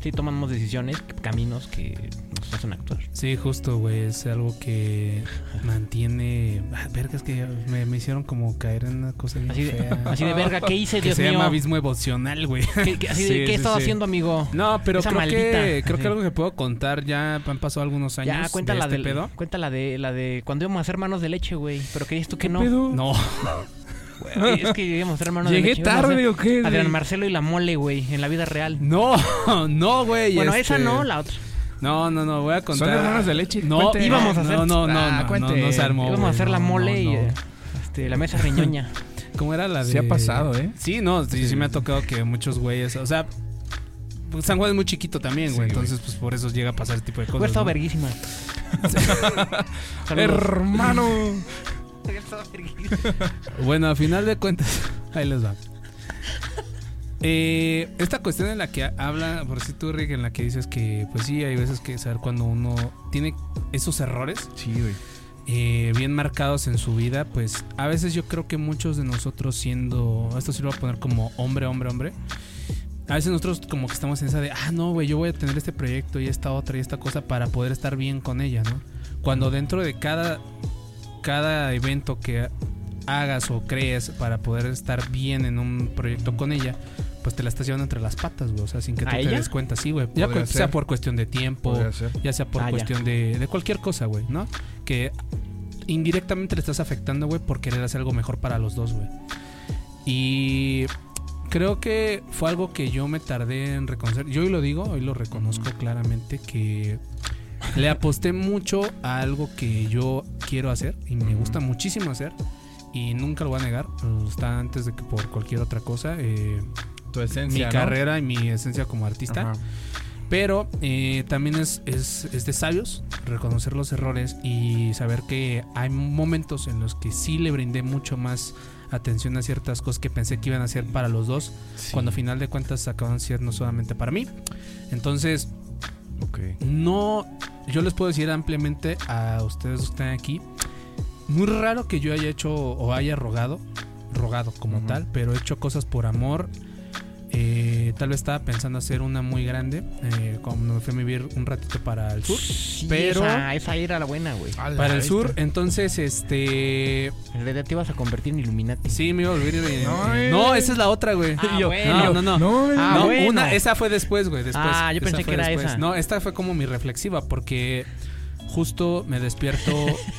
S1: Sí, tomamos decisiones, caminos que nos hacen actuar.
S2: Sí, justo, güey. Es algo que mantiene. Ah, verga, es que me, me hicieron como caer en una cosa bien
S1: Así de,
S2: fea.
S1: así de verga, ¿qué hice,
S2: que
S1: Dios
S2: se
S1: mío?
S2: llama abismo emocional, güey.
S1: ¿Qué, qué- así de,
S2: Sí,
S1: ¿qué he
S2: sí,
S1: estado
S2: sí.
S1: haciendo, amigo?
S2: No, pero
S1: Esa
S2: creo que,
S1: maldita.
S2: creo que
S1: Sí.
S2: algo que puedo contar ya han pasado algunos años.
S1: Ya, cuenta
S2: de
S1: la
S2: este
S1: del-
S2: pedo.
S1: cuenta la de, la de cuando íbamos a hacer manos de leche, güey. Pero creías tú que no.
S2: No,
S1: Es que íbamos a hacer manos de
S2: llegué
S1: leche. íbamos a
S2: tarde
S1: hacer
S2: o qué.
S1: Adrián Marcelo y la mole, güey, en la vida real.
S2: No, no, güey.
S1: Bueno,
S2: este-
S1: esa no, la otra.
S2: No, no, no, voy a contar.
S3: hermanos de leche?
S2: No,
S3: Cuente.
S1: Íbamos a hacer-
S2: No, no, no,
S3: Ah,
S2: no, no,
S3: cuente.
S2: no se armó.
S1: íbamos a
S2: güey,
S1: hacer la
S2: no, no,
S1: mole y
S2: no.
S1: eh, este, la mesa riñoña.
S2: ¿Cómo era la de...?
S3: Sí ha pasado, ¿eh?
S2: Sí, no, sí, sí,
S3: Sí.
S2: me ha tocado que muchos güeyes... O sea, pues, San Juan es muy chiquito también, güey.
S3: Sí, güey.
S2: entonces, pues, por eso llega a pasar este tipo de cosas.
S1: Hubiera estado verguísima.
S2: ¿no?
S1: Saludos.
S3: Hermano.
S1: Hubiera estado verguísima.
S2: Bueno, a final de cuentas, ahí les va. Eh, esta cuestión en la que habla, por si tú, Rick, en la que dices que, pues sí, hay veces que saber cuando uno tiene esos errores
S3: Sí, güey.
S2: eh, bien marcados en su vida, pues a veces yo creo que muchos de nosotros siendo, esto sí lo voy a poner como hombre, hombre, hombre, a veces nosotros como que estamos en esa de, ah, no, güey, yo voy a tener este proyecto y esta otra y esta cosa para poder estar bien con ella, ¿no? Cuando dentro de cada, cada evento que hagas o crees para poder estar bien en un proyecto con ella, pues te la estás llevando entre las patas, güey, o sea, sin que tú
S1: ¿A
S2: te
S1: ella?
S2: des cuenta, sí, güey, ya
S3: Podría
S2: cu- sea
S3: ser.
S2: por cuestión de tiempo,
S3: Podría ser.
S2: ya sea por
S1: Ah, ya.
S2: cuestión de, de cualquier cosa, güey, ¿no? Que indirectamente le estás afectando, güey, por querer hacer algo mejor para los dos, güey. Y creo que fue algo que yo me tardé en reconocer. Yo hoy lo digo, hoy lo reconozco claramente que le aposté mucho a algo que yo quiero hacer y me gusta muchísimo hacer. Y nunca lo voy a negar. Está antes de que por cualquier otra cosa. eh,
S3: Tu
S2: mi
S3: esencia. ¿no?
S2: carrera y mi esencia como artista.
S3: Ajá.
S2: Pero eh, también es, es, es de sabios reconocer los errores y saber que hay momentos en los que sí le brindé mucho más atención a ciertas cosas que pensé que iban a ser para los dos,
S3: Sí.
S2: cuando a final de cuentas acaban siendo solamente para mí. Entonces,
S3: Ok.
S2: no, yo les puedo decir ampliamente a ustedes que están aquí, muy raro que yo haya hecho o haya rogado, rogado como
S3: Ujú.
S2: tal, pero he hecho cosas por amor. Eh, tal vez estaba pensando hacer una muy grande eh, cuando me fui a vivir un ratito para el sur.
S1: Sí,
S2: Pero-
S1: Esa, esa era la buena, güey.
S2: Para el sur, entonces, este...
S1: En realidad te ibas a convertir en Illuminati.
S2: Sí, me iba a volver... en-
S3: No,
S2: en-
S3: eh.
S2: no, esa es la otra, güey.
S1: Ah,
S2: Y yo,
S1: bueno.
S2: No, no, no.
S1: Ah,
S2: no,
S1: bueno.
S2: una, esa fue después, güey. Después.
S1: Ah, yo
S2: Esa
S1: pensé
S2: fue
S1: que era
S2: después.
S1: esa.
S2: No, esta fue como mi reflexiva, porque justo me despierto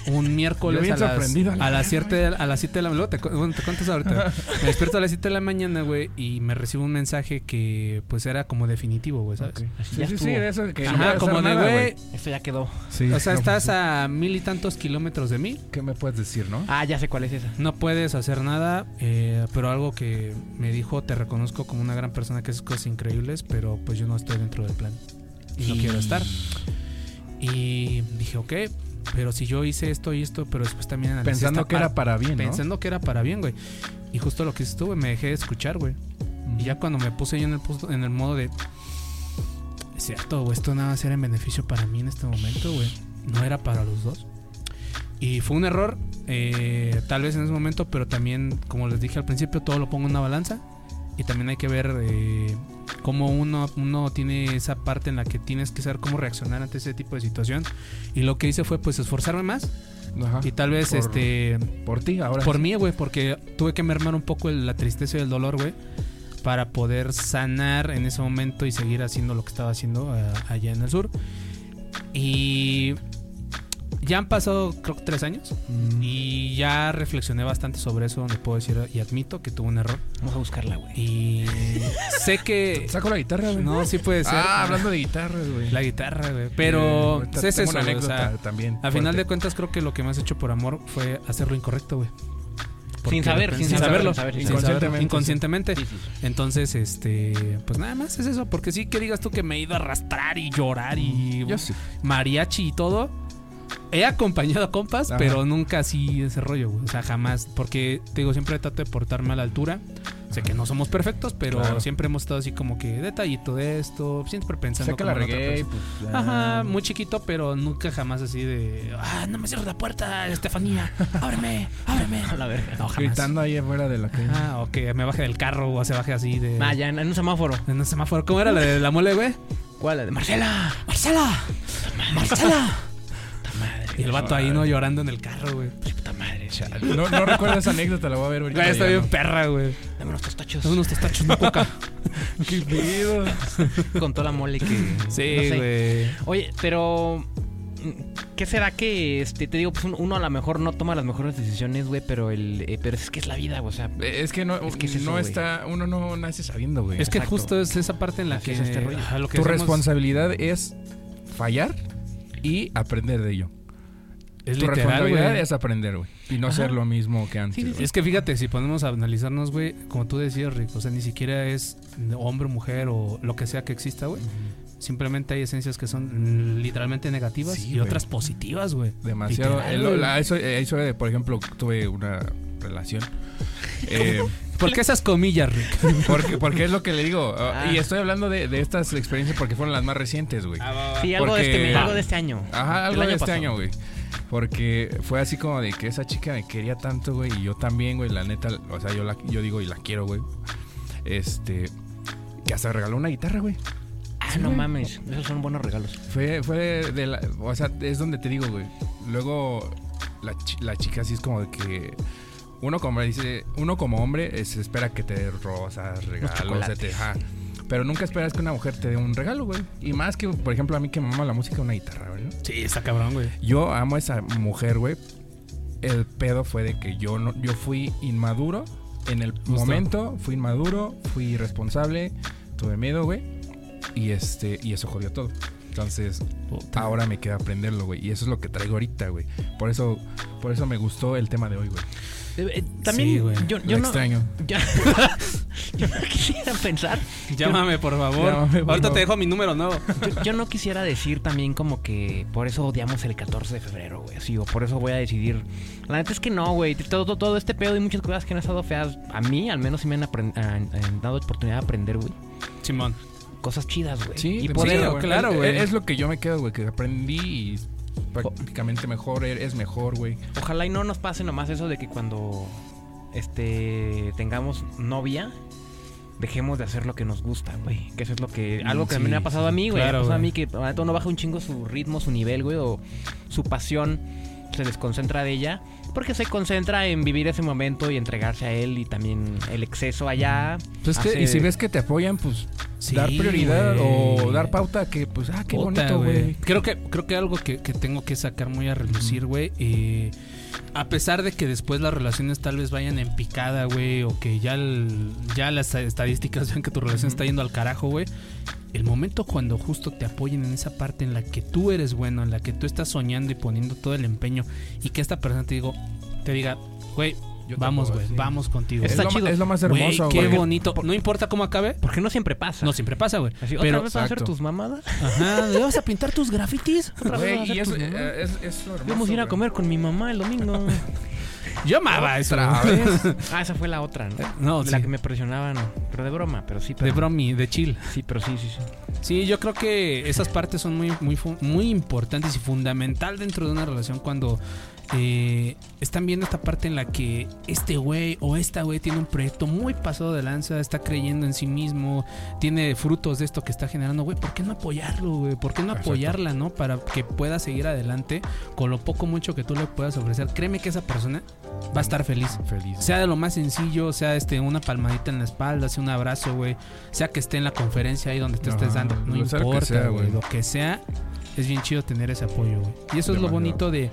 S2: un
S3: Yo
S2: miércoles
S3: bien
S2: a las,
S3: sorprendido, la
S2: a las 7 de, a las siete de la mañana. Te, cu- bueno, te cuentas ahorita. me despierto a las 7 de la mañana, güey, y me recibo un mensaje que pues era como definitivo, güey, ¿sabes?
S3: Ok. Sí,
S1: Ya
S3: sí,
S1: estuvo.
S3: sí, de eso que no voy a
S2: Ajá,
S3: hacer
S2: como de,
S3: nada,
S2: güey.
S1: Esto ya quedó.
S3: Sí.
S2: O sea,
S3: No,
S2: estás a mil y tantos kilómetros de mí.
S3: ¿Qué me puedes decir, no?
S1: Ah, ya sé cuál es esa.
S2: No puedes hacer nada, eh, pero algo que me dijo, te reconozco como una gran persona que haces cosas increíbles, pero pues yo no estoy dentro del plan. Y no
S1: Y-
S2: quiero estar. Y dije, ok, pero si yo hice esto y esto, pero después también analicé
S3: Pensando
S2: esta
S3: que era
S2: par-
S3: para bien, ¿no?
S2: Pensando que era para bien, güey. Y justo lo que hice tú, güey, me dejé de escuchar, güey.
S3: Ujú.
S2: Y ya cuando me puse yo en el, puesto- en el modo de... Es cierto, güey, esto nada va a ser en beneficio para mí en este momento, güey. No era para los dos. Y fue un error, eh, tal vez en ese momento, pero también, como les dije al principio, todo lo pongo en una balanza. Y también hay que ver eh, cómo uno, uno tiene esa parte en la que tienes que saber cómo reaccionar ante ese tipo de situación. Y lo que hice fue, pues, esforzarme más.
S3: Ajá.
S2: Y tal vez,
S3: Ah, Por-
S2: este...
S3: Por ti, ahora.
S2: Por mí, güey, porque tuve que mermar un poco el- la tristeza y el dolor, güey, para poder sanar en ese momento y seguir haciendo lo que estaba haciendo eh, allá en el sur. Y ya han pasado, creo que tres años,
S3: Mm.
S2: y ya reflexioné bastante sobre eso, donde puedo decir y admito que tuve un error.
S1: Vamos a buscarla, güey.
S2: Y sé que...
S3: Saco la guitarra, güey.
S2: eh, No, sí puede ser.
S3: Ah, hablando de guitarras, güey.
S2: La guitarra, güey. Pero
S3: Eh,
S2: sé es
S3: tengo
S2: eso,
S3: una
S2: güey, o sea,
S3: anécdota también.
S2: a final de
S3: fuerte.
S2: cuentas creo que lo que más he hecho por amor fue hacer lo incorrecto, güey. porque
S1: saber,
S2: de
S1: sin saberlo, sin saber, sin
S2: inconscientemente.
S3: saberlo.
S2: inconscientemente.
S1: Sí, sí, sí.
S2: Entonces, este, pues nada más es eso, porque sí que digas tú que me he ido a arrastrar y llorar y
S3: Yo sí.
S2: mariachi y todo. He acompañado a compas,
S3: Ajá.
S2: pero nunca así ese rollo, güey. O sea, jamás. Porque, te digo, siempre trato de portarme a la altura. Sé que no somos perfectos, pero
S3: Claro.
S2: siempre hemos estado así como que detallito de esto, siempre pensando
S4: Sé que la
S2: como en otra
S4: regué,
S2: persona.
S4: pues. ya.
S3: ah,
S2: Ajá, muy chiquito, pero nunca jamás así de. ¡Ah, no me cierres la puerta, Estefanía! ¡Ábreme! ¡Ábreme!
S1: A la verga.
S2: No, jamás.
S4: Gritando ahí afuera de la calle.
S2: Ah, o que me baje del carro o se baje así de.
S1: Ah, ya, en, en un semáforo.
S2: En un semáforo. ¿Cómo era la de la mole, güey?
S1: ¿Cuál? La de Marcela.
S2: ¡Marcela! ¡Marcela!
S1: Puta madre.
S2: Y el vato ahí, ¿no? Llorando en el carro, güey.
S1: Puta madre.
S3: No, no recuerdo esa anécdota, la voy a ver ahorita.
S2: Güey, está
S3: ya
S2: bien
S3: no.
S2: perra, güey.
S1: Dame unos tostachos.
S2: Son unos tostachos de coca.
S3: Qué pedo.
S1: Con toda la mole que. no
S2: Sí,
S1: sé.
S2: güey.
S1: Oye, pero. ¿Qué será que este te digo? Pues un- uno a lo mejor no toma las mejores decisiones, güey, pero el eh, pero es que es la vida, güey, o sea,
S3: Eh, Es que no,
S1: Es que es eso,
S3: no
S1: güey.
S3: está, uno no nace sabiendo, güey.
S2: Es que
S1: Exacto.
S2: justo es esa parte en la
S1: Así
S2: que.
S1: es este rollo.
S2: ajá, lo que
S3: tu
S2: decimos-
S3: responsabilidad es fallar y aprender de ello.
S2: Es
S3: tu
S2: literal,
S3: responsabilidad
S2: güey.
S3: es aprender, güey. Y no
S2: Ajá.
S3: ser lo mismo que antes.
S2: Sí, sí, sí.
S3: güey.
S2: Es que fíjate, si ponemos a analizarnos, güey, como tú decías, Rick, o sea, ni siquiera es hombre, mujer o lo que sea que exista, güey. Simplemente hay esencias que son mm, literalmente negativas
S3: Sí,
S2: y
S3: güey.
S2: otras positivas, güey.
S3: Demasiado.
S2: Literal,
S3: Eh, lo-
S2: güey.
S3: la- eso, eh, eso, eh, por ejemplo, tuve una relación. Eh,
S2: ¿Por qué esas comillas, Rick?
S3: porque, porque es lo que le digo. uh,
S1: Ah.
S3: Y estoy hablando de, de estas experiencias porque fueron las más recientes, güey.
S1: sí, algo de este
S3: porque-
S1: algo de este año.
S3: Ajá,
S1: Del
S3: algo de este
S1: pasado.
S3: año, güey. Porque fue así como de que esa chica me quería tanto, güey, y yo también, güey, la neta, o sea, yo la yo digo y la quiero, güey. Este que hasta me regaló una guitarra, güey.
S1: Ah, no mames, esos son buenos regalos.
S3: Fue fue de la, o sea, es donde te digo, güey. Luego la, chi- la chica así es como de que uno como dice, uno como hombre eh, se espera que te dé rosas, regalos,
S1: chocolates.
S3: etc. Ajá. Pero nunca esperas que una mujer te dé un regalo, güey. Y más que, por ejemplo, a mí que me mama la música, una guitarra, güey. ¿no?
S2: Sí, está cabrón, güey.
S3: Yo amo a esa mujer, güey. El pedo fue de que yo no, yo fui inmaduro en el
S2: Justo.
S3: momento, fui inmaduro, fui irresponsable, tuve miedo, güey. Y este, y eso jodió todo. Entonces, ahora me queda aprenderlo, güey. Y eso es lo que traigo ahorita, güey. Por eso, por eso me gustó el tema de hoy, güey.
S1: Eh, eh,
S2: Sí,
S1: también
S2: güey.
S1: yo,
S3: Lo
S1: yo no
S3: extraño.
S1: yo, yo no quisiera pensar
S2: Llámame, por favor.
S3: Llámame, por
S2: Ahorita
S3: favor.
S2: te dejo mi número nuevo.
S1: Yo, yo no quisiera decir también como que por eso odiamos el 14 de febrero, güey. Así, o por eso voy a decidir. La neta es que no, güey. Todo, todo, todo este pedo y muchas cosas que han estado feas. A mí, al menos, sí me han, apren- han- han dado oportunidad de aprender, güey.
S2: Simón.
S1: Cosas chidas, güey.
S3: Sí,
S1: y
S3: de
S1: por
S2: sí,
S1: eso.
S3: manera,
S2: claro, güey.
S3: Es, es lo que yo me quedo, güey, que aprendí y prácticamente mejor, es mejor, güey.
S1: Ojalá y no nos pase nomás eso de que cuando este tengamos novia. Dejemos de hacer lo que nos gusta, güey. Que eso es lo que.
S3: Mm,
S1: Algo que
S2: Sí,
S1: también me ha pasado a mí, güey. me
S2: claro,
S1: ha pasado a
S2: güey.
S1: mí que la neta, uno baja un chingo su ritmo, su nivel, güey. O su pasión se desconcentra de ella. Porque se concentra en vivir ese momento y entregarse a él. Y también el exceso allá.
S3: Pues que,
S1: hace-
S3: y si ves que te apoyan, pues
S2: Sí,
S3: dar prioridad
S2: güey.
S3: o dar pauta que, pues, ah, qué
S2: Puta,
S3: bonito, güey.
S2: Creo que, creo que algo que, que tengo que sacar muy a relucir, güey. eh, a pesar de que después las relaciones tal vez vayan en picada, güey, o que ya, el- ya las estadísticas vean que tu relación está yendo al carajo, güey. El momento cuando justo te apoyen en esa parte en la que tú eres bueno, en la que tú estás soñando y poniendo todo el empeño, y que esta persona te digo, te diga, güey,
S3: Yo te
S2: vamos,
S3: puedo
S2: güey,
S3: decir".
S2: vamos contigo.
S3: Es
S1: Está
S3: lo, ma-
S1: chido.
S3: es lo más
S2: Güey,
S3: hermoso, güey.
S2: qué bonito. No importa cómo acabe,
S1: Porque no siempre pasa.
S2: no siempre pasa, güey.
S1: Así, ¿Otra
S2: Pero,
S1: vez vas a hacer
S3: Exacto.
S1: tus mamadas?
S2: ajá, ¿le vas a pintar tus grafitis?
S1: ¿Otra vez
S3: Güey,
S1: vas a hacer
S3: y eso,
S1: tus mamadas?
S3: eh, es, es lo hermoso,
S1: Vamos a ir a
S3: güey.
S1: comer con mi mamá el domingo.
S2: Yo amaba eso.
S3: Otra
S2: güey.
S3: vez.
S1: ah, esa fue la otra,
S3: Eh,
S1: ¿no?
S2: No,
S1: De la
S2: sí.
S1: que me presionaban, pero de broma, pero sí. Pero,
S2: De bromi, de chill.
S1: Sí, pero sí, sí, sí.
S2: Sí, yo creo que esas partes son muy, muy, fu- muy importantes y fundamental dentro de una relación cuando eh, están viendo esta parte en la que este güey o esta güey tiene un proyecto muy pasado de lanza, está creyendo en sí mismo, tiene frutos de esto que está generando, güey, ¿por qué no apoyarlo, güey? ¿Por qué no
S3: Exacto.
S2: apoyarla, no? Para que pueda seguir adelante con lo poco mucho que tú le puedas ofrecer. Créeme que esa persona va a estar feliz.
S3: Feliz.
S2: Sea de lo más sencillo, sea este, una palmadita en la espalda, sea un abrazo, güey. Sea que esté en la conferencia ahí donde te estés
S3: Ajá,
S2: dando. No
S3: lo sea lo que
S2: importa,
S3: sea,
S2: güey.
S3: güey.
S2: Lo que sea, es bien chido tener ese apoyo, güey. Y eso es lo
S3: Demasiado.
S2: bonito de,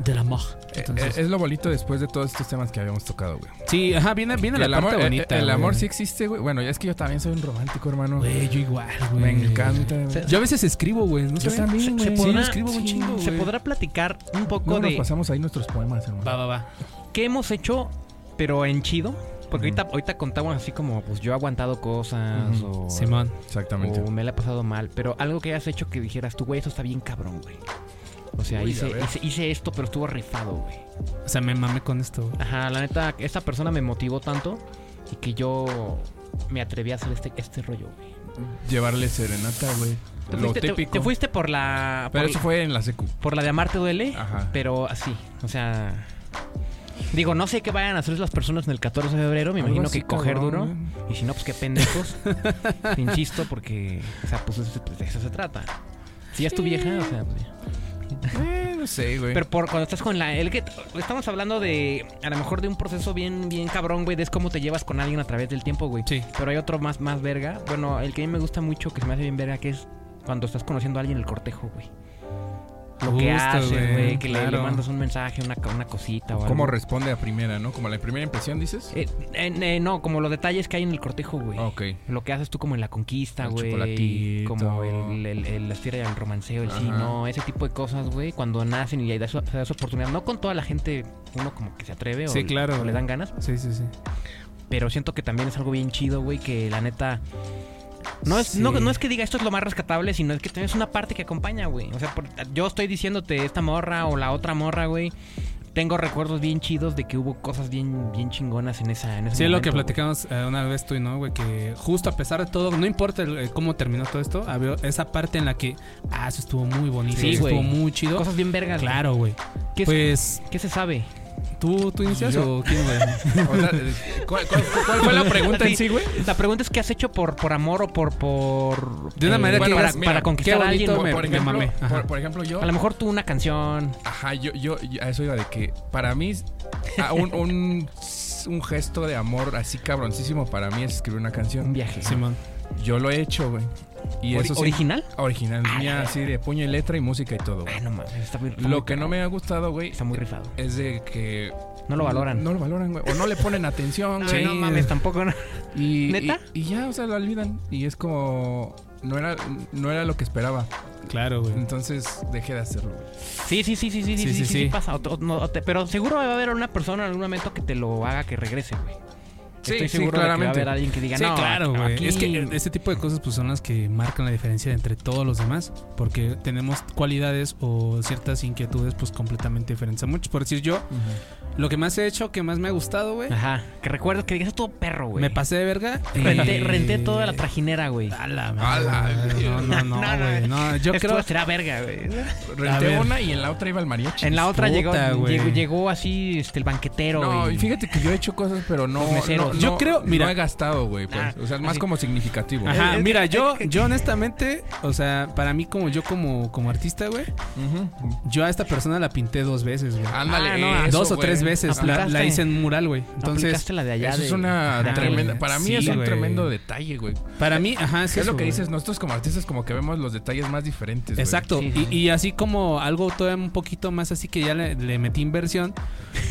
S2: del amor.
S3: Eh,
S2: Entonces,
S3: eh, es lo bonito después de todos estos temas que habíamos tocado, güey.
S2: sí, ajá, viene, viene
S3: Que
S2: la
S3: el
S2: parte
S3: amor, eh,
S2: bonita.
S3: eh, El
S2: güey.
S3: amor sí existe, güey. Bueno, ya es que yo también soy un romántico, hermano.
S2: Güey, yo igual, güey.
S3: Me encanta. güey.
S1: Se-
S2: Yo a veces escribo, güey. No
S3: Yo
S2: sé.
S3: también,
S1: se- se
S3: güey.
S1: podrá-
S3: Sí, escribo un
S2: sí,
S3: chingo,
S1: Se
S3: güey.
S1: podrá platicar un poco
S3: Luego nos
S1: de
S3: pasamos ahí nuestros poemas, hermano.
S2: Va, va, va.
S1: qué hemos hecho pero en chido. Porque
S3: Ujú.
S1: ahorita, ahorita contamos así como, pues yo he aguantado cosas
S2: Ujú.
S1: o,
S2: Simón.
S3: Exactamente.
S1: o me la he pasado mal. Pero algo que hayas hecho que dijeras, tú, güey, eso está bien cabrón, güey. O sea,
S3: Uy,
S1: hice,
S3: a ver.
S1: hice, hice esto, pero estuvo rifado, güey.
S2: O sea, me mamé con esto, güey.
S1: Ajá, la neta, esta persona me motivó tanto y que yo me atreví a hacer este, este rollo, güey.
S3: Llevarle serenata, güey.
S1: Te
S3: Lo
S1: fuiste, te-
S3: típico.
S1: te fuiste por la.
S3: Pero
S1: por-
S3: eso fue Ah. en la secu.
S1: por la de Amarte Duele,
S3: Ajá.
S1: pero así, o sea... Digo, no sé qué vayan a hacer las personas en el 14 de febrero, me
S3: Algo
S1: imagino
S3: así,
S1: que coger
S3: cabrón, ¿eh?
S1: duro.
S3: ¿no?
S1: Y si no, pues qué pendejos. Insisto, porque, o sea, pues eso- pues, de eso se trata. Si ya es tu vieja, o sea... pues, ya.
S3: Eh, no sé, güey.
S1: Pero por, cuando estás con la... El que, estamos hablando de, a lo mejor, de un proceso bien, bien cabrón, güey, de es cómo te llevas con alguien a través del tiempo, güey.
S2: Sí.
S1: Pero hay otro más, más verga. Bueno, el que a mí me gusta mucho, que se me hace bien verga, que es cuando estás conociendo a alguien en el cortejo, güey. Lo que
S2: Justo,
S1: haces,
S2: güey,
S1: güey, que le- le,
S2: claro.
S1: mandas un mensaje, una, co- una cosita o algo.
S3: ¿Cómo responde a primera, no? Como la primera impresión, dices.
S1: Eh, eh, eh, no, como los detalles que hay en el cortejo, güey.
S3: Ah, ok.
S1: Lo que haces tú como en la conquista,
S3: El
S1: güey.
S3: chocolatito.
S1: Como el, el, el, la fiera y el romanceo, el sí,
S3: Ajá.
S1: no, ese tipo de cosas, güey. Cuando nacen y ahí da su- se da su oportunidad. No con toda la gente, uno como que se atreve
S2: Sí,
S1: o,
S2: claro,
S1: o le
S2: güey.
S1: dan ganas.
S2: Sí, sí, sí.
S1: Pero siento que también es algo bien chido, güey, que la neta... No es, no,
S2: Sí.
S1: no es que diga esto es lo más rescatable, sino es que también es una parte que acompaña, güey. O sea, por- yo estoy diciéndote esta morra o la otra morra, güey. Tengo recuerdos bien chidos de que hubo cosas bien, bien chingonas en esa... En ese
S2: Sí, es lo
S1: momento,
S2: que
S1: güey.
S2: platicamos eh, una vez tú y no, güey, que justo a pesar de todo, no importa el- eh, cómo terminó todo esto, había esa parte en la que, ah, eso estuvo muy bonito,
S1: Sí,
S2: eso
S1: güey.
S2: estuvo muy chido.
S1: Cosas bien vergas. güey.
S2: claro, güey.
S1: ¿Qué,
S2: Pues,
S1: ¿Qué se sabe?
S2: ¿tú, tú inicias
S3: Yo-
S2: o quién, güey?
S3: O sea, eh, ¿cuál, cuál- cuál fue la pregunta en sí, güey?
S1: La pregunta es qué has hecho por, por amor o por... por eh,
S2: De una manera
S1: bueno,
S2: que
S1: para,
S2: digas,
S3: mira,
S1: para conquistar
S2: qué
S1: a alguien. ¿no?
S2: bonito me-
S3: por,
S2: me
S3: ejemplo,
S2: mamé. Ajá.
S3: por- por ejemplo, yo.
S1: A lo mejor tú una canción.
S3: Ajá, yo, yo, yo- a eso iba de que para mí a un, un, un gesto de amor así cabroncísimo para mí es escribir una
S1: Un
S3: canción.
S1: viaje.
S2: Simón.
S3: Yo lo he hecho, güey. Y
S1: Ori-
S3: eso sí-
S1: ¿Original?
S3: original
S1: Ah,
S3: mía,
S1: la-
S3: así de puño y letra y música y todo. güey.
S1: Ah, no mames. Está muy, está muy
S3: Lo que no
S1: cabrón.
S3: me ha gustado, güey,
S1: Está muy rifado.
S3: es de que
S1: No lo valoran.
S3: No lo valoran, güey. O no le ponen atención,
S1: Ay,
S3: güey.
S1: no mames, tampoco. ¿no?
S3: Y,
S1: ¿Neta?
S3: Y, y ya, o sea, lo olvidan. Y es como. No era, no era lo que esperaba.
S2: Claro, güey.
S3: Entonces dejé de hacerlo, güey.
S1: Sí, sí, sí, sí, sí, sí, sí, sí, sí pasa. Otro- no, te- pero seguro va a haber una persona en algún momento que te lo haga que regrese, güey.
S3: Sí,
S1: Estoy
S3: sí,
S1: seguro de que va a
S3: claramente.
S1: haber alguien que diga,
S2: Sí,
S1: no,
S2: claro, güey.
S1: aquí-
S2: Es que eh, este tipo de cosas pues son las que marcan la diferencia entre todos los demás, porque tenemos cualidades o ciertas inquietudes pues completamente diferentes a muchos. Por decir yo, lo que más he hecho, que más me ha gustado, güey,
S1: Ajá, que recuerdo que digas, estuvo perro, güey.
S2: me pasé de verga.
S1: Renté,
S2: y-
S1: renté toda la trajinera, güey.
S2: A la
S3: madre.
S2: madre. No, no, no,
S1: No, no,
S2: güey. No, Ah, yo
S1: Esto
S2: creo.
S1: será verga, güey.
S2: A
S3: Renté
S2: ver.
S3: una y en la otra iba el mariachi.
S1: En la otra llegó,
S2: Puta, güey.
S1: llegó, llegó así este, el banquetero.
S3: No,
S1: y-
S3: y fíjate que yo he hecho cosas, pero no.
S1: Los meseros.
S3: no-
S2: Yo
S3: no-
S2: creo- mira.
S3: No he gastado, güey. Pues.
S1: Ah,
S3: o sea, es más
S1: así.
S3: como significativo.
S2: Ajá, mira, yo, yo honestamente, o sea, para mí como yo como, como artista, güey,
S3: Ujú.
S2: yo a esta persona la pinté dos veces, güey.
S3: Ándale,
S1: Ah, no,
S3: eso,
S2: dos o
S3: güey.
S2: tres veces la, la
S1: Aplicaste.
S2: hice en mural, güey. Entonces,
S1: Aplicaste la de allá.
S3: Eso es
S1: de-
S3: una
S1: Ajá,
S3: tremenda.
S2: güey.
S3: Para mí
S2: Sí,
S3: es un
S2: güey.
S3: tremendo detalle, güey.
S2: para mí, ajá,
S3: Es, lo
S2: eso,
S3: que
S2: güey.
S3: dices, nosotros como artistas como que vemos los detalles más diferentes. güey.
S2: Exacto.
S1: Sí,
S2: y,
S1: sí.
S2: y así como algo todavía un poquito más así que ya le, le metí inversión,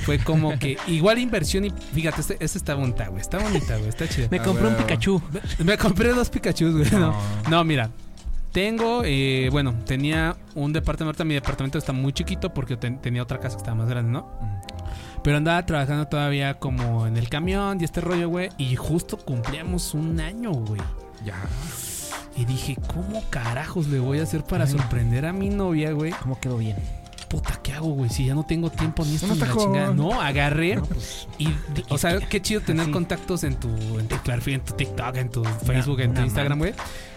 S2: fue como que igual inversión y fíjate, esta está bonita, güey. Está bonita, güey. Está chida.
S1: Me
S3: Ah,
S1: compré un
S3: güey.
S1: Pikachu.
S2: Me compré dos Pikachu, güey. No,
S3: No.
S2: No, mira. Tengo, eh, bueno, tenía un departamento. ahorita Mi departamento está muy chiquito porque ten- tenía otra casa que estaba más grande, ¿no? Pero andaba trabajando todavía como en el camión y este rollo, güey. Y justo cumplíamos un año, güey.
S3: Ya.
S2: Y dije, ¿cómo carajos le voy a hacer para
S1: Ay.
S2: sorprender a mi novia, güey?
S1: ¿Cómo quedó bien?
S2: Puta, ¿qué hago, güey? Si ya no tengo tiempo ni esto
S3: Uno
S2: ni la
S3: está
S2: chingada.
S3: joven.
S2: No, agarré y, o sea, qué chido tener
S1: Así.
S2: contactos en tu, en tu perfil, en tu TikTok, en tu Facebook, en tu
S1: una
S2: Instagram, güey.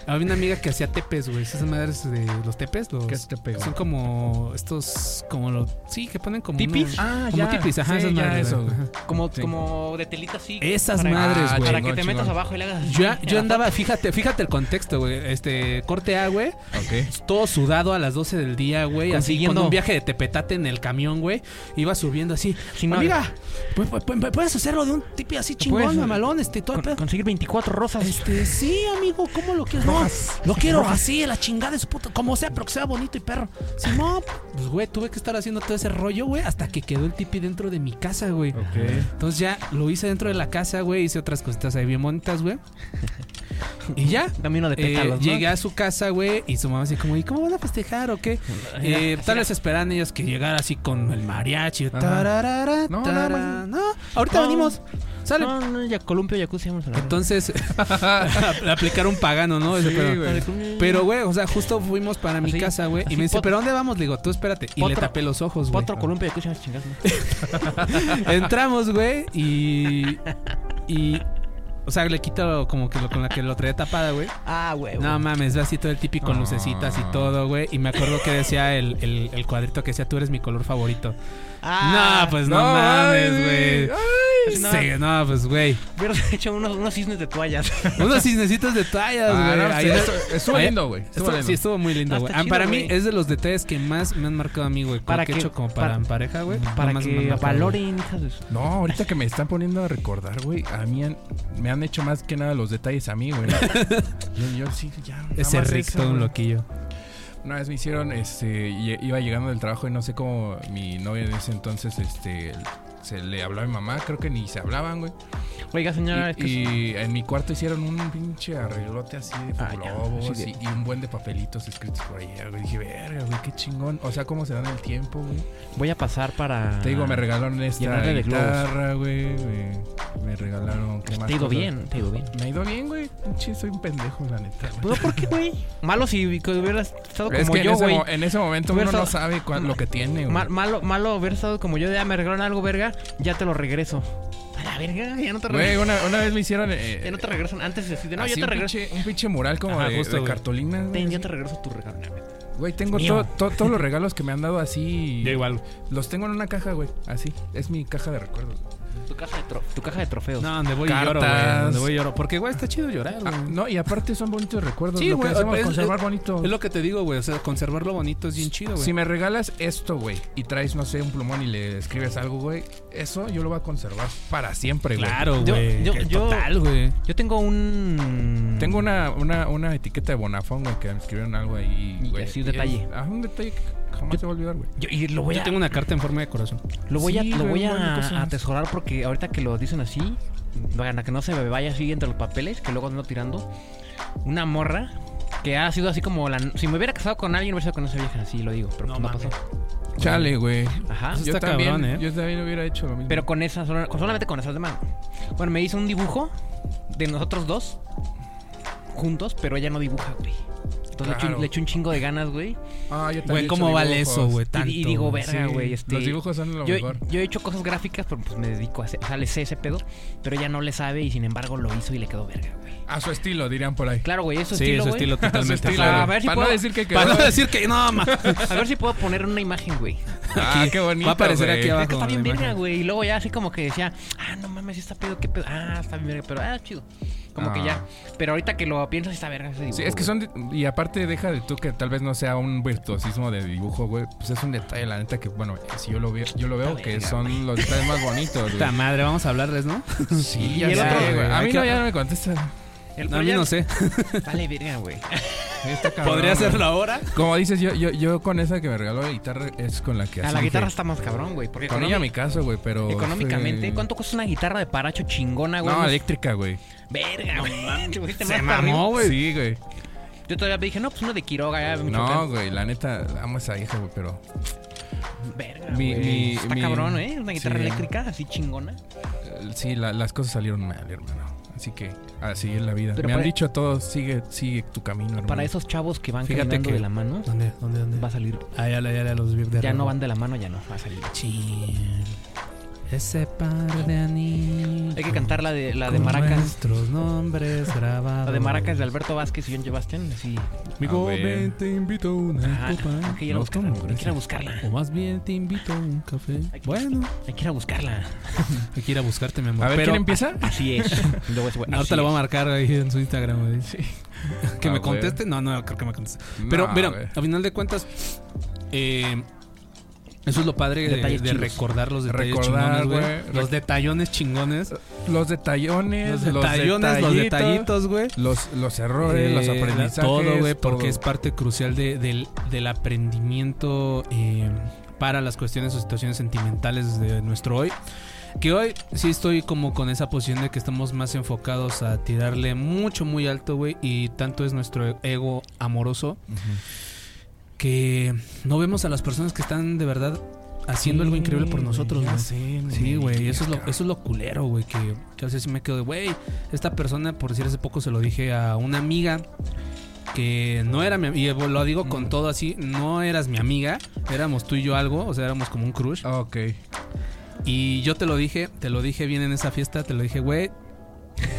S2: Había una amiga que hacía tepes, güey. Esas madres de los tepes, los...
S3: ¿Qué te pegó?
S2: Son como estos, como los... Sí, que ponen como...
S1: ¿Tipis?
S2: unos-
S3: Ah,
S2: como
S3: ya.
S2: tipis, ajá,
S3: Sí,
S2: esas
S3: ya
S2: madres.
S3: eso,
S2: güey.
S3: güey.
S2: Ajá.
S1: Como,
S3: Sí.
S1: como de telita así.
S2: Esas
S1: para-
S2: madres,
S3: Ah,
S2: güey.
S1: Para
S3: Chingón,
S1: que te metas
S3: chingón.
S1: abajo y le hagas.
S2: Yo, yo andaba, fíjate, fíjate el contexto, güey. Este, corte A, güey.
S3: Ok.
S2: Todo sudado a las 12 del día, güey. Así
S1: Consiguiendo-
S2: con un viaje de tepetate en el camión, güey. Iba subiendo así.
S1: Sí, no,
S2: Amiga, pu- pu- pu- puedes hacerlo de un tipi así chingón,
S1: Puedes,
S2: mamalón, este, todo el
S1: Con-
S2: pedo.
S1: conseguir 24 rosas.
S2: Este, sí, amigo, ¿cómo lo quieres?
S1: Rojas.
S2: No, lo quiero así, la chingada de su puta. Como sea, pero que sea bonito y perro. Si no, pues, güey, tuve que estar haciendo todo ese rollo, güey, hasta que quedó el tipi dentro de mi casa, güey.
S3: Ok.
S2: Entonces ya lo hice dentro de la casa, güey. Hice otras cositas ahí bien bonitas, güey. Y ya.
S1: Camino de
S2: Eh,
S1: pétalos, ¿no?
S2: Llegué a su casa, güey, y su mamá así como, ¿y cómo vas a festejar o qué? Eh, tal vez esperaban ellos que llegara así con el mariachi.
S3: Ajá.
S2: tararara,
S3: No,
S2: tarara,
S3: nada más.
S2: no, ahorita
S1: No.
S2: venimos. Sale.
S1: No, no, ya columpio, jacuzzi, vamos a la
S2: Entonces, aplicar un pagano, ¿no? Ese
S3: Sí,
S2: pedo.
S3: güey.
S1: verga.
S2: Pero, güey, o sea, justo fuimos para mi
S1: Así,
S2: casa, güey. Y
S1: así,
S2: me dice,
S1: pot-
S2: ¿pero dónde vamos? Le digo, tú espérate. Y le
S1: Potro-
S2: tapé los ojos, güey.
S1: Potro, columpio, jacuzzi, vamos a chingar, ¿no?
S2: Entramos, güey, y. Y. O sea, le quito como que lo, con la que lo traía tapada, güey.
S1: Ah, güey.
S2: No mames, ve así todo el típico
S3: Ah.
S2: lucecitas y todo, güey. Y me acuerdo que decía el, el- el cuadrito que decía, tú eres mi color favorito.
S1: Ah,
S2: no, pues no, mames, güey.
S3: ay.
S1: no.
S2: Sí, no, pues, güey.
S1: Hubieras hecho unos, unos cisnes de toallas.
S2: Unos cisnecitos de toallas,
S3: Ah,
S2: güey.
S3: no,
S2: Ahí-
S3: sí, estuvo- estuvo
S2: ahí-
S3: lindo, güey.
S2: Estuvo-
S3: Estuvo lindo.
S2: sí, estuvo muy lindo,
S1: No,
S2: güey.
S1: está
S2: Ah, para
S1: chido,
S2: mí
S1: güey.
S2: es de los detalles que más me han marcado a mí, güey. Para
S1: Para
S2: que he
S1: que-
S2: hecho como para,
S1: para-
S2: en pareja, güey.
S1: Para
S2: Más me han
S1: que
S2: marcado,
S1: valoren, hijas de su-
S3: No, ahorita que me están poniendo a recordar, güey, a mí han- me han hecho más que nada los detalles a mí, güey. yo, yo sí, ya. nada
S2: güey. Ese
S3: más
S2: Rick,
S3: eso,
S2: todo un
S3: güey.
S2: loquillo.
S3: Una vez me hicieron, este, y- iba llegando del trabajo y no sé cómo mi novia de ese entonces, este, se le habló a mi mamá, creo que ni se hablaban, güey.
S1: Oiga, señora, es
S3: Y,
S1: que...
S3: y en mi cuarto hicieron un pinche arreglote así de
S1: Ah, ya,
S3: globos
S1: así de-
S3: y, y un buen de papelitos escritos por ahí, güey. Dije, verga, güey, qué chingón. O sea, cómo se dan el tiempo, güey.
S1: Voy a pasar para...
S3: Te digo, me regalaron
S1: Ah.
S3: esta
S1: Llenarle de globos.
S3: guitarra, güey. Me, me regalaron... ¿qué más
S1: Te digo
S3: cosas?
S1: bien, te digo bien.
S3: Me ha ido bien, güey. Pinche, soy un pendejo, la neta, güey.
S1: No, ¿por qué, güey? Malo si que hubieras estado
S3: Es
S1: como
S3: que en,
S1: yo,
S3: ese,
S1: güey.
S3: mo- en ese momento uno
S1: Hubiera
S3: no
S1: estado-
S3: sabe cuán- lo que tiene, güey.
S1: Ma- malo, malo haber estado como yo, de "Ah, me regalaron algo, verga, ya te lo regreso. A la verga, ya no te
S3: Güey,
S1: regresan.
S3: una, una vez me hicieron... eh,
S1: Ya no te regresan antes de decirte, no,
S3: así
S1: yo te
S3: un
S1: regreso.
S3: pinche- un pinche mural como
S2: Ajá,
S3: de,
S2: justo,
S3: de
S2: güey.
S3: cartulina, güey.
S1: Ten, yo te regreso tu regalo.
S3: Güey, tengo
S1: Mío.
S3: to- to- todos los regalos que me han dado así.
S2: Yo igual.
S3: Los tengo en una caja, güey. Así. Es mi caja de recuerdos.
S1: Tu caja de, tro- tu caja de trofeos.
S2: No, donde voy y lloro, güey.
S3: Cartas.
S2: Donde voy y lloro. Porque, güey, está chido llorar, güey.
S3: Ah, no, y aparte son bonitos recuerdos.
S2: Sí,
S3: lo
S2: güey,
S3: que hacemos,
S2: es-
S3: conservar
S2: es-
S3: bonito.
S2: Es lo que te digo, güey. O sea, conservar lo bonito es bien chido, güey.
S3: Si me regalas esto, güey, y traes, no sé, un plumón y le escribes algo, güey, eso yo lo voy a conservar para siempre, güey.
S2: claro,
S1: Yo-
S2: güey.
S1: yo-
S2: que
S1: yo-
S2: Total, güey.
S1: Yo tengo un.
S3: Tengo una, una, una etiqueta de Bonafón, güey, que me escribieron algo ahí.
S1: Y
S3: güey,
S1: así un
S3: es-
S1: detalle.
S3: ajá, un detalle que jamás se va a olvidar, güey.
S1: Yo, y lo voy
S2: Yo
S1: a.
S2: tengo una carta en forma de corazón.
S1: Lo voy a,
S3: Sí,
S1: lo
S3: güey,
S1: voy
S3: un buen de
S1: a
S3: cosas.
S1: atesorar porque ahorita que lo dicen así, para que no se me vaya así entre los papeles, que luego ando tirando. Una morra que ha sido así como la. Si me hubiera casado con alguien, hubiera sido con esa vieja, así lo digo, pero
S2: No
S1: no, no
S2: mames.
S1: pasó.
S3: Chale, güey.
S1: Ajá.
S2: Eso
S3: Yo
S2: está
S3: también,
S2: cabrón, ¿eh?
S3: yo también hubiera hecho lo mismo.
S1: Pero con esas, solo- con- solamente con esas de mano. Bueno, me hizo un dibujo de nosotros dos juntos, pero ella no dibuja, güey. Entonces le eché un-
S3: Claro.
S1: le eché un chingo de ganas, güey.
S3: Ah, yo también he
S2: Güey,
S3: hecho
S2: ¿cómo vale
S3: dibujos.
S2: eso, güey?
S1: Y,
S2: Tanto.
S1: di- y digo,
S2: güey.
S1: verga,
S3: Sí,
S1: güey. este,
S3: Los dibujos son lo
S1: yo,
S3: mejor.
S1: yo he hecho cosas gráficas, pero pues me dedico a hacer, o sea, le sé ese pedo, pero ella no le sabe y sin embargo lo hizo y le quedó verga, güey.
S3: A su estilo, dirían por ahí.
S1: Claro, güey, eso es
S2: Sí,
S1: estilo,
S2: su
S1: güey.
S2: estilo totalmente.
S1: estilo,
S2: claro.
S1: a ver si
S3: Para no
S1: puedo-
S3: decir que quedó.
S2: Para no decir que no, ma.
S1: A ver si puedo poner una imagen, güey.
S3: Ah, qué bonito.
S2: Va a aparecer
S3: güey.
S2: aquí abajo.
S1: Es que está
S2: la
S1: bien verga,
S2: imagen.
S1: güey. Y luego ya así como que decía, ah, no mames, está pedo, qué pedo. Ah, está bien verga, pero ah, chido. Como que
S3: Ah.
S1: ya. Pero ahorita que lo pienso, sí está verga ese dibujo,
S3: Sí, es que
S1: güey.
S3: son. de- Y aparte, deja de tú que tal vez no sea un virtuosismo de dibujo, güey. Pues es un detalle, la neta, que bueno, si yo lo, vi- yo lo veo,
S1: Está
S3: que
S1: verga,
S3: son los detalles más bonitos,
S2: Puta
S3: güey.
S2: madre, vamos a hablarles, ¿no?
S3: Sí,
S1: Y
S3: ya
S1: el
S3: sé,
S1: otro-
S3: güey. A
S2: hay
S3: mí
S2: que-
S3: no, ya no me contesta.
S1: El
S2: A mí
S1: proyecto-
S2: no sé.
S1: Vale, verga, güey.
S3: Está cabrón,
S2: Podría
S3: güey.
S2: hacerlo ahora.
S3: Como dices, yo, yo, yo con esa que me regaló la guitarra es con la que
S1: A
S3: así
S1: Ah, la
S3: dije,
S1: guitarra está más cabrón, güey. Porque
S3: Con ella mi caso, güey, pero.
S1: Económicamente,
S3: fue-
S1: ¿cuánto cuesta una guitarra de paracho chingona, güey?
S3: No,
S1: Unos-
S3: eléctrica, güey.
S1: Verga, güey. Te fuiste
S2: Se
S1: más para
S2: mamó,
S1: arriba.
S2: güey.
S3: Sí, güey.
S1: Yo todavía dije, no, pues uno de Quiroga, ya,
S3: No,
S1: Michoacán.
S3: güey, la neta, amo a esa hija, güey, pero.
S1: Verga,
S3: Mi-
S1: güey.
S3: mi-
S1: Está
S3: mi-
S1: cabrón, ¿eh? Una guitarra
S3: Sí.
S1: eléctrica, así chingona.
S3: Eh, Sí, la- las cosas salieron mal, hermano. Así que a seguir la vida.
S1: Pero
S3: Me han
S1: para-
S3: dicho a todos, sigue, sigue tu camino, hermano.
S1: Para esos chavos que van
S2: Fíjate
S1: caminando
S2: que-
S1: de la mano,
S2: ¿Dónde? ¿Dónde?
S1: va a salir.
S2: Ah, ya, ya, ya, ya los vi de
S1: Ya no
S2: rojo.
S1: van de la mano, ya no, va a salir.
S2: Chin. Ese par de anillos.
S1: Hay que cantar la de, la de
S2: con
S1: Maracas.
S2: Nuestros nombres grabados.
S1: La de Maracas Ah, de Alberto Vázquez y John Sebastián, así.
S2: Amigo,
S3: A ver.
S2: ven, te invito a una
S1: Ajá,
S2: copa.
S1: hay que ir a
S3: no,
S1: buscarla.
S3: ¿cómo
S1: Hay que ir a
S3: crees?
S1: buscarla.
S2: O más bien te invito a un café.
S1: Hay que-
S2: Bueno,
S1: Hay que ir a buscarla.
S2: hay que ir a buscarte, mi amor.
S3: A ver,
S2: Pero
S3: ¿quién empieza?
S1: Así es. Luego es, güey, así
S2: Ahorita lo
S1: es.
S2: voy a marcar ahí en su Instagram, güey. que
S3: A
S2: me
S3: ver.
S2: conteste. No, no, creo que me conteste.
S3: No,
S2: Pero, mira,
S3: güey.
S2: a final de cuentas, eh, eso es lo padre de,
S1: Detalles
S2: de
S1: chidos.
S2: recordar los detalles
S3: Recordar,
S2: chingones, güey.
S3: güey.
S2: Los detallones chingones.
S3: Los detallones,
S2: Los detallones,
S3: detallitos,
S2: los detallitos, güey.
S3: Los, los errores, los
S2: Eh,
S3: aprendizajes.
S2: Todo, güey, porque
S3: todo.
S2: es parte crucial de- del, del aprendimiento eh, para las cuestiones o situaciones sentimentales de nuestro hoy. Que hoy sí estoy como con esa posición de que estamos más enfocados a tirarle mucho, muy alto, güey. Y tanto es nuestro ego amoroso que no vemos a las personas que están de verdad haciendo algo increíble por nosotros,
S3: güey.
S2: güey.
S3: ya sé, no
S2: Sí,
S3: me
S2: güey,
S3: digas,
S2: eso es lo,
S3: cabrón.
S2: eso es lo culero, güey, que, que a veces sí me quedo de, güey, esta persona, por decir hace poco, se lo dije a una amiga que no era mi amiga, y lo digo
S3: Mm.
S2: con todo así, no eras mi amiga, éramos tú y yo algo, o sea, éramos como un crush,
S3: Ok.
S2: y yo te lo dije, te lo dije bien en esa fiesta, te lo dije, güey,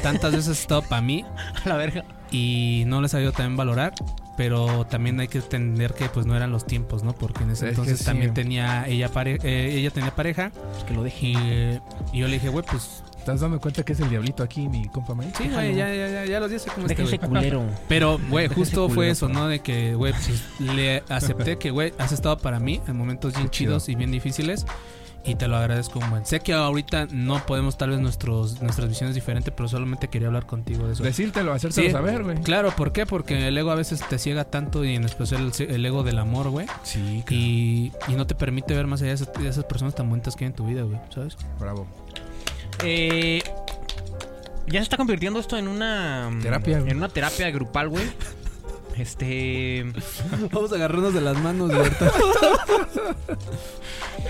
S2: tantas veces has estado para mí
S1: A la verga.
S2: y no lo he sabido también valorar, pero también hay que entender que pues no eran los tiempos, ¿no? Porque en ese
S3: Es que
S2: entonces
S3: sí.
S2: también tenía ella, pare- eh, ella tenía pareja
S1: pues que lo deje.
S2: y, eh, y yo le dije, güey, pues
S3: ¿Estás dando cuenta que es el diablito aquí, mi compa May?
S2: Sí, güey, ya, ya, ya, ya los días se como este,
S1: Deja ese culero.
S2: Pero, güey,
S1: Deja
S2: justo
S1: ese
S2: fue
S1: culero,
S2: eso, ¿no? De que, güey, pues, le acepté que, güey, has estado para mí en momentos bien
S3: chido.
S2: chidos y bien difíciles. Y te lo agradezco, güey. Sé que ahorita no podemos, tal vez, nuestros, nuestras visiones diferentes, pero solamente quería hablar contigo de eso.
S3: Decírtelo, hacértelo
S2: Sí.
S3: saber, güey.
S2: Claro, ¿por qué? Porque el ego a veces te ciega tanto y en especial el, el ego del amor, güey.
S3: Sí,
S2: Y, y no te permite ver más allá de esas, de esas personas tan bonitas que hay en tu vida, güey. ¿Sabes?
S3: Bravo.
S1: Eh, ya se está convirtiendo esto en una.
S3: Terapia, güey.
S1: En una terapia grupal, güey. Este.
S2: Vamos a agarrarnos de las manos, de verdad.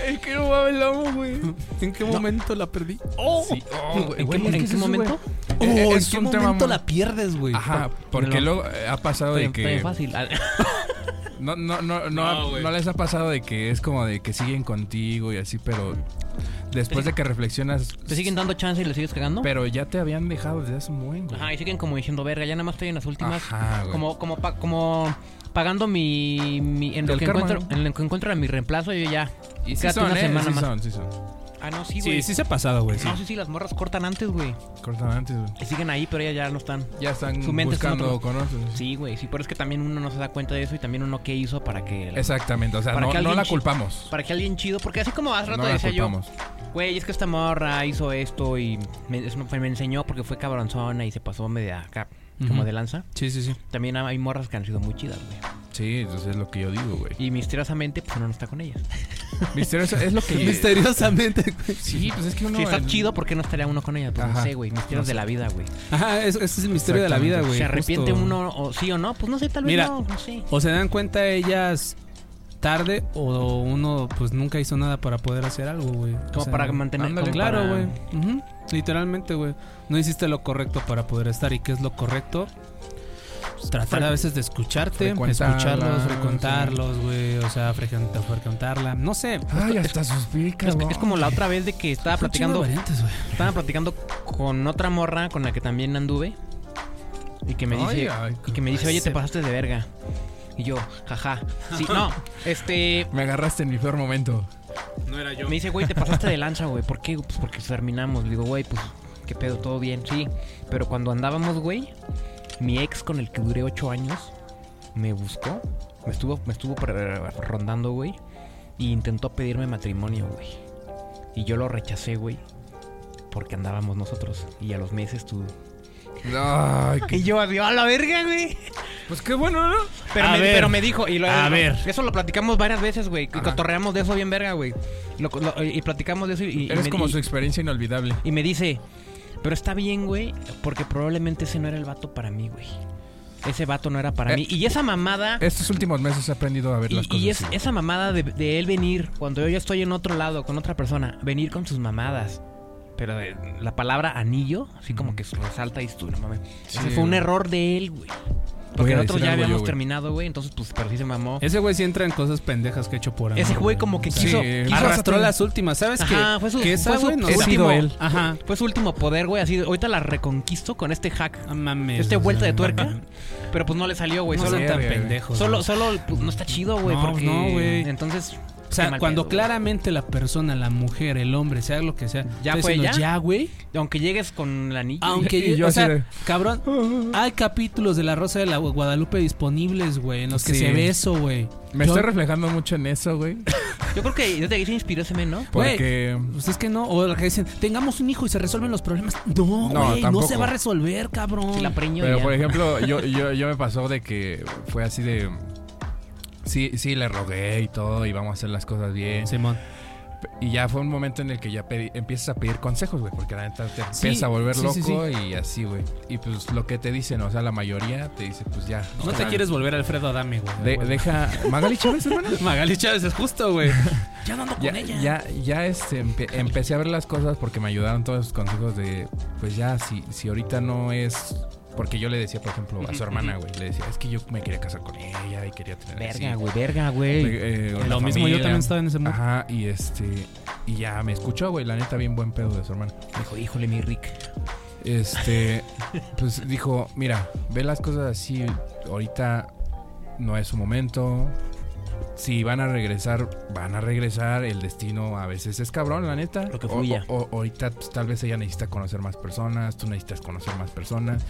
S3: Es que no mames, la amo, güey.
S2: ¿En qué momento la perdí?
S1: ¡Oh!
S3: Sí. Oh, güey,
S1: ¿En qué,
S3: güey,
S1: mo-
S3: es que
S1: en
S3: es
S1: qué
S3: eso,
S1: momento?
S2: Oh,
S3: Eh, eh,
S2: ¿en
S3: es
S2: qué
S3: un tema
S2: momento
S3: muy-
S2: la pierdes, güey?
S3: Ajá, porque luego eh, ha pasado de
S1: Pero-
S3: que...
S1: pero fácil. Ah,
S3: No, no, no, no,
S2: No,
S3: no,
S2: güey.
S3: les ha pasado de que es como de que siguen contigo y así, pero después de que reflexionas...
S1: ¿Te siguen dando chance y le sigues cagando?
S3: Pero ya te habían dejado desde hace un buen, güey.
S1: Ajá, y siguen como diciendo, verga, ya nada más estoy en las últimas.
S3: Ajá, güey.
S1: como, como, pa- como pagando mi. mi- en, lo
S3: Del
S1: que
S3: karma,
S1: encuentro,
S3: ¿no?
S1: en lo que encuentro a mi reemplazo, yo ya.
S3: Y sí
S1: quédate
S3: son,
S1: una
S3: ¿eh?
S1: semana
S3: sí
S1: más.
S3: son, sí son.
S1: Ah, no, sí, güey. Ah.
S2: Sí, sí se ha pasado, güey. sí.
S1: No, sí, sí, las morras cortan antes, güey.
S3: Cortan antes, güey.
S1: Y siguen ahí, pero ellas ya no están.
S3: Ya están
S1: Su mente está en
S3: buscando
S1: otro-
S3: con otros.
S1: Sí, güey, sí, pero es que también uno no se da cuenta de eso y también uno qué hizo para que...
S3: Exactamente, o sea,
S1: Para
S3: no,
S1: que
S3: no
S1: alguien
S3: la
S1: chi-
S3: culpamos.
S1: Para que alguien chido, porque así como hace rato
S3: No la
S1: decía yo,
S3: culpamos.
S1: güey, es que esta morra hizo esto y me, eso fue- me enseñó porque fue cabronzona y se pasó media acá, como
S2: Ujú.
S1: de lanza.
S2: Sí, sí, sí.
S1: También hay morras que han sido muy chidas, güey.
S3: Sí, entonces es lo que yo digo, güey.
S1: Y misteriosamente, pues uno no está con ellas.
S3: Misterioso, es lo que...
S2: Misteriosamente.
S3: Sí, pues es que uno...
S1: si estás
S3: el-
S1: chido, ¿por qué no estaría uno con ellas? Pues
S3: Ajá.
S1: no sé, güey, misterios de la vida, güey.
S2: Ajá, eso, ese es el misterio de la vida,
S3: Exactamente.
S2: Ah, güey.
S1: ¿Se arrepiente
S2: justo.
S1: uno o sí o no? Pues no sé, tal vez
S2: Mira.
S1: no, no sé.
S2: O se dan cuenta ellas tarde o uno pues nunca hizo nada para poder hacer algo, güey. O
S1: Como
S2: sea,
S1: para mantener...
S3: ándale,
S1: como
S2: Claro,
S1: para-
S2: güey. Ujú. Literalmente, güey. No hiciste lo correcto para poder estar. ¿Y qué es lo correcto? Pues, Tratar a veces de escucharte,
S3: Frecuentarla,
S2: escucharlos, frecuentarlos, güey. O sea, frecuenta- frecuentarla. No sé.
S3: Ay, hasta suspiré,
S1: Es,
S3: cabrón.
S1: es como la otra vez de que estaba
S2: Son chingo de
S1: platicando
S2: variantes, güey.
S1: Estaba platicando con otra morra con la que también anduve. Y que me
S3: Ay,
S1: dice,
S3: ay,
S1: y que me dice, oye,
S2: ese-
S1: te pasaste de verga. Y yo, jaja. Sí, no, este.
S3: Me agarraste en mi peor momento.
S2: No era yo.
S1: Me dice, güey, te pasaste de lanza, güey. ¿Por qué? Pues porque terminamos. Le digo, güey, pues, qué pedo, todo bien, sí. Pero cuando andábamos, güey, mi ex con el que duré ocho años me buscó. Me estuvo, me estuvo pre- rondando, güey. Y intentó pedirme matrimonio, güey. Y yo lo rechacé, güey. Porque andábamos nosotros. Y a los meses tú.
S3: Ay, qué-
S1: Y yo así, a la verga, güey.
S3: Pues qué bueno, ¿no?
S1: Pero,
S2: A
S1: me,
S2: ver.
S1: pero me dijo, y lo-
S2: A
S1: lo-
S2: ver.
S1: eso lo platicamos varias veces, güey. Y
S3: Ajá.
S1: cotorreamos de eso bien verga, güey. Lo- lo- y platicamos de eso y, y
S3: Eres
S1: me,
S3: como
S1: y-
S3: su experiencia inolvidable.
S1: y me dice, pero está bien, güey, porque probablemente ese no era el vato para mí, güey. Ese vato no era para
S3: Eh,
S1: mí. Y esa mamada...
S3: Estos últimos meses he aprendido a ver las
S1: Y,
S3: cosas.
S1: y es,
S3: así.
S1: esa mamada de, de él venir, cuando yo ya estoy en otro lado, con otra persona, venir con sus mamadas. Pero eh, la palabra anillo, así como que resalta y dices tú, no mames.
S3: Sí,
S1: Ese fue un
S3: güey.
S1: error de él, güey.
S3: Voy
S1: Porque
S3: a
S1: nosotros
S3: decir
S1: ya
S3: algo yo,
S1: habíamos
S3: güey.
S1: terminado, güey. Entonces, pues, pero sí se mamó.
S2: Ese güey sí entra en cosas pendejas que ha hecho por amor,
S1: Ese güey como que
S2: O sea,
S1: quiso...
S3: Sí.
S1: quiso
S2: Arrastró
S1: hacer-
S2: las últimas, ¿sabes qué?
S1: Ajá, fue su,
S2: que
S1: fue
S2: esa
S1: su
S2: güey no
S3: ha
S1: último-
S3: sido él.
S2: Ajá.
S1: Fue su último poder, güey. Así, de, ahorita la reconquisto con este hack.
S2: No mames.
S1: Este
S2: o sea,
S1: vuelta de tuerca. Pero pues no le salió, güey.
S2: No
S1: solo,
S2: sean
S3: sé,
S2: tan
S3: güey.
S2: pendejos.
S1: solo,
S2: güey.
S1: solo, pues, no está chido, güey.
S2: No,
S1: porque
S2: no, güey.
S1: Entonces...
S2: o
S1: qué
S2: sea,
S1: mal
S2: cuando
S1: pedo, güey.
S2: claramente la persona, la mujer, el hombre, sea lo que sea,
S1: Ya
S2: está
S1: fue,
S2: diciendo,
S1: ya.
S2: ya, güey.
S1: Aunque llegues con la anillo.
S2: Aunque
S3: y
S2: yo,
S3: yo
S2: o
S3: así
S2: sea,
S3: de-
S2: cabrón, hay capítulos de La Rosa de la Guadalupe disponibles, güey, en los que
S3: Sí.
S2: se ve eso, güey.
S3: Me
S2: Yo-
S3: estoy reflejando mucho en eso, güey.
S1: Yo creo que desde ahí se inspiró ese men, ¿no?
S2: Güey.
S3: Porque.
S2: Pues es que no, o la que dicen, tengamos un hijo y se resuelven los problemas. No,
S3: No,
S2: güey, no,
S3: tampoco.
S2: se va a resolver, cabrón.
S1: Si la preño
S3: Pero
S1: ya.
S3: por ejemplo, yo, yo, yo me pasó de que fue así de. Sí, sí, le rogué y todo, y vamos a hacer las cosas bien.
S2: Simón.
S3: Y ya fue un momento en el que ya pedí- empiezas a pedir consejos, güey, porque la neta te
S2: Sí,
S3: empieza a volver
S2: sí,
S3: loco
S2: sí,
S3: y así, güey. Y pues lo que te dicen, o sea, la mayoría te dice, pues ya.
S2: No te
S3: ojalá.
S2: quieres volver Alfredo Adame, güey.
S3: De-
S2: Bueno.
S3: deja. Magali Chávez, hermana.
S2: Magali Chávez es justo, güey.
S1: Ya no ando con
S3: Ya,
S1: ella.
S3: ya, ya este, empe- empecé a ver las cosas porque me ayudaron todos los consejos de, pues ya, si, si ahorita no es... Porque yo le decía, por ejemplo, a su hermana, güey, le decía, es que yo me quería casar con ella y quería tener...
S1: Verga,
S3: así,
S1: güey, verga, güey.
S3: eh, eh, una
S2: Lo mismo yo
S3: familia".
S2: también estaba en ese mundo.
S3: Ajá, y este... Y ya me escuchó, güey, la neta, bien buen pedo de su hermana.
S1: Dijo, híjole, mi Rick.
S3: Este, pues dijo, mira, ve las cosas así, ahorita no es su momento. Si van a regresar, van a regresar. El destino a veces es cabrón, la neta.
S1: Lo que
S3: O-
S1: fluya.
S3: o- o- ahorita pues, tal vez ella necesita conocer más personas, tú necesitas conocer más personas.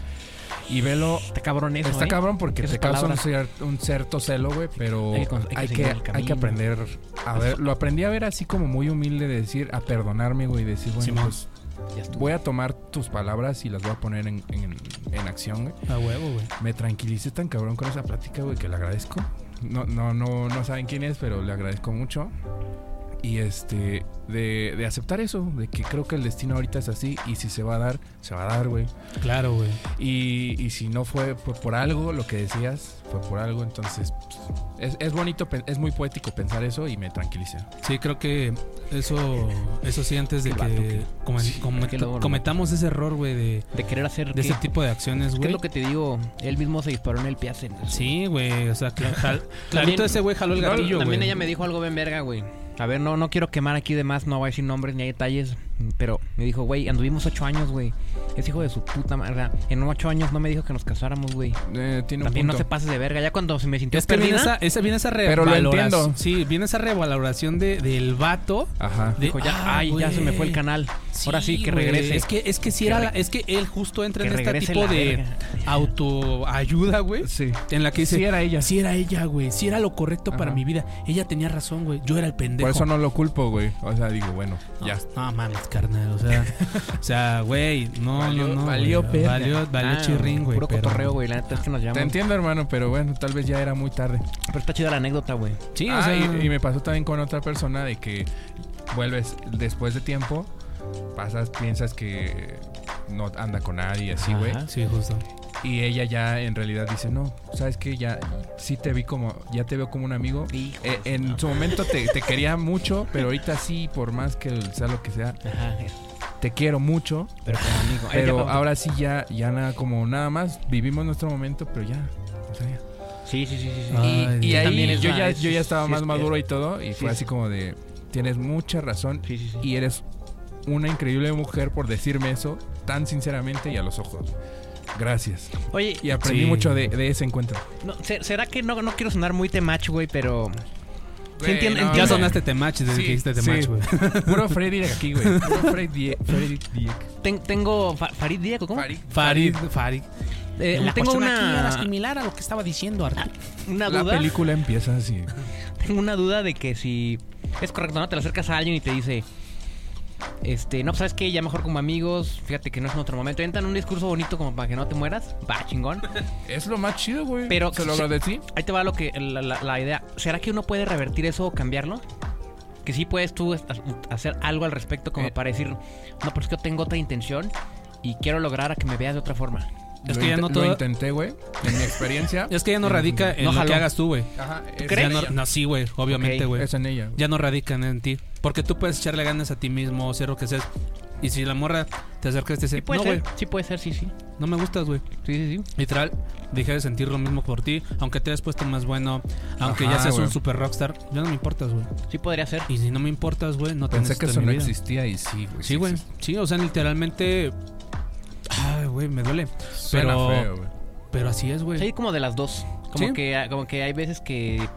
S3: Y velo,
S1: Está cabrón eso,
S3: está
S1: ¿eh?
S3: cabrón porque
S1: Esas
S3: te causa un,
S1: palabras.
S3: cier- un cierto celo, güey, pero
S1: Hay que con- hay que
S3: hay
S1: seguir
S3: que,
S1: el
S3: hay que
S1: camino.
S3: aprender a ver. Lo aprendí a ver así como muy humilde, de decir, a perdonarme, güey, y decir, bueno,
S2: Simón.
S3: pues
S1: Ya estuvo.
S3: Voy a tomar tus palabras y las voy a poner en, en- en acción, güey.
S2: A huevo, güey.
S3: Me tranquilicé tan cabrón con esa plática, güey, que le agradezco. No, no, no, no saben quién es, pero le agradezco mucho. Y este, de, de aceptar eso, de que creo que el destino ahorita es así y si se va a dar, se va a dar, güey.
S2: Claro, güey.
S3: Y, y si no fue por, por algo, lo que decías, fue por algo. Entonces, pues, es, es bonito, pe- es muy poético pensar eso y me tranquiliza.
S2: Sí, creo que eso, eso sí, antes de
S1: Qué vato,
S2: que comen-
S1: sí,
S2: comet-
S1: qué lobo,
S2: cometamos ese error, güey, de,
S1: De querer hacer.
S2: de
S1: ¿qué?
S2: ese tipo de acciones,
S1: ¿Qué es
S2: güey.
S1: lo que te digo? Él mismo se disparó en el pie hace-
S2: Sí, güey, o sea, cla- jal- clarito ese güey jaló el
S1: No,
S2: gatillo,
S1: También
S2: güey.
S1: ella me dijo algo bien verga, güey. A ver, no, no quiero quemar aquí de más, no voy a decir nombres ni hay detalles. Pero me dijo, güey, anduvimos ocho años, güey. Es hijo de su puta madre. o sea, En ocho años no me dijo que nos casáramos, güey.
S3: Eh, tiene un
S1: También no se
S3: punto.
S1: pases de verga. Ya cuando se me sintió
S2: Es que viene
S1: perdida,
S2: esa, esa- viene esa
S3: Pero lo
S2: revaloración.
S3: entiendo.
S2: Sí, viene esa revaloración de, del vato.
S3: Ajá.
S2: de,
S1: dijo, ya,
S2: "Ah,
S1: ay, ya se me fue el
S2: güey,
S1: canal. Ahora sí, que
S2: güey,
S1: regrese.
S2: Es que, es que si
S1: Que
S2: era
S1: re-
S2: la- es que él justo entra
S1: que
S2: en este
S1: regrese
S2: tipo
S1: la
S2: de
S1: verga.
S2: autoayuda, güey.
S3: Sí.
S2: En la que dice,
S3: Sí era ella.
S2: Sí era ella, güey. Sí era lo correcto para
S3: Ajá.
S2: mi vida. Ella tenía razón, güey. Yo era el pendejo.
S3: Por eso no lo culpo, güey. O sea, digo, bueno,
S2: No,
S3: ya.
S2: No mames, carnal. O sea, o sea, güey. No,
S3: Valió-
S2: no, no.
S3: valió
S2: güey,
S3: verga.
S2: Valió, valió
S1: Ah,
S2: chirrín, güey.
S1: Puro
S2: pero-
S1: cotorreo, güey. La neta es que nos
S3: Te
S1: llamamos.
S3: entiendo, hermano, pero bueno, tal vez ya era muy tarde.
S1: Pero está chida la anécdota, güey.
S2: Sí, o
S3: Ah,
S2: sea,
S3: y, y me pasó también con otra persona de que vuelves después de tiempo, pasas, piensas que no anda con nadie, así, güey.
S1: Ajá.
S2: Sí, justo.
S3: Y ella ya en realidad dice, no, sabes que ya sí te vi como, ya te veo como un amigo.
S1: Hijo
S3: Eh,
S1: de-
S3: en su momento te, te quería mucho, pero ahorita sí, por más que sea lo que sea,
S1: Ajá,
S3: te quiero mucho.
S1: pero como amigo. Ay, ya
S3: Pero
S2: ah,
S1: vamos.
S3: ahora sí ya, ya nada, como nada más, vivimos nuestro momento, pero ya. O sea, ya.
S1: Sí, sí, sí, sí. sí.
S3: Y,
S2: Ah, Ay,
S3: y
S2: Dios.
S1: También
S3: ahí
S1: es
S3: yo
S1: una-
S3: ya,
S1: es-
S3: yo ya estaba
S1: sí,
S3: más
S1: es-
S3: maduro y todo, y fue
S1: sí.
S3: así como de, tienes mucha razón
S1: Sí, sí, sí.
S3: y eres una increíble mujer por decirme eso tan sinceramente y a los ojos. Gracias.
S1: Oye,
S3: Y aprendí
S2: Sí.
S3: mucho de, de ese encuentro.
S1: no, se- ¿será que no, no quiero sonar muy temach, güey? Pero. Sí, entiendo-
S3: Güey, no,
S2: Ya
S1: entiendo.
S3: güey.
S2: sonaste temach desde
S3: Ah, Sí,
S2: que dijiste
S3: sí.
S2: temach, güey.
S3: Puro Freddy de aquí, güey. Puro Freddy Freddy Dieck.
S1: ten- tengo. Fa- ¿Farid Diego? ¿Cómo?
S3: Farid.
S2: Farid, Farid.
S1: Eh, tengo una,
S2: similar a lo que estaba diciendo
S1: una
S3: La
S1: duda.
S3: película empieza así.
S1: Tengo una duda de que si. Es correcto, ¿no? Te le acercas a alguien y te dice. Este, no, pues, sabes que ya mejor como amigos. Fíjate que no es nuestro momento. Entran un discurso bonito como para que no te mueras. Va, chingón.
S3: Es lo más chido, güey.
S1: Pero-
S3: se lo agradecí.
S1: Ahí te va lo que la, la- la idea. ¿Será que uno puede revertir eso o cambiarlo? Que sí puedes tú ha- hacer algo al respecto como
S3: Eh.
S1: para decir, no, pero es que yo tengo otra intención y quiero lograr a que me veas de otra forma.
S2: Es
S3: Lo
S2: que ya
S3: inte-
S2: no
S3: Lo
S2: todo.
S3: intenté, güey. En mi experiencia.
S2: Es que ya no radica en
S1: No
S2: lo
S1: jaló.
S2: que hagas tú, güey.
S3: Ajá, es
S1: crees?
S2: Ya
S3: en
S2: no,
S3: ella.
S2: no, sí, güey, obviamente,
S1: Ok.
S2: güey.
S3: Es en ella. güey.
S2: Ya no radican en ti. Porque tú puedes echarle ganas a ti mismo, ser lo que seas. Y si la morra te acerca y te dice,
S1: Sí puede
S2: no,
S1: ser,
S2: güey,
S1: sí puede ser, sí, sí.
S2: no me gustas, güey.
S1: Sí, sí, sí.
S2: Literal, dejé de sentir lo mismo por ti. Aunque te hayas puesto más bueno, aunque
S3: Ajá,
S2: ya seas
S3: güey.
S2: un super rockstar, ya no me importas, güey.
S1: Sí podría ser.
S2: Y si no me importas, güey, no te
S3: Pensé que
S2: necesito
S3: eso
S2: en
S3: no
S2: mi vida.
S3: existía y sí, güey.
S2: Sí, güey. Sí, o sea, literalmente. Ay, güey, me duele.
S3: Suena
S2: Pero-
S3: feo, güey.
S2: Pero así es, güey.
S1: Sí, como de las dos. Como
S2: Sí.
S1: que como que hay veces que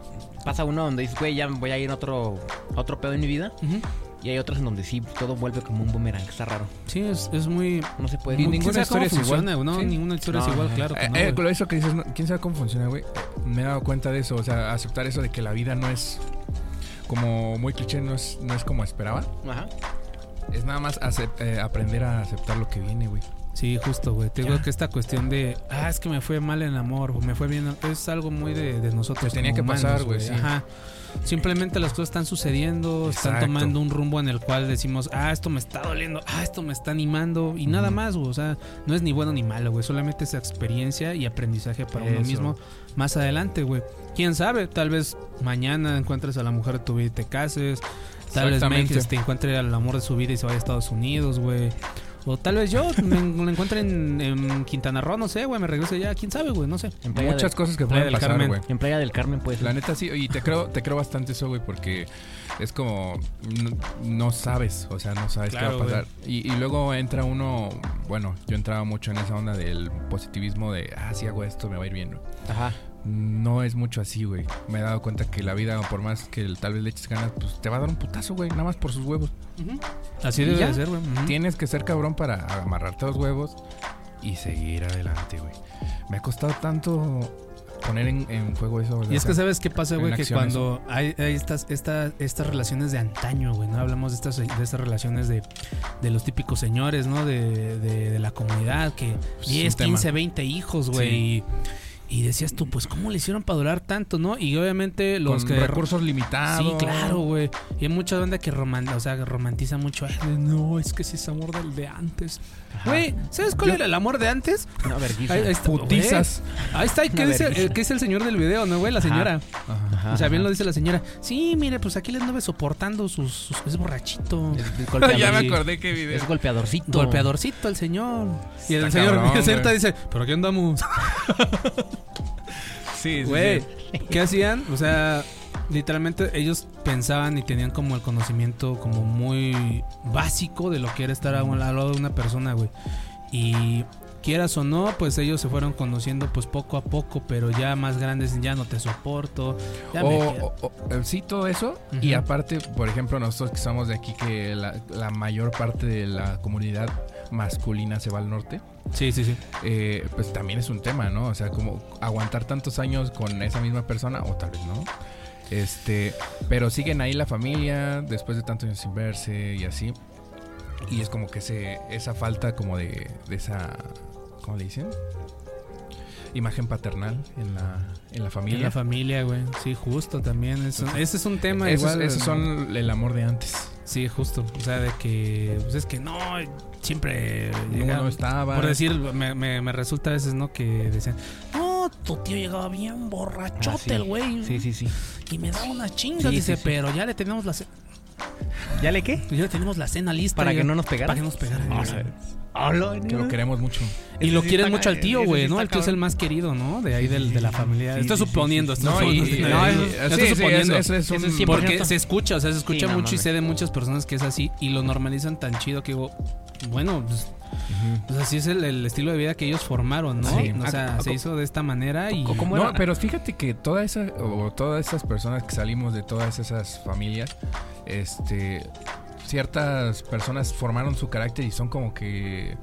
S1: pasa uno donde dices, güey, ya voy a ir a otro, a otro pedo en mi vida.
S2: Ujú.
S1: Y hay otras en donde sí, todo vuelve como un boomerang. Está raro.
S2: Sí, es, es muy.
S1: No se puede.
S3: Y
S2: muy-
S3: ninguna
S2: ¿quién sabe cómo
S3: historia es igual?
S2: funciona, güey? No,
S3: Sí.
S2: ninguna historia
S1: No,
S2: es igual,
S1: ajá.
S2: claro. Que no,
S3: Eh, eh,
S2: güey.
S3: con eso que dices, no- quién sabe cómo funciona, güey. Me he dado cuenta de eso, o sea, aceptar eso de que la vida no es como muy cliché, no es, no es como esperaba.
S1: Ajá.
S3: Es nada más acep- eh, aprender a aceptar lo que viene, güey.
S2: Sí, justo, güey. Te
S1: Ya.
S2: digo que esta cuestión de, ah, es que me fue mal en amor, o me fue bien, es algo muy de, de nosotros.
S3: Que Pues tenía
S2: como
S3: que
S2: humanos,
S3: pasar, güey, sí.
S2: Ajá. Simplemente las cosas están sucediendo, están
S3: Exacto.
S2: tomando un rumbo en el cual decimos, ah, esto me está doliendo, ah, esto me está animando, y nada
S3: Ujú.
S2: más, güey. O sea, no es ni bueno ni malo, güey. Solamente es experiencia y aprendizaje para uno
S3: Eso.
S2: mismo más adelante, güey. Quién sabe, tal vez mañana encuentres a la mujer de tu vida y te cases. Tal vez
S3: Exactamente.
S2: Max te encuentre al amor de su vida y se vaya a Estados Unidos, güey. O tal vez yo me, me encuentre en, en Quintana Roo, no sé, güey, me regrese ya, quién sabe, güey, no sé.
S1: En Playa,
S3: Muchas
S1: del,
S3: cosas que
S2: Playa
S3: pueden
S2: del
S3: pasar,
S2: Carmen.
S3: güey.
S1: en Playa del Carmen, pues.
S3: La neta sí, y te creo, te creo bastante eso, güey, porque es como no, no sabes, o sea, no sabes
S2: Claro,
S3: qué va a pasar. Y, y luego entra uno, bueno, yo entraba mucho en esa onda del positivismo de, ah, si hago esto, me va a ir bien. ¿no?
S1: Ajá.
S3: No es mucho así, güey. Me he dado cuenta que la vida, por más que el- tal vez le eches ganas, pues te va a dar un putazo, güey, nada más por sus huevos.
S2: Así
S3: ¿Y
S2: debe
S3: ya?
S2: de ser, güey. ujú.
S3: Tienes que ser cabrón para amarrarte a los huevos y seguir adelante, güey. Me ha costado tanto poner en, en juego eso. o sea,
S2: Y es que sabes qué pasa,
S3: en
S2: güey, que
S3: acciones.
S2: cuando hay, hay estas, esta- estas relaciones de antaño, güey, ¿no? Hablamos de estas, de estas relaciones de, de los típicos señores, ¿no? De, de- de la comunidad, que
S3: Pues,
S2: 10,
S3: un tema.
S2: 15, 20 hijos, güey.
S3: Sí.
S2: Y, y decías tú, pues, ¿cómo le hicieron para durar tanto, no? Y obviamente los
S3: con
S2: que
S3: recursos limitados.
S2: Sí, claro, güey. Y hay mucha banda que roman- o sea, que romantiza mucho. "Ay, No, es que sí es amor del de antes. Güey, ¿sabes cuál era el amor de antes?
S1: Una vergüenza.
S2: Ahí, ahí está,
S3: Putizas.
S2: güey. Ahí está, ¿qué
S1: Una
S2: dice,
S1: vergüenza.
S2: el, qué dice el señor del video, no, güey? La señora.
S3: Ajá.
S1: Ajá,
S2: o sea, bien
S1: ajá.
S2: lo dice la señora. Sí, mire, pues aquí le anduve soportando sus, sus- es borrachito.
S1: Es, es golpeador-
S3: ya me acordé qué video.
S1: Es golpeadorcito.
S2: Golpeadorcito el señor. Y el
S3: Está
S2: señor
S3: cabrón,
S2: se sienta y
S3: güey.
S2: dice, ¿pero qué andamos?
S3: Sí, sí,
S2: Güey,
S3: sí.
S2: ¿qué hacían? O sea, literalmente ellos pensaban y tenían como el conocimiento como muy básico de lo que era estar a un- al lado de una persona, güey. Y quieras o no, pues ellos se fueron conociendo pues poco a poco, pero ya más grandes, ya no te soporto. Ya me
S3: O-
S2: quedo.
S3: o- o- eh, sí, todo eso. Y
S2: Ujú.
S3: aparte, por ejemplo, nosotros que somos de aquí, que la, la mayor parte de la comunidad masculina se va al norte,
S2: Sí, sí, sí.
S3: eh, pues también es un tema, ¿no? O sea, como aguantar tantos años con esa misma persona, o tal vez no. Este, pero siguen ahí la familia después de tantos años sin verse y así. Y es como que ese, esa falta como de, de esa, ¿cómo le dicen? Imagen paternal en la, en la
S2: Y
S3: familia.
S2: la familia, güey. Sí, justo también. Eso, ese es un tema
S3: Esos,
S2: igual.
S3: esos son el amor de antes.
S2: Sí, justo. O sea, de que... Pues es que no, siempre...
S3: Uno
S2: llegaba-
S3: estaba.
S2: Por decir, me, me- me resulta a veces, ¿no? Que decían, no, tu tío llegaba bien
S1: Ah, sí.
S2: borrachote, el güey.
S1: Sí, sí, sí.
S2: Y me daba unas chingas.
S1: Sí,
S2: dice,
S1: sí, sí.
S2: pero ya le tenemos la, ce-
S1: ¿Ya le qué?
S2: ya le tenemos la cena lista.
S1: Para
S2: Y
S1: que
S2: yo-
S1: no nos pegara.
S2: Para que no nos pegara.
S1: Ah,
S2: Sí.
S1: Hablo.
S3: que lo queremos mucho.
S2: Y lo
S1: Ese sí
S2: quieren
S1: está
S2: mucho al
S1: ca-
S2: tío,
S1: ese
S2: güey,
S1: sí
S2: ¿no?
S1: está
S2: El tío es el
S1: cabrón.
S2: más querido, ¿no? De ahí
S1: Sí,
S2: del-
S1: sí,
S2: de la
S1: sí,
S2: familia.
S1: sí,
S2: estoy
S1: sí, sí,
S2: suponiendo.
S1: sí,
S2: estoy
S1: sí. No, y-
S2: suponiendo.
S1: y- y-
S2: eso- eso
S3: sí,
S2: estoy
S3: sí,
S2: suponiendo.
S3: eso- eso es
S1: Eso es
S3: un-
S1: siempre-
S2: Porque se escucha, o sea, se escucha
S1: no
S2: mucho y
S1: mames.
S2: sé de muchas personas que es así y lo normalizan tan chido que digo, bueno, pues, pues así es el, el estilo de vida que ellos formaron, ¿no?
S3: Sí.
S2: O sea,
S3: Ah,
S2: se
S3: co-
S2: hizo de esta manera y...
S1: co- como-
S3: No,
S1: era?
S3: pero fíjate que toda esa, o todas esas personas que salimos de todas esas familias, este, ciertas personas formaron su carácter y son como que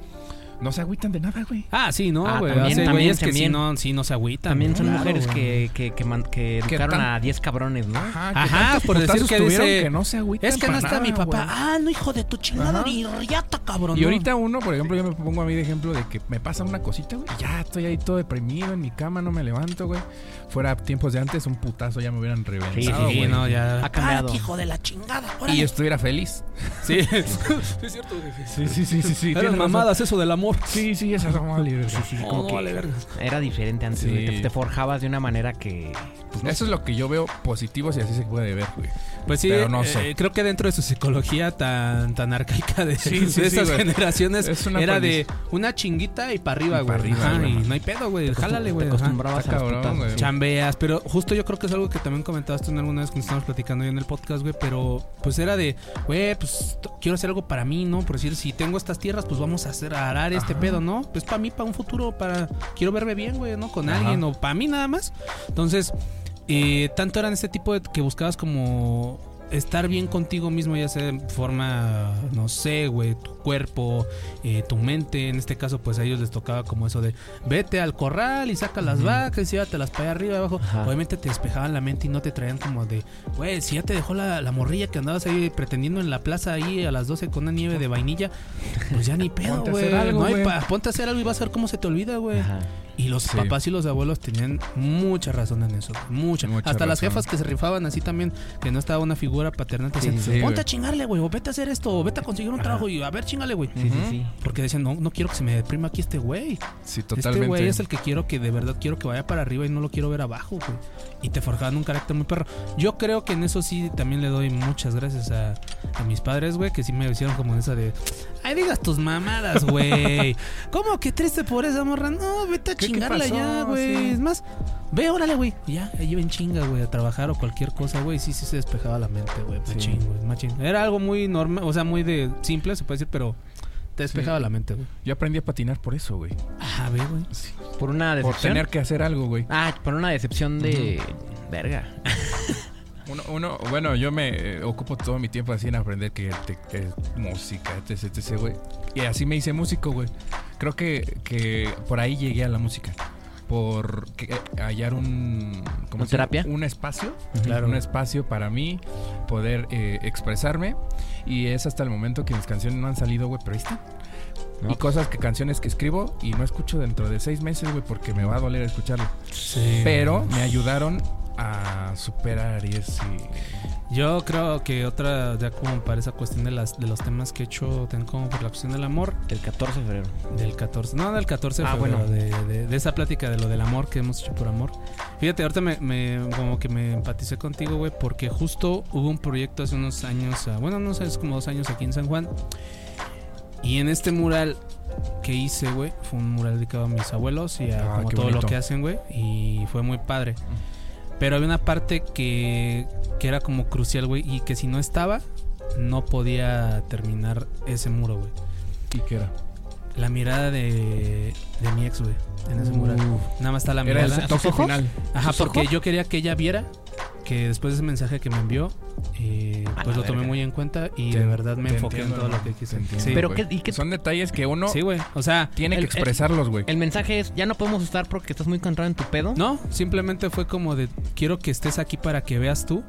S3: no se agüitan de nada, güey.
S2: Ah, sí, no,
S1: Ah,
S2: güey.
S1: también,
S2: hace
S1: también,
S2: güeyes que sí
S1: también.
S2: no, sí no se agüitan.
S1: También son
S2: Claro,
S1: mujeres
S2: güey.
S1: que, que, que, man- que
S3: ¿Qué
S1: educaron
S3: tan-
S1: a 10 cabrones, ¿no?
S3: que
S2: Ajá,
S3: tantos
S2: por
S1: pues,
S2: decir
S3: putazos
S2: que
S3: tuvieron
S2: dice,
S3: que no se agüitan
S2: Es que no
S3: para
S2: está
S3: nada,
S2: mi papá.
S3: güey".
S2: Ah, no, hijo de tu chingada,
S3: Ajá.
S2: ni riata, cabrón.
S3: Y
S2: no.
S3: ahorita uno, por ejemplo, yo me pongo a mí de ejemplo de que me pasa una cosita, güey. y Ya estoy ahí todo deprimido en mi cama, no me levanto, güey. Fuera tiempos de antes, un putazo ya me hubieran reventado,
S1: Sí, sí,
S2: Sí,
S3: güey.
S2: no, ya...
S1: Ha cambiado.
S2: de la chingada.
S3: Y yo estuviera feliz.
S2: Sí, es cierto.
S3: Sí, sí, sí, sí, sí.
S2: Eran mamadas eso del amor.
S3: Sí, sí, esa es Sí, sí,
S1: como que- Era diferente antes,
S3: Sí.
S1: güey. Te, te forjabas de una manera que. pues, no
S3: Eso es lo que yo veo positivo si así se puede ver, güey.
S2: Pues sí,
S3: Pero no sé.
S2: eh, creo que dentro de su psicología tan, tan arcaica de,
S3: Sí,
S2: de
S3: sí, sí,
S2: esas
S3: güey.
S2: generaciones,
S3: Es una
S2: era
S3: aprendiz-
S2: de una chinguita y para arriba,
S3: Y pa'
S2: güey.
S3: arriba,
S2: Ajá,
S3: güey.
S2: y no hay pedo, güey.
S1: Te acostum-
S2: Jálale, güey.
S1: Te
S2: ajá.
S1: acostumbrabas
S3: Está
S1: a los
S3: cabrón,
S1: putazos,
S3: güey.
S1: sí.
S2: Chambeas, pero justo yo creo que es algo que también comentabas tú en alguna vez cuando estábamos platicando yo en el podcast, güey, pero pues era de, güey, pues t- quiero hacer algo para mí, ¿no? Por decir, si tengo estas tierras, pues vamos a hacer a arar este
S3: Ajá.
S2: pedo, ¿no? Pues para mí, para un futuro, para quiero verme bien, güey, ¿no? Con
S3: Ajá.
S2: alguien o para mí nada más. Entonces, eh, tanto eran este tipo de que buscabas como estar bien contigo mismo, ya sea en forma, no sé, güey, tu cuerpo, eh, tu mente. En este caso, pues a ellos les tocaba como eso de vete al corral y saca las vacas y llévatelas para allá arriba, abajo.
S1: Ajá.
S2: Obviamente te despejaban la mente y no te traían como de, güey, si ya te dejó la, la morrilla que andabas ahí pretendiendo en la plaza ahí a las 12 con una nieve de vainilla, pues ya ni pedo,
S3: Ponte a
S2: güey.
S3: hacer algo,
S2: No hay
S3: güey.
S2: pa- ponte a hacer algo y vas a ver cómo se te olvida, güey.
S1: Ajá.
S2: Y los
S3: Sí.
S2: papás y los abuelos tenían mucha razón en eso. Mucha.
S3: Mucha
S2: Hasta las
S3: razón.
S2: jefas que se rifaban así también, que no estaba una figura paterna, te
S1: Sí,
S2: decían,
S1: sí,
S2: ponte
S3: güey.
S2: a chingarle, güey, o vete a hacer esto, o vete a conseguir un trabajo y a ver, chingale, güey.
S1: Sí, sí,
S3: Ujú.
S1: sí.
S2: Porque decían, no, no quiero que se me deprima aquí este güey.
S3: Sí,
S2: Este
S3: totalmente.
S2: güey es el que quiero que de verdad quiero que vaya para arriba y no lo quiero ver abajo, güey. Y te forjaban un carácter muy perro. Yo creo que en eso sí también le doy muchas gracias a, a mis padres, güey, que sí me hicieron como esa de. Ay, digas tus mamadas, güey. ¿Cómo que triste por esa morra? No, vete a
S3: ¿Qué- qué
S2: chingarla
S3: pasó?
S2: ya, güey.
S3: Sí.
S2: Es más, ve, órale, güey. Y Ya, ahí ven chinga, güey, a trabajar o cualquier cosa, güey. Sí, sí se despejaba la mente, güey.
S3: Sí.
S2: Machín, güey, machín. Era algo muy normal, o sea, muy de simple, se puede decir, pero te despejaba
S3: Sí.
S2: la mente, güey.
S3: Yo aprendí a patinar por eso, güey.
S2: Ah, ve, güey.
S1: Por una
S3: Por
S1: decepción.
S3: tener que hacer algo, güey.
S1: Ah, por una decepción de. Verga.
S3: Uno, uno, bueno, yo me eh, ocupo todo mi tiempo así en aprender que te- eh, música, etc, etc, güey. Y así me hice músico, güey. Creo que, que por ahí llegué a la música. Por que- eh, hallar un... ¿cómo
S1: ¿Una
S3: se llama?
S1: terapia?
S3: Un espacio.
S2: Claro.
S3: Un espacio para mí poder eh, expresarme. Y es hasta el momento que mis canciones no han salido, güey, pero ahí están.
S1: No,
S3: y cosas que canciones que escribo y no escucho dentro de seis meses, güey, porque me va a doler escucharlo.
S2: Sí.
S3: Pero me ayudaron a superar y ese...
S2: Yo creo que otra, ya como para esa cuestión de, las, de los temas que he hecho, ten como por la cuestión del amor,
S1: El 14 de febrero.
S2: del 14, no, del 14 de
S1: Ah,
S2: febrero,
S1: bueno.
S2: de, de- de esa plática de lo del amor que hemos hecho por amor. Fíjate, ahorita me, me- como que me empaticé contigo, güey, porque justo hubo un proyecto hace unos años, ah, bueno, no sé, es como dos años aquí en San Juan, y en este mural que hice, güey, fue un mural dedicado a mis abuelos y a
S3: Ah,
S2: como
S3: qué
S2: todo lo
S3: bonito.
S2: que hacen, güey, y fue muy padre. Pero había una parte que, que era como crucial, güey, y que si no estaba, no podía terminar ese muro, güey.
S3: ¿Y qué era?
S2: La mirada de, de mi ex, güey, en ese mural. Nada más está la
S3: Era
S2: mirada.
S3: el toque
S1: ojos?
S3: final.
S2: Ajá,
S1: ¿Sus
S2: porque
S1: ojos?
S2: yo quería que ella viera que después de ese mensaje que me envió, eh,
S1: A
S2: pues
S1: la
S2: lo tomé
S1: verga.
S2: muy en cuenta y
S3: Te-
S2: de verdad me
S3: te
S2: enfoqué
S3: entiendo,
S2: en todo lo
S3: hermano,
S2: que
S3: te
S2: quise.
S3: entiendo,
S2: Sí,
S1: Pero
S3: güey.
S1: qué- ¿y qué-
S3: Son detalles que uno
S2: Sí, güey. O sea,
S3: tiene que
S1: el- el-
S3: expresarlos, güey.
S1: El mensaje es: ya no podemos estar porque estás muy controlado en tu pedo.
S2: no, simplemente fue como de quiero que estés aquí para que veas tú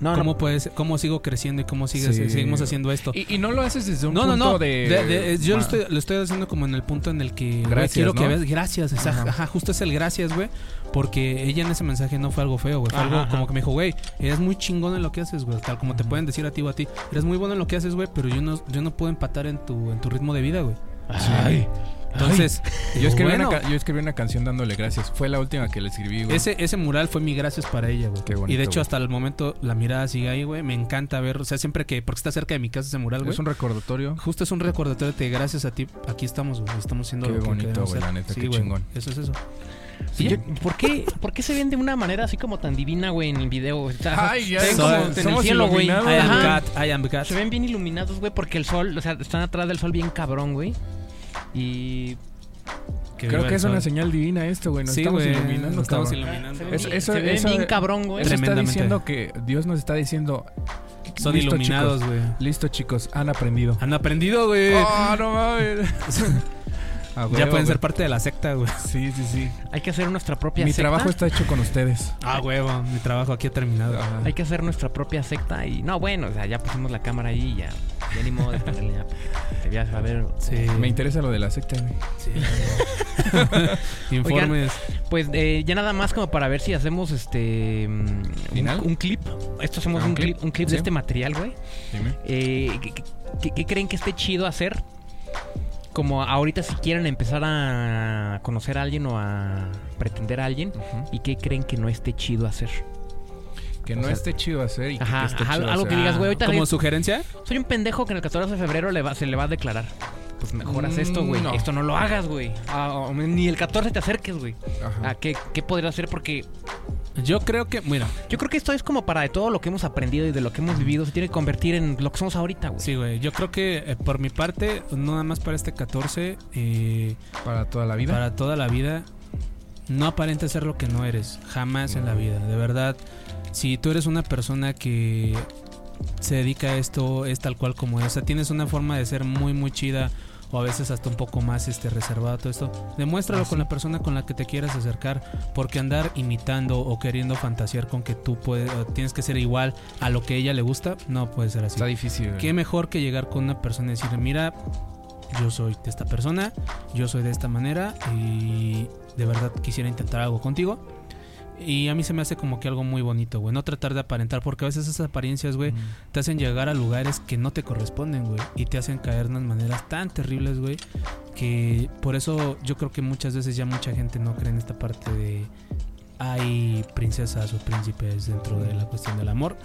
S1: no.
S2: cómo puedes, cómo sigo creciendo y cómo sigues,
S3: Sí.
S2: seguimos haciendo esto.
S3: Y, y no lo haces desde un
S2: No, no,
S3: punto
S2: no.
S3: de...
S2: De- de- eh, yo lo
S3: Ma-
S2: estoy, lo estoy haciendo como en el punto en el que güey,
S3: Gracias,
S2: quiero que
S3: ¿no?
S2: veas. Gracias, esa- ajá.
S3: Ajá.
S2: justo es el gracias, güey. Porque ella en ese mensaje no fue algo feo, güey. Fue
S1: Ajá,
S2: algo
S1: ajá.
S2: como que me dijo, güey, eres muy chingón en lo que haces, güey. Tal como te pueden decir a ti o a ti. Eres muy bueno en lo que haces, güey, pero yo no, yo no puedo empatar en tu, en tu ritmo de vida, güey.
S1: Ay.
S2: Entonces,
S3: Yo escribí, una,
S2: bueno,
S3: ca- yo escribí una canción dándole gracias. Fue la última que le escribí, güey.
S2: ese, ese mural fue mi gracias para ella, güey.
S3: Qué bonito,
S2: y de hecho,
S3: güey.
S2: hasta el momento la mirada sigue ahí, güey. Me encanta ver, o sea, siempre que, porque está cerca de mi casa ese mural, güey.
S3: Es un recordatorio.
S2: Justo es un recordatorio de gracias a ti, aquí estamos, güey. Estamos siendo
S3: Qué
S2: lo que
S3: bonito,
S2: queremos
S3: güey,
S2: ser.
S3: la neta, qué
S2: güey,
S3: chingón.
S2: Eso es eso.
S1: Sí, yo- ¿por, qué, ¿Por qué se ven de una manera así como tan divina, güey, en el video? O sea,
S3: Ay, ya
S1: se ven
S2: soy-
S1: como en el
S3: somos
S1: cielo, güey.
S3: iluminados,
S2: I am
S1: Ajá.
S2: God, I am God.
S1: Se ven bien iluminados, güey, porque el sol, o sea, están atrás del sol bien cabrón, güey. Y
S3: Creo que es una señal divina esto, güey. Nos
S2: Sí,
S3: estamos
S2: güey,
S3: iluminando,
S2: nos estamos
S3: cabrón.
S2: iluminando.
S1: se
S3: Eso-
S1: ven,
S3: eso-
S1: se ven
S3: eso-
S1: bien cabrón, güey.
S3: Eso está
S2: Tremendamente.
S3: diciendo que... Dios nos está diciendo...
S2: Son
S3: "Listo,
S2: iluminados,
S3: chicos,
S2: güey.
S3: Listo, chicos. Han aprendido.
S2: Han aprendido, güey.
S3: ¡Ah, no mames! Ah, güey,
S2: ya
S3: güey.
S2: pueden ser parte de la secta, güey.
S3: Sí, sí, sí.
S1: Hay que hacer nuestra propia
S3: Mi
S1: secta.
S3: trabajo está hecho con ustedes.
S2: Ah, huevo, mi trabajo aquí ha terminado.
S3: Ajá.
S1: Hay que hacer nuestra propia secta y no, bueno, o sea, ya pusimos la cámara ahí y ya. Ya ni modo de ponerle ya. porque Ya se va a ver.
S2: Sí.
S3: Me interesa lo de la secta, güey.
S2: Sí. Informes.
S1: Pues eh, ya nada más como para ver si hacemos este mm, un,
S3: ¿Final?
S1: un clip. Esto hacemos
S3: Ah, un
S1: un clip,
S3: clip.
S1: un clip
S3: Sí.
S1: de este material, güey.
S3: Dime.
S1: Eh, ¿qué- qué- ¿qué, qué creen que esté chido hacer? Como ahorita si quieren empezar a conocer a alguien o a pretender a alguien. ¿Y qué creen que no esté chido hacer?
S3: Que
S1: O
S3: no
S1: sea,
S3: esté chido hacer y que-
S1: ajá,
S3: que esté
S1: ajá,
S3: chido
S1: algo
S3: hacer.
S1: que digas, güey, ahorita
S2: Como
S1: le-
S2: sugerencia,
S1: Soy un pendejo que en el 14 de febrero le va- se le va a declarar. Pues mejor haz esto,
S3: Mm,
S1: güey.
S3: no.
S1: Esto no lo hagas, güey. Ah, o- ni el 14 te acerques, güey.
S3: Ajá.
S1: ¿A qué, ¿Qué podría hacer? Porque
S2: yo creo que, mira,
S1: yo creo que esto es como para de todo lo que hemos aprendido y de lo que hemos vivido. Se tiene que convertir en lo que somos ahorita, güey.
S2: sí, güey, yo creo que eh, por mi parte, no nada más para este 14, eh,
S3: Para toda la vida.
S2: Para toda la vida. No aparentes ser lo que no eres. Jamás en la vida. De verdad. Si tú eres una persona que se dedica a esto es tal cual como es. O sea, tienes una forma de ser muy, muy chida o a veces hasta un poco más este reservado todo esto.
S3: Ah,
S2: Demuéstralo con la persona con la que te quieras acercar, porque andar imitando o queriendo fantasear con que tú puedes, o tienes que ser igual a lo que a ella le gusta, no puede ser así.
S3: Está difícil. güey.
S2: Qué mejor que llegar con una persona y decirle, mira, yo soy de esta persona, yo soy de esta manera y de verdad quisiera intentar algo contigo. Y a mí se me hace como que algo muy bonito, güey. No tratar de aparentar, porque a veces esas apariencias,
S3: Mm.
S2: güey, te hacen llegar a lugares que no te corresponden, güey. Y te hacen caer de unas maneras tan terribles, güey. Que por eso yo creo que muchas veces ya mucha gente no cree en esta parte de... Hay princesas o príncipes dentro de la cuestión del amor.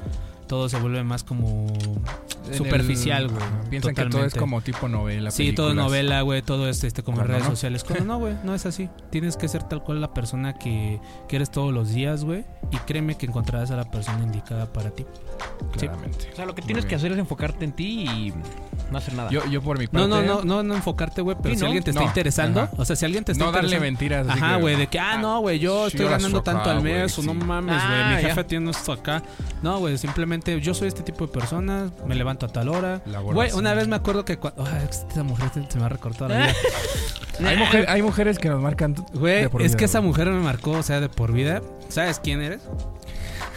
S2: Todo se vuelve más como
S3: En el-
S2: superficial, güey.
S3: Ajá. Piensan que todo es
S2: Totalmente.
S3: como tipo novela.
S2: Sí, todo
S3: películas.
S2: novela, güey, todo es este, como en
S3: Cuando
S2: redes
S3: no.
S2: sociales. Cuando no, güey, no es así. Tienes que ser tal cual la persona que, que eres todos los días, güey. Y créeme que encontrarás a la persona indicada para ti.
S3: Claramente.
S1: O sea, lo que
S3: Muy
S1: tienes que
S3: bien.
S1: hacer es enfocarte en ti y no hacer nada.
S3: Yo, yo por mi parte.
S2: No, no, no, no, no enfocarte, güey, pero
S1: Sí,
S2: si
S1: ¿no?
S2: alguien te está
S3: No.
S2: interesando,
S3: Ajá.
S2: o sea, si alguien te está
S3: No darle
S2: interesando-
S3: mentiras. así
S2: Ajá,
S3: que-
S2: güey, de que, ah, no, güey, yo
S3: sí,
S2: estoy
S3: ahora
S2: ganando
S3: sopa,
S2: tanto al
S3: güey,
S2: mes, o
S3: sí.
S2: no mames,
S1: Ah,
S2: güey, mi
S1: ya.
S2: jefe tiene esto acá. No, güey, simplemente yo soy este tipo de persona, me levanto a tal hora.
S3: Laboral,
S2: Güey,
S3: sí.
S2: una vez me acuerdo que cua- Ay, esta mujer se se me ha recortado la vida.
S3: Hay, mujer- hay mujeres que nos marcan.
S2: Güey,
S3: de por
S2: es
S3: vida,
S2: que esa
S3: güey.
S2: mujer me marcó, o sea, de por vida. ¿Sabes quién eres?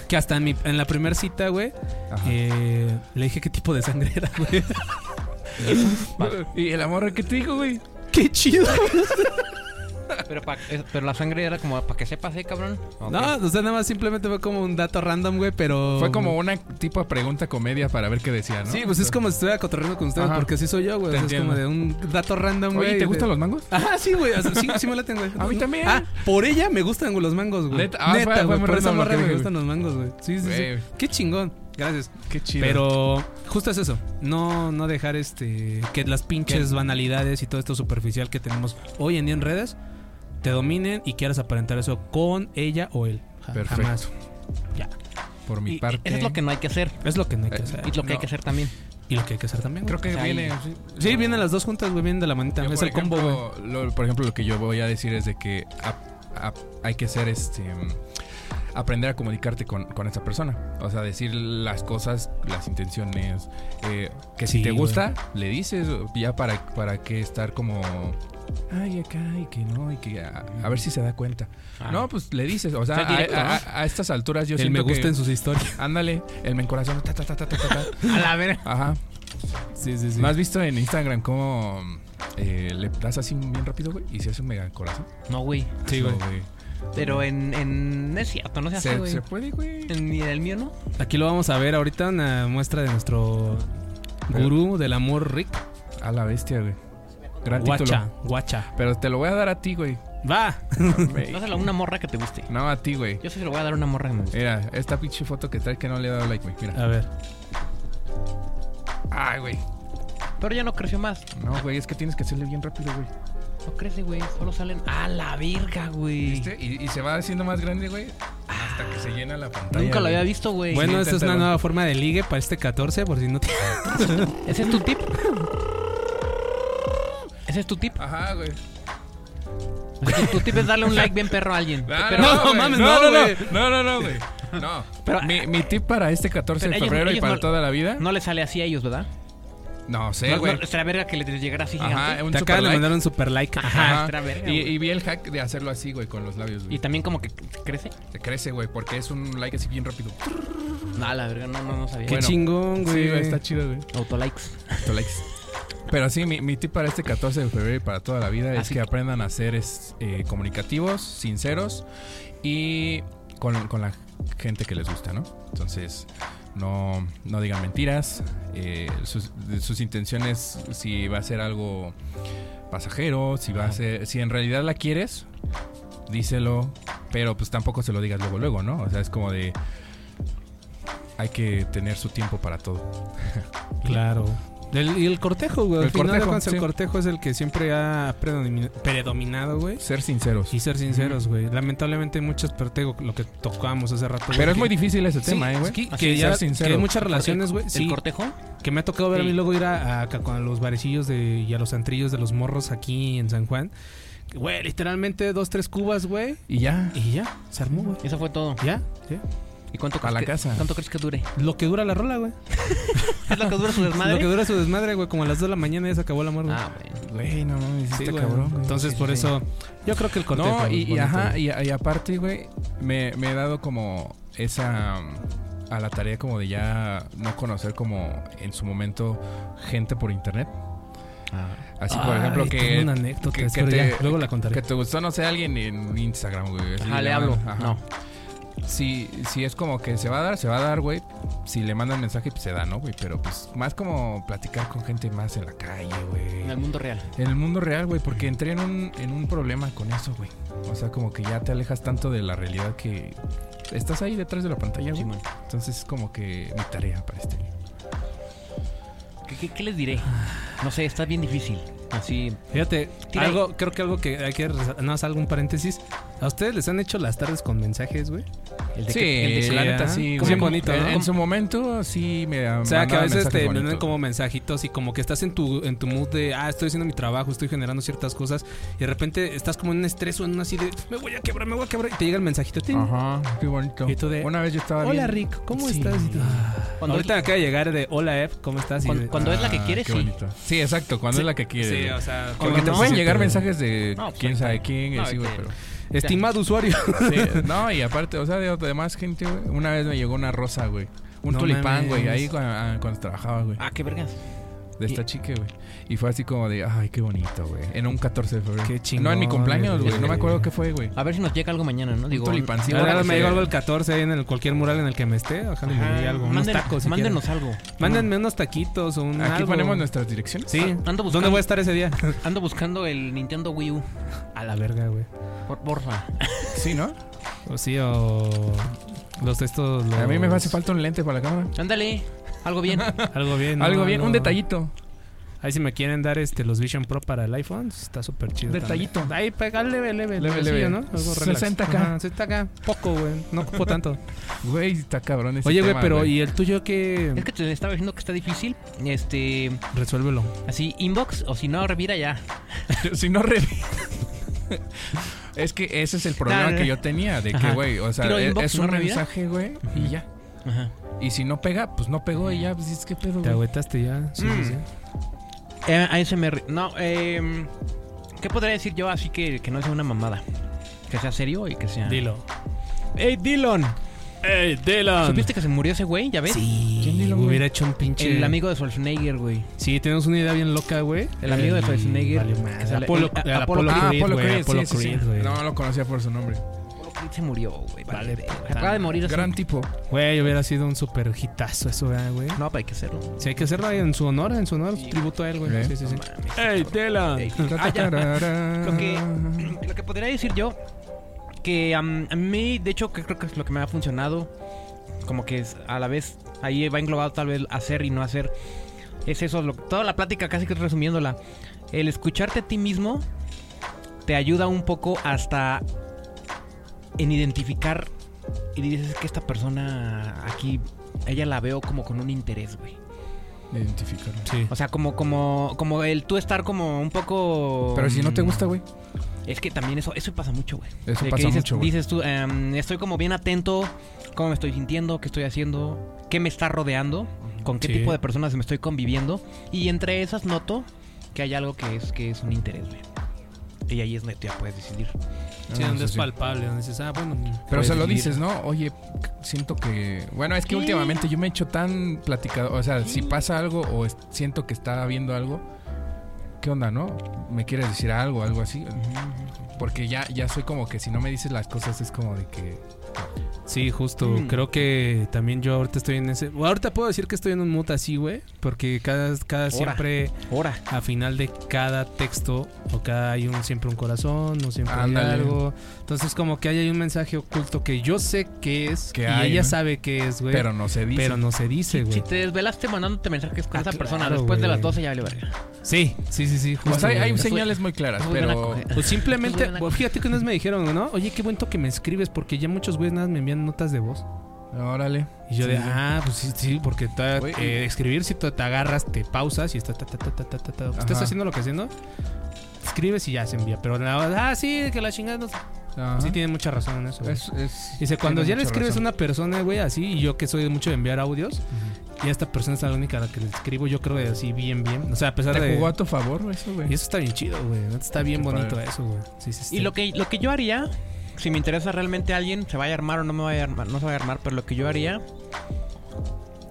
S2: Que hasta en, mi- en la primera cita, güey,
S3: Ajá.
S2: eh, le dije qué tipo de sangre era, güey.
S3: Y el amor que te dijo, güey.
S2: ¡Qué chido!
S1: pero, pa- es- pero la sangre era como para que sepas, ¿eh, cabrón? Ok.
S2: No, o sea, nada más simplemente fue como un dato random, güey, pero...
S3: Fue como una tipo de pregunta comedia para ver qué decía, ¿no?
S2: Sí, pues es como si estuviera cotorreando con ustedes,
S3: Ajá.
S2: porque así soy yo, güey. O
S3: Te
S2: sea, es como de un dato random, güey.
S3: Oye, ¿te
S2: de-
S3: gustan los mangos?
S2: Ajá, sí, güey. o sea, Sí, sí me laten, güey.
S3: A mí también.
S2: Ah, por ella me gustan güey, los mangos, güey.
S3: Neta, ah, fue- fue
S2: güey,
S3: muy
S2: por esa
S3: random lo
S2: morra
S3: que
S2: me
S3: dije,
S2: gustan los mangos, güey. Sí, sí, sí.
S3: Güey.
S2: Qué chingón. Gracias.
S3: Qué chido.
S2: Pero justo es eso, no, no dejar este que las pinches banalidades y todo esto superficial que tenemos hoy en día en redes te dominen y quieras aparentar eso con ella o él. Ja-
S3: Perfecto.
S2: Jamás.
S3: por
S1: Y-
S3: mi
S1: y
S3: parte.
S1: Eso es lo que no hay que hacer.
S2: Es lo que no hay que
S3: Eh,
S2: hacer.
S1: Y lo que hay
S3: No.
S1: que hacer también.
S2: Y lo que hay que hacer también. güey.
S3: Creo que
S1: O sea,
S3: viene.
S1: ahí-
S3: sí.
S2: Sí, vienen las dos juntas, güey, vienen de la manita.
S3: Yo,
S2: es
S3: por
S2: el combo, güey.
S3: ejemplo, lo- por ejemplo, lo que yo voy a decir es de que a- a- hay que ser este. mm, Aprender a comunicarte con, con esa persona. O sea, decir las cosas, las intenciones. eh, que si
S2: Sí,
S3: te
S2: güey.
S3: gusta, le dices. Ya para, para que estar como. Ay, acá, y que no, y que. A, a ver si se da cuenta.
S2: Ah.
S3: No, pues le dices. O sea,
S1: Ser
S3: a,
S1: directo,
S3: a-
S1: ¿no?
S3: a- a estas alturas yo
S2: El
S3: siento
S2: me gusta
S3: que-
S2: en sus historias.
S3: Ándale, el me encorazón. ta, ta, ta, ta, ta, ta, ta.
S1: A la verga.
S3: Ajá.
S2: Sí, sí, sí.
S3: ¿No has visto en Instagram cómo eh, le das así bien rápido, güey? Y se hace un mega corazón.
S1: No, güey.
S2: Sí, güey.
S3: No,
S1: Pero en, en. Es cierto, no se hace,
S3: Se,
S1: güey.
S3: se puede, güey.
S1: En, en el mío, ¿no?
S2: Aquí lo vamos a ver ahorita una muestra de nuestro gurú del amor Rick.
S3: A la bestia, güey. Gran
S2: Guacha,
S3: título.
S2: guacha.
S3: Pero te lo voy a dar a ti, güey.
S2: Va.
S3: Güey.
S1: Dáselo a una morra que te guste.
S3: no, a ti, güey.
S1: Yo sí se lo voy a dar a una morra que me guste.
S3: Mira, esta pinche foto que trae que no le he dado like, güey. Mira.
S2: A ver. Ah.
S3: Ay, güey.
S1: Pero ya no creció más.
S3: No, güey, es que tienes que hacerle bien rápido, güey.
S1: No crece, güey. Solo salen. A la verga, güey.
S3: ¿Viste? Y, y se va haciendo más grande, güey. Hasta que se llena la pantalla.
S1: Nunca lo
S3: güey.
S1: había visto, güey.
S2: Bueno,
S3: sí,
S2: esta es una
S3: inténtalo.
S2: nueva forma de ligue para este 14, por si no tiene.
S1: ¿Ese es tu tip? ¿Ese es tu tip?
S3: Ajá, güey.
S1: Tu, tu tip es darle un like bien perro a alguien.
S2: Pero- no,
S3: güey.
S2: mames, no,
S3: Ah, no, no,
S2: güey.
S3: no, no, no, güey. No.
S1: Pero-
S3: mi, mi tip para este 14 de
S1: Pero ellos-
S3: febrero y
S1: ellos
S3: para
S1: no-
S3: toda la vida.
S1: No le sale así a ellos, ¿verdad?
S3: No sé,
S1: No,
S3: güey.
S1: no, será verga que le llegara así
S3: Ajá,
S1: gigante.
S3: un Ah,
S2: Te acaba
S3: super
S2: de
S3: like.
S2: mandar un super like.
S1: Ajá.
S3: Ajá.
S1: extra verga,
S3: Y,
S1: güey.
S3: y vi el hack de hacerlo así, güey, con los labios,
S1: Y
S3: güey.
S1: también como que crece.
S3: Te crece, güey, porque es un like así bien rápido.
S1: No, la verga, no, no, no sabía.
S2: Qué
S3: Bueno,
S2: chingón, güey.
S3: Sí, güey, está chido, güey.
S1: Autolikes.
S3: Tu likes. Pero sí, mi, mi tip para este 14 de febrero y para toda la vida es
S1: Así
S3: que,
S1: que-
S3: aprendan a ser es, eh, comunicativos, sinceros y con, con la gente que les gusta, ¿no? Entonces, no, no digan mentiras. eh, sus, de sus intenciones, si va a ser algo pasajero, si va a
S1: Ajá.
S3: ser. Si en realidad la quieres, díselo. Pero pues tampoco se lo digas luego, luego, ¿no? O sea, es como de. Hay que tener su tiempo para todo.
S2: Claro. El- y el cortejo, güey. Al
S3: El
S2: final de
S3: cortejo,
S2: cuentas,
S3: sí.
S2: el cortejo es el que siempre ha predomina- predominado, güey.
S3: Ser sinceros.
S2: Y ser sinceros, güey. Lamentablemente muchas, pero te digo, lo que tocamos hace rato. güey,
S3: Pero es
S2: que-
S3: muy difícil ese
S2: Sí,
S3: tema, ¿eh, güey?
S2: es que,
S1: Así
S2: que
S1: es,
S2: ya
S3: ser sincero.
S2: que hay muchas relaciones, güey.
S1: ¿El
S2: Sí,
S1: cortejo?
S2: que me ha tocado ver a mí
S1: Sí.
S2: luego ir a, a- acá con los barecillos de, y a los antrillos de los morros aquí en San Juan. Güey, literalmente dos, tres cubas, güey.
S3: Y ya.
S2: Y ya, se armó, güey.
S1: Eso fue todo.
S2: Ya, ya.
S1: ¿Y cuánto,
S3: A la
S1: crees que-
S3: casa.
S1: cuánto crees que dure?
S2: Lo que dura la rola, güey.
S1: ¿Es lo que dura su desmadre?
S2: Lo que dura su desmadre, güey. Como a las 2 de la mañana ya se acabó el amor, güey.
S1: Ah, bueno.
S3: Güey, no mames,
S2: Sí,
S3: este
S2: güey.
S3: cabrón, güey.
S2: Entonces,
S1: Sí,
S2: por
S1: sí, sí.
S2: eso, yo creo que el cortejo.
S3: No,
S2: es
S3: y, y
S2: bonito,
S3: ajá,
S2: güey.
S3: y, y aparte, güey, me, me he dado como esa mm, a la tarea como de ya no conocer como en su momento gente por internet.
S1: Ah,
S3: Así, por
S2: Ay,
S3: ejemplo, que,
S2: tengo una anécdota,
S3: que- que
S2: espera, ya,
S3: te-
S2: luego la contaré.
S3: que te gustó, no sé, alguien en Instagram, güey. así
S1: Ah, le
S3: mandan-
S1: hablo.
S3: ajá.
S1: No.
S3: Si, si es como que se va a dar, se va a dar, güey. Si le mandan mensaje, pues se da, ¿no, güey? Pero pues más como platicar con gente más en la calle, güey.
S1: En el mundo real.
S3: En el mundo real, güey, porque entré en un, en un problema con eso, güey. O sea, como que ya te alejas tanto de la realidad que estás ahí detrás de la pantalla, güey.
S1: Simón.
S3: Entonces es como que mi tarea para este año.
S1: ¿Qué, qué, qué les diré? No sé, está bien difícil. Así.
S2: Fíjate,
S1: Tira
S2: algo, creo que algo que hay que. resa- Nada más algún paréntesis. ¿A ustedes les han hecho las tardes con mensajes, güey?
S1: El de que- el de que-
S2: la neta, sí, güey. Bien bonito,
S3: En,
S2: ¿no?
S3: en su momento sí me
S2: O sea, que a veces te mandan como mensajitos y como que estás en tu, en tu mood de, ah, estoy haciendo mi trabajo, estoy generando ciertas cosas. Y de repente estás como en un estrés o en una así de, me voy a quebrar, me voy a quebrar. Y te llega el mensajito. tin.
S3: Ajá, qué bonito.
S2: Y tú de,
S3: Una vez yo estaba
S2: Hola,
S3: bien-
S2: Rick, ¿cómo
S3: Sí.
S2: estás? Y tú-
S1: Cuando
S2: Ahorita me acaba de llegar de, hola, Ev, ¿cómo estás? Y
S1: Cuando-
S2: de,
S1: cuando es la que
S3: Ah,
S1: quieres,
S3: qué
S1: sí.
S3: bonito. Sí, exacto, cuando es la que quieres.
S2: Sí,
S3: güey.
S2: o sea,
S3: porque te
S2: no
S3: pueden
S2: se
S3: llegar
S2: siente-
S3: mensajes de
S1: No, pues,
S3: quién sabe
S1: ahorita-
S3: quién,
S1: no,
S3: así, güey,
S1: ahorita-
S3: pero...
S2: Estimado usuario.
S3: Sí, no, y aparte, o sea, de, de más gente, güey. Una vez me llegó una rosa, güey. Un
S2: No
S3: tulipán, güey,
S2: mames.
S3: ahí cu- ah, cuando, trabajaba, güey.
S1: Ah, qué vergas.
S3: De esta
S1: y-
S3: chica, güey. Y fue así como de, ay, qué bonito, güey. En un 14 de febrero.
S2: Qué chingón,
S3: No, en mi cumpleaños, güey. No me
S2: güey.
S3: acuerdo qué fue, güey.
S1: A ver si nos llega algo mañana, ¿no? Digo,
S3: tulipán, sí,
S1: ahora
S2: Ahora
S3: ahora
S2: me
S3: sí.
S2: llegó algo el 14 ahí en el, cualquier mural en el que me esté. Ojalá me llegue algo. Unos
S1: Manden-
S2: tacos. si
S1: ah, mándenos algo.
S2: quieren. Mándenme unos taquitos o un.
S3: Aquí
S2: algo.
S3: ponemos nuestras direcciones.
S2: Sí.
S1: Ando Ah, buscando,
S2: ¿Dónde voy a estar ese día?
S1: ando buscando el Nintendo Wii U.
S2: A la verga, güey.
S1: Por, porfa.
S3: Sí, ¿no?
S2: O sí, o. Los estos. Los...
S3: A mí me hace falta un lente para la cámara.
S1: Ándale. Algo bien.
S2: Algo bien. ¿no?
S3: Algo bien, un
S2: Algo-
S3: detallito.
S2: Ahí si me quieren dar este los Vision Pro para el iPhone, está súper chido.
S3: Detallito.
S2: también. Ahí pega leve, leve,
S3: Leve,
S2: leve,
S3: leve.
S2: ¿no? Algo relax.
S3: 60K.
S2: Ajá, 60K. Poco, güey. No ocupo tanto.
S3: Güey, está cabrón ese
S2: Oye, güey,
S3: tema,
S2: pero ¿y el tuyo qué?
S1: Es que te estaba diciendo que está difícil. Este.
S2: Resuélvelo.
S1: Así, inbox o si no, revira ya.
S3: si no re- Es que ese es el problema
S1: no,
S3: que
S1: no.
S3: yo tenía, de que,
S1: Ajá.
S3: güey, o sea,
S1: Tiro
S3: es,
S1: inbox,
S3: es
S1: ¿no
S3: un
S1: revira?
S3: mensaje, güey, y ya.
S1: Ajá.
S3: Y si no pega, pues no pegó y ya, pues es que pedo. güey?
S2: Te agüetaste ya. Sí, sí, sí.
S1: Eh, ASMR. No, eh, ¿qué podría decir yo así que, que no sea una mamada? Que sea serio y que sea.
S2: Dilo. ¡Ey, Dylan! ¡Ey, Dylan!
S1: ¿Supiste que se murió ese güey? ¿Ya ves?
S2: Sí.
S3: ¿Quién Dylan, güey?
S2: hubiera hecho un pinche.
S1: El amigo de Schwarzenegger, güey.
S2: Sí, tenemos una idea bien loca, güey.
S1: El amigo de Schwarzenegger.
S2: Vale,
S1: Que
S2: madre.
S1: sale-
S2: Apolo,
S1: el-
S2: el
S1: a-
S2: Apolo,
S1: Apolo
S3: Ah,
S2: Creed,
S3: Apollo
S2: güey.
S3: Creed,
S2: Apolo
S3: sí, sí, sí.
S2: Creed, güey.
S3: No lo conocía por su nombre.
S1: Se murió, güey.
S2: Vale,
S1: Vale, verga.
S2: puta
S1: Acaba de morir Ah, hace-
S3: Gran tipo.
S2: Güey, hubiera sido un super hitazo eso, ¿verdad, güey.
S1: No, pero hay que hacerlo.
S2: Sí, hay que hacerlo en su honor, en su honor, tributo a él, güey.
S3: ¿Eh?
S2: Sí, sí, sí.
S1: No mames.
S2: ¡Ey, Dylan!
S1: Ey. Ah, ya. Lo que- Lo que podría decir yo, que am, a mí, de hecho, que creo que es lo que me ha funcionado, como que es, a la vez, ahí va englobado tal vez hacer y no hacer, es eso, lo- toda la plática casi que resumiéndola, el escucharte a ti mismo te ayuda un poco hasta en identificar y dices "Es que esta persona aquí, ella la veo como con un interés, güey.
S3: Identificarlo.
S2: Sí.
S1: O sea, como, como, como el tú estar como un poco...
S3: Pero si no te
S1: mm,
S3: gusta, güey.
S1: es que también eso, eso pasa mucho, güey.
S3: Eso
S1: De que
S3: pasa
S1: dices,
S3: mucho, güey.
S1: Dices tú, em, estoy como bien atento, cómo me estoy sintiendo, qué estoy haciendo, qué me está rodeando, con qué
S2: Sí.
S1: tipo de personas me estoy conviviendo. Y entre esas noto que hay algo que es, que es un interés, güey. Y ahí es donde tú ya puedes decidir.
S2: Sí,
S3: Ah,
S2: donde es
S3: sí.
S2: palpable, donde dices, ah, bueno.
S3: Pero
S1: puedes
S3: se lo
S1: vivir.
S3: dices, ¿no? Oye, siento que. Bueno, es que
S1: ¿Qué?
S3: últimamente yo me he hecho tan platicado. O sea, si pasa algo o es- siento que está viendo algo, ¿qué onda, no? ¿Me quieres decir algo, algo así? Porque ya, ya soy como que si no me dices las cosas es como de que.
S2: Sí, justo.
S1: Mm.
S2: Creo que también yo ahorita estoy en ese. Bueno, ahorita puedo decir que estoy en un mood así, güey. Porque cada, cada siempre,
S1: Ahora.
S2: a final de cada texto, o cada hay un siempre un corazón, o siempre hay
S3: Ándale.
S2: algo. Entonces, como que ahí hay un mensaje oculto que yo sé que es,
S3: Que
S2: y
S3: hay,
S2: ella
S3: ¿no?
S2: sabe que es, güey.
S3: Pero no se dice.
S2: Pues, pero no se dice,
S1: Si
S2: güey.
S1: te desvelaste mandándote mensajes con
S2: Ah,
S1: esa
S2: claro,
S1: persona después de
S2: güey.
S1: las 12 ya vale verga.
S2: Sí, sí, sí, sí. Justo,
S3: Pues hay, hay
S2: güey.
S1: Eso-
S3: señales muy claras,
S1: eso van a
S3: pero.
S1: coger.
S2: O simplemente,
S1: Pues,
S2: bueno, fíjate que unas me dijeron, ¿no? Oye, qué bonito que me escribes, porque ya muchos güeyes nada más me envían notas de voz.
S3: Órale.
S2: Y yo
S3: Sí,
S2: de,
S3: sí.
S2: ah, pues sí, sí, porque ta-
S3: Güey,
S2: eh, escribir, si tú te agarras, te pausas y está, ta, ta, ta, ta, ta, ta, ta.
S3: Ajá.
S2: estás haciendo lo que haciendo, escribes y ya se envía. Pero nada más, ah, sí, que la chingada. no sé".
S3: Ajá.
S2: Sí, tiene mucha razón en eso. güey.
S3: Es- es-
S2: Dice, cuando
S3: tiene
S2: ya le
S3: mucha
S2: escribes
S3: razón.
S2: a una persona, güey, así, y yo que soy mucho de enviar audios, y esta persona es la única a la que le escribo, yo creo, de así, bien, bien. O sea, a pesar
S3: Te
S2: de...
S3: jugó a tu favor eso, güey.
S2: Y eso está bien chido, güey. Neta, Está bien
S3: Qué
S2: bonito
S3: padre.
S2: eso, güey. Sí, sí, sí.
S1: Y lo que, lo que yo haría, si me interesa realmente alguien, se vaya a armar o no me vaya a armar, no se vaya a armar, pero lo que yo haría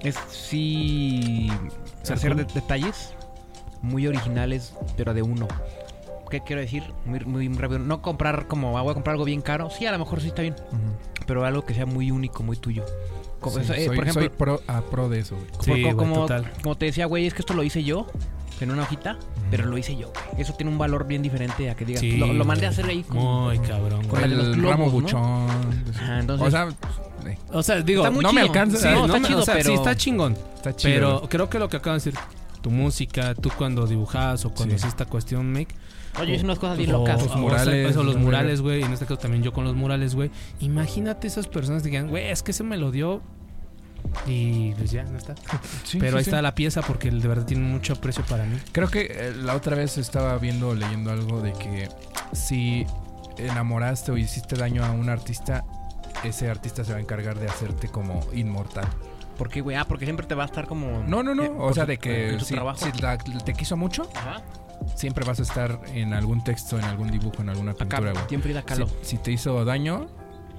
S1: es sí
S2: Ser
S1: hacer
S2: cool.
S1: de- detalles muy originales, pero de uno. ¿Qué quiero decir? Muy, muy rápido. No comprar como, "Ah, voy a comprar algo bien caro. Sí, a lo mejor sí está bien, pero algo que sea muy único, muy tuyo. Como
S3: Sí,
S1: eso, eh,
S3: soy,
S1: por ejemplo,
S3: soy pro, a pro de eso, güey.
S2: Sí,
S1: Porque
S2: güey,
S1: como,
S2: total.
S1: como te decía, güey, es que esto lo hice yo en una hojita, pero lo hice yo, güey. Eso tiene un valor bien diferente a que digas,
S2: Sí,
S1: lo, lo mandé
S2: güey.
S1: a hacer ahí. con-
S2: Muy cabrón,
S1: Con
S2: güey.
S1: el de los
S3: el
S1: globos,
S3: ramo
S1: ¿no?
S3: buchón.
S1: Ajá, entonces-
S3: o sea, pues, eh,
S2: O sea, digo,
S1: Está muy
S3: no me
S1: chido.
S3: alcanza,
S2: sí,
S1: no,
S3: ¿eh?
S2: no
S1: está
S2: me-
S1: chido,
S2: o sea,
S1: pero...
S2: sí está chingón.
S3: está chido.
S2: Pero
S3: güey.
S2: creo que lo que acaban de decir, tu música, tú cuando dibujabas o cuando
S3: Sí. Ah,
S2: haces esta cuestión, Make.
S1: Oye, hice unas cosas bien
S2: o-
S1: locas.
S2: o-
S3: Tus
S2: o-
S3: murales,
S2: Eso, los
S3: güey.
S2: murales, güey. En este caso también yo con los murales, güey. Imagínate esas personas que digan, güey, es que se me lo dio. Y pues ya, no está.
S3: Sí,
S2: Pero
S3: sí,
S2: ahí
S3: sí.
S2: está la pieza porque de verdad tiene mucho aprecio para mí.
S3: Creo que eh, la otra vez estaba viendo o leyendo algo de que si enamoraste o hiciste daño a un artista, ese artista se va a encargar de hacerte como inmortal.
S1: ¿Por qué, güey? Ah, porque siempre te va a estar como...
S3: No, no, no.
S1: eh,
S3: o
S1: por
S3: sea,
S1: su-
S3: de que
S1: en su
S3: si,
S1: trabajo.
S3: si la- te quiso mucho,
S1: Ajá.
S3: siempre vas a estar en algún texto, en algún dibujo, en alguna
S1: Acá,
S3: pintura, güey.
S1: siempre ir a
S3: Si,
S1: calo.
S3: si te hizo daño,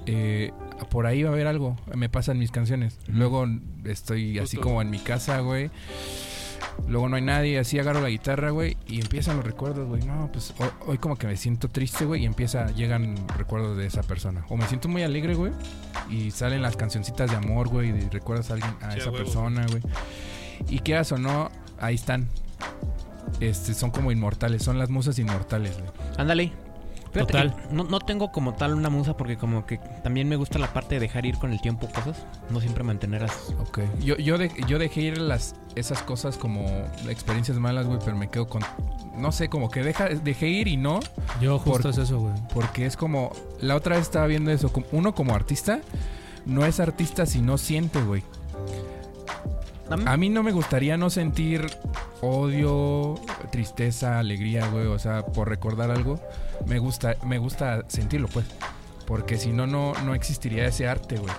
S3: eh, por ahí va a haber algo. Me pasan mis canciones. Luego estoy así
S2: Justo.
S3: como en mi casa, güey. Luego no hay nadie, así agarro la guitarra, güey, y empiezan los recuerdos, güey. No, pues ho- hoy, como que me siento triste, güey, y empieza, llegan recuerdos de esa persona. O me siento muy alegre, güey, y salen las cancioncitas de amor, güey, y recuerdas a alguien, a
S2: Sí, a
S3: esa
S2: huevo.
S3: persona, güey. Y quieras o no, ahí están. Este, son como inmortales, son las musas inmortales, güey.
S1: Ándale. Fíjate
S2: Total.
S1: que No, no tengo como tal una musa porque como que también me gusta la parte de dejar ir con el tiempo cosas. No siempre mantenerlas.
S3: Ok. Yo, yo, de- yo dejé ir las, esas cosas como experiencias malas, güey, pero me quedo con... No sé, como que deja, dejé ir y no,
S2: Yo
S3: justo
S2: justo es eso, güey.
S3: porque es como... La otra vez estaba viendo eso, como- uno como artista no es artista si no siente, güey. A mí no me gustaría no sentir odio, tristeza, alegría, güey, o sea, por recordar algo. Me gusta, me gusta sentirlo, pues, porque si no, no, no existiría ese arte, güey.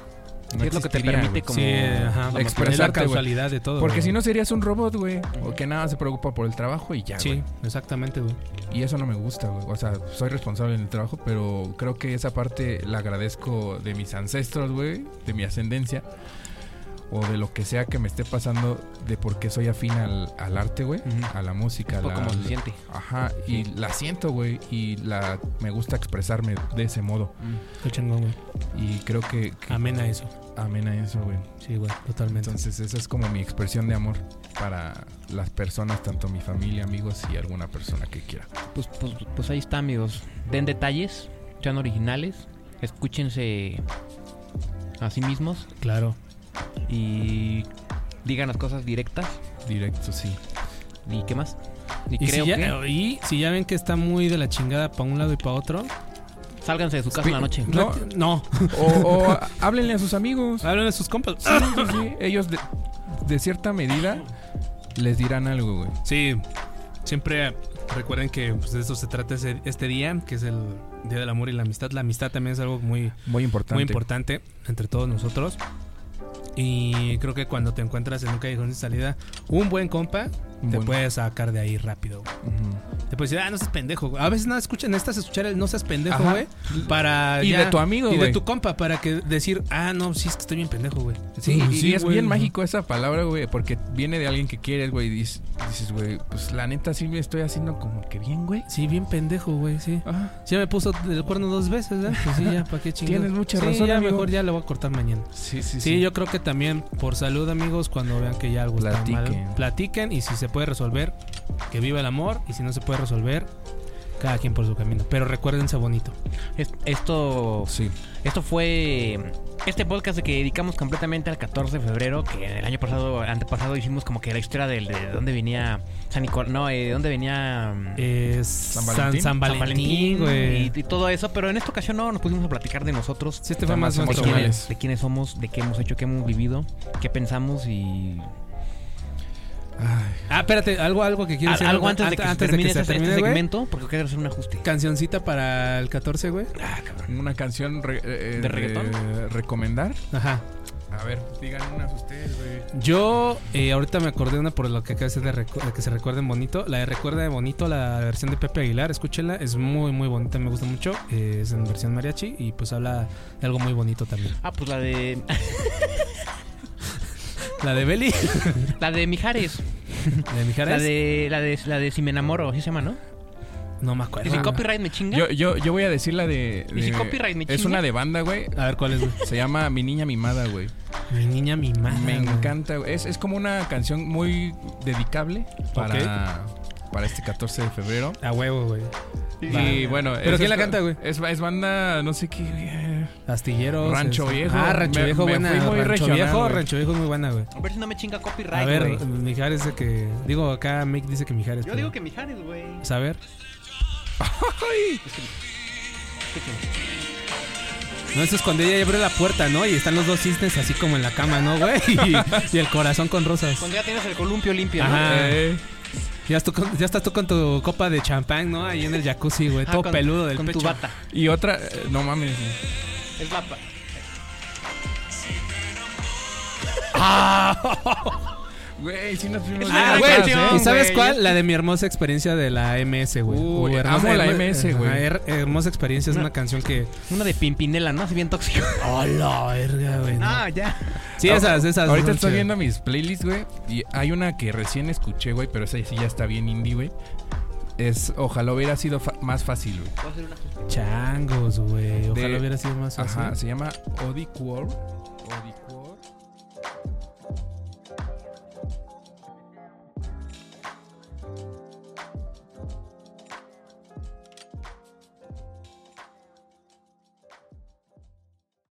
S3: No
S1: ¿Qué es lo que te
S3: existiría,
S1: permite
S3: güey.
S1: como- como
S3: expresarte,
S2: la
S3: güey.
S2: causalidad de todo.
S3: Porque
S2: güey.
S3: si no serías un robot, güey. O que nada se preocupa por el trabajo y ya,
S2: Sí,
S3: güey.
S2: exactamente, güey.
S3: Y eso no me gusta, güey. O sea, soy responsable en el trabajo, pero creo que esa parte la agradezco de mis ancestros, güey. De mi ascendencia. O de lo que sea que me esté pasando, de por qué soy afín al, al arte, güey.
S1: Ujú.
S3: A la música,
S1: Es
S3: a la...
S1: como se siente.
S3: Ajá, y la siento, güey. Y la me gusta expresarme de ese modo.
S2: Qué chingón, güey.
S3: Y creo que, que
S2: Amén a eso.
S3: amén a eso, güey.
S2: Sí, güey, totalmente.
S3: Entonces esa es como mi expresión de amor para las personas, tanto mi familia, amigos y alguna persona que quiera.
S1: Pues, pues, pues ahí está, amigos. Den detalles, sean originales, escúchense a sí mismos
S2: claro.
S1: y digan las cosas directas.
S3: Directo, sí.
S1: ¿Y qué más? Y,
S2: Y,
S1: creo
S2: si ya, eh,
S1: que
S2: y si ya ven que está muy de la chingada para un lado y para otro,
S1: sálganse de su casa en la noche.
S3: No.
S2: reti- no.
S3: O, o háblenle a sus amigos.
S2: Hablen de sus compas.
S3: Sí, sí, sí. Ellos de, de cierta medida les dirán algo, güey.
S2: Sí, siempre recuerden que pues, de eso se trata ese- este día, que es el Día del Amor y la Amistad. La amistad también es algo muy,
S3: Muy importante.
S2: muy importante entre todos nosotros. Y creo que cuando te encuentras en un callejón sin salida, un buen compa
S3: Un
S2: te
S3: buen-
S2: puede sacar de ahí rápido. güey.
S3: Ujú.
S2: Te puede decir, ah, no seas pendejo. güey". A veces no escuchan, necesitas escuchar el no seas pendejo,
S3: Ajá.
S2: güey. Para
S3: Y
S2: ya-
S3: de tu amigo,
S2: Y
S3: güey.
S2: de tu compa, para que decir, ah, no, sí, es que estoy bien pendejo, güey.
S3: Sí, y- y es
S2: Pues güey.
S3: bien mágico esa palabra, güey, porque viene de alguien que quieres, güey, y dices, dices, güey, pues la neta sí me estoy haciendo como que bien, güey.
S2: Sí, bien pendejo, güey, sí.
S3: Ah,
S2: Sí, me puso el cuerno dos veces, ¿verdad? Pues sí, ya, ¿para qué chingados?
S3: Tienes mucha
S2: Sí,
S3: razón,
S2: ya
S3: amigo.
S2: mejor ya lo voy a cortar mañana.
S3: sí, sí,
S2: Sí, yo creo que también por salud, amigos, cuando vean que ya algo está
S3: Platiquen.
S2: mal, platiquen y si se puede resolver, que viva el amor y si no se puede resolver, cada quien por su camino. Pero recuérdense bonito.
S1: Es- Esto,
S3: Sí.
S1: esto fue este podcast que dedicamos completamente al 14 de febrero, que el año pasado, antepasado hicimos como que la historia del- de, dónde venía San Nicolás, no, eh, de dónde venía mm,
S2: Es
S3: San Valentín.
S2: San Valentín, San, Eh, Valentín, güey.
S1: y, y todo eso, pero en esta ocasión no nos pusimos a platicar de nosotros,
S2: Sí, este fue más
S3: Temas
S1: de
S2: nuestro, güey.
S3: emocionales.
S1: quiénes, de quiénes somos, de qué hemos hecho, qué hemos vivido, qué pensamos y
S3: Ay,
S2: Ah, espérate, algo, algo que quiero
S1: Al-
S2: decir.
S1: algo antes de que se termine
S2: se
S1: este- este,
S2: termine, güey.
S1: segmento, porque quiero hacer un ajuste.
S2: Cancioncita para el 14, güey.
S3: una canción re- eh,
S1: ¿De reggaetón?
S3: recomendar.
S2: Ajá.
S3: A ver, digan unas ustedes, güey.
S2: Yo eh, ahorita me acordé una por lo que acabas de recu- de que se recuerden bonito. La de Recuerda de Bonito, la versión de Pepe Aguilar, escúchenla, es muy muy bonita, me gusta mucho. Eh, es en versión mariachi y pues habla de algo muy bonito también.
S1: Ah, pues la de.
S2: La de Beli,
S1: La de Mijares.
S2: la de Mijares.
S1: La de. La de. La de Si me enamoro, así se llama, ¿no?
S2: No me
S1: Y
S2: acuerdo.
S1: si
S2: Ah,
S1: copyright me chinga.
S3: Yo, yo, yo voy a decir la de.
S1: ¿Y si
S3: de-
S1: copyright me
S3: Es
S1: chinga?
S3: una de banda, güey.
S2: A ver cuál es. güey?
S3: Se llama Mi Niña Mimada, güey.
S2: Mi niña mimada.
S3: Me
S2: güey.
S3: encanta, güey. Es, es como una canción muy dedicable para, para este 14 de febrero.
S2: A huevo, güey.
S3: Y bueno.
S2: ¿Pero
S3: es
S2: quién la
S3: esta-
S2: canta, güey?
S3: Es, es banda, no sé qué. eh,
S2: Astilleros.
S3: Rancho Viejo.
S2: Ah, Rancho
S3: Me-
S2: Viejo,
S3: me
S2: buena.
S3: fui muy
S2: Rancho
S3: regional,
S2: Viejo,
S3: güey.
S2: Rancho Viejo es muy buena, güey.
S1: A ver si no me chinga copyright.
S2: A ver, eh,
S1: güey.
S2: Mijares de que. Digo, acá Mick dice que Mijares. pues,
S1: Yo digo que Mijares, güey.
S2: Saber.
S1: Escuchen.
S2: No, eso es cuando ella abre la puerta, ¿no? Y están los dos cisnes así como en la cama, ¿no, güey? Y, y el corazón con rosas.
S1: Cuando ya tienes el columpio limpio, ¿no?
S2: Ajá. Ah.
S3: eh,
S2: Ya, estás tú con- ya estás tú con tu copa de champán, ¿no? Ahí en el jacuzzi, güey.
S1: Ah,
S2: todo
S1: con-
S2: peludo del
S1: Con
S2: pecho.
S1: tu bata.
S3: y otra. eh, No mames. güey.
S1: Es la. pa-
S3: Güey, sí nos fuimos
S2: Ah,
S1: Gran
S2: güey.
S1: canción,
S3: ¿eh?
S2: ¿Y sabes
S1: güey.
S2: cuál? La de mi hermosa experiencia de la MS, güey.
S3: Uy,
S2: Uh,
S3: amo la MS, güey.
S2: Ajá, her- hermosa experiencia es una canción que.
S1: Una de Pimpinela, ¿no? Así bien tóxico.
S2: ¡Hola, verga, güey!
S1: Ah, ya.
S2: Sí, esas, esas.
S3: Ahorita
S2: son
S3: estoy
S2: chidas.
S3: viendo mis playlists, güey. Y hay una que recién escuché, güey, pero esa sí ya está bien indie, güey. Es Ojalá hubiera sido fa- más fácil, güey.
S1: Voy a hacer una-
S2: Changos, güey. Ojalá
S3: De-
S2: hubiera sido más fácil.
S3: Ajá, se llama Odi Quor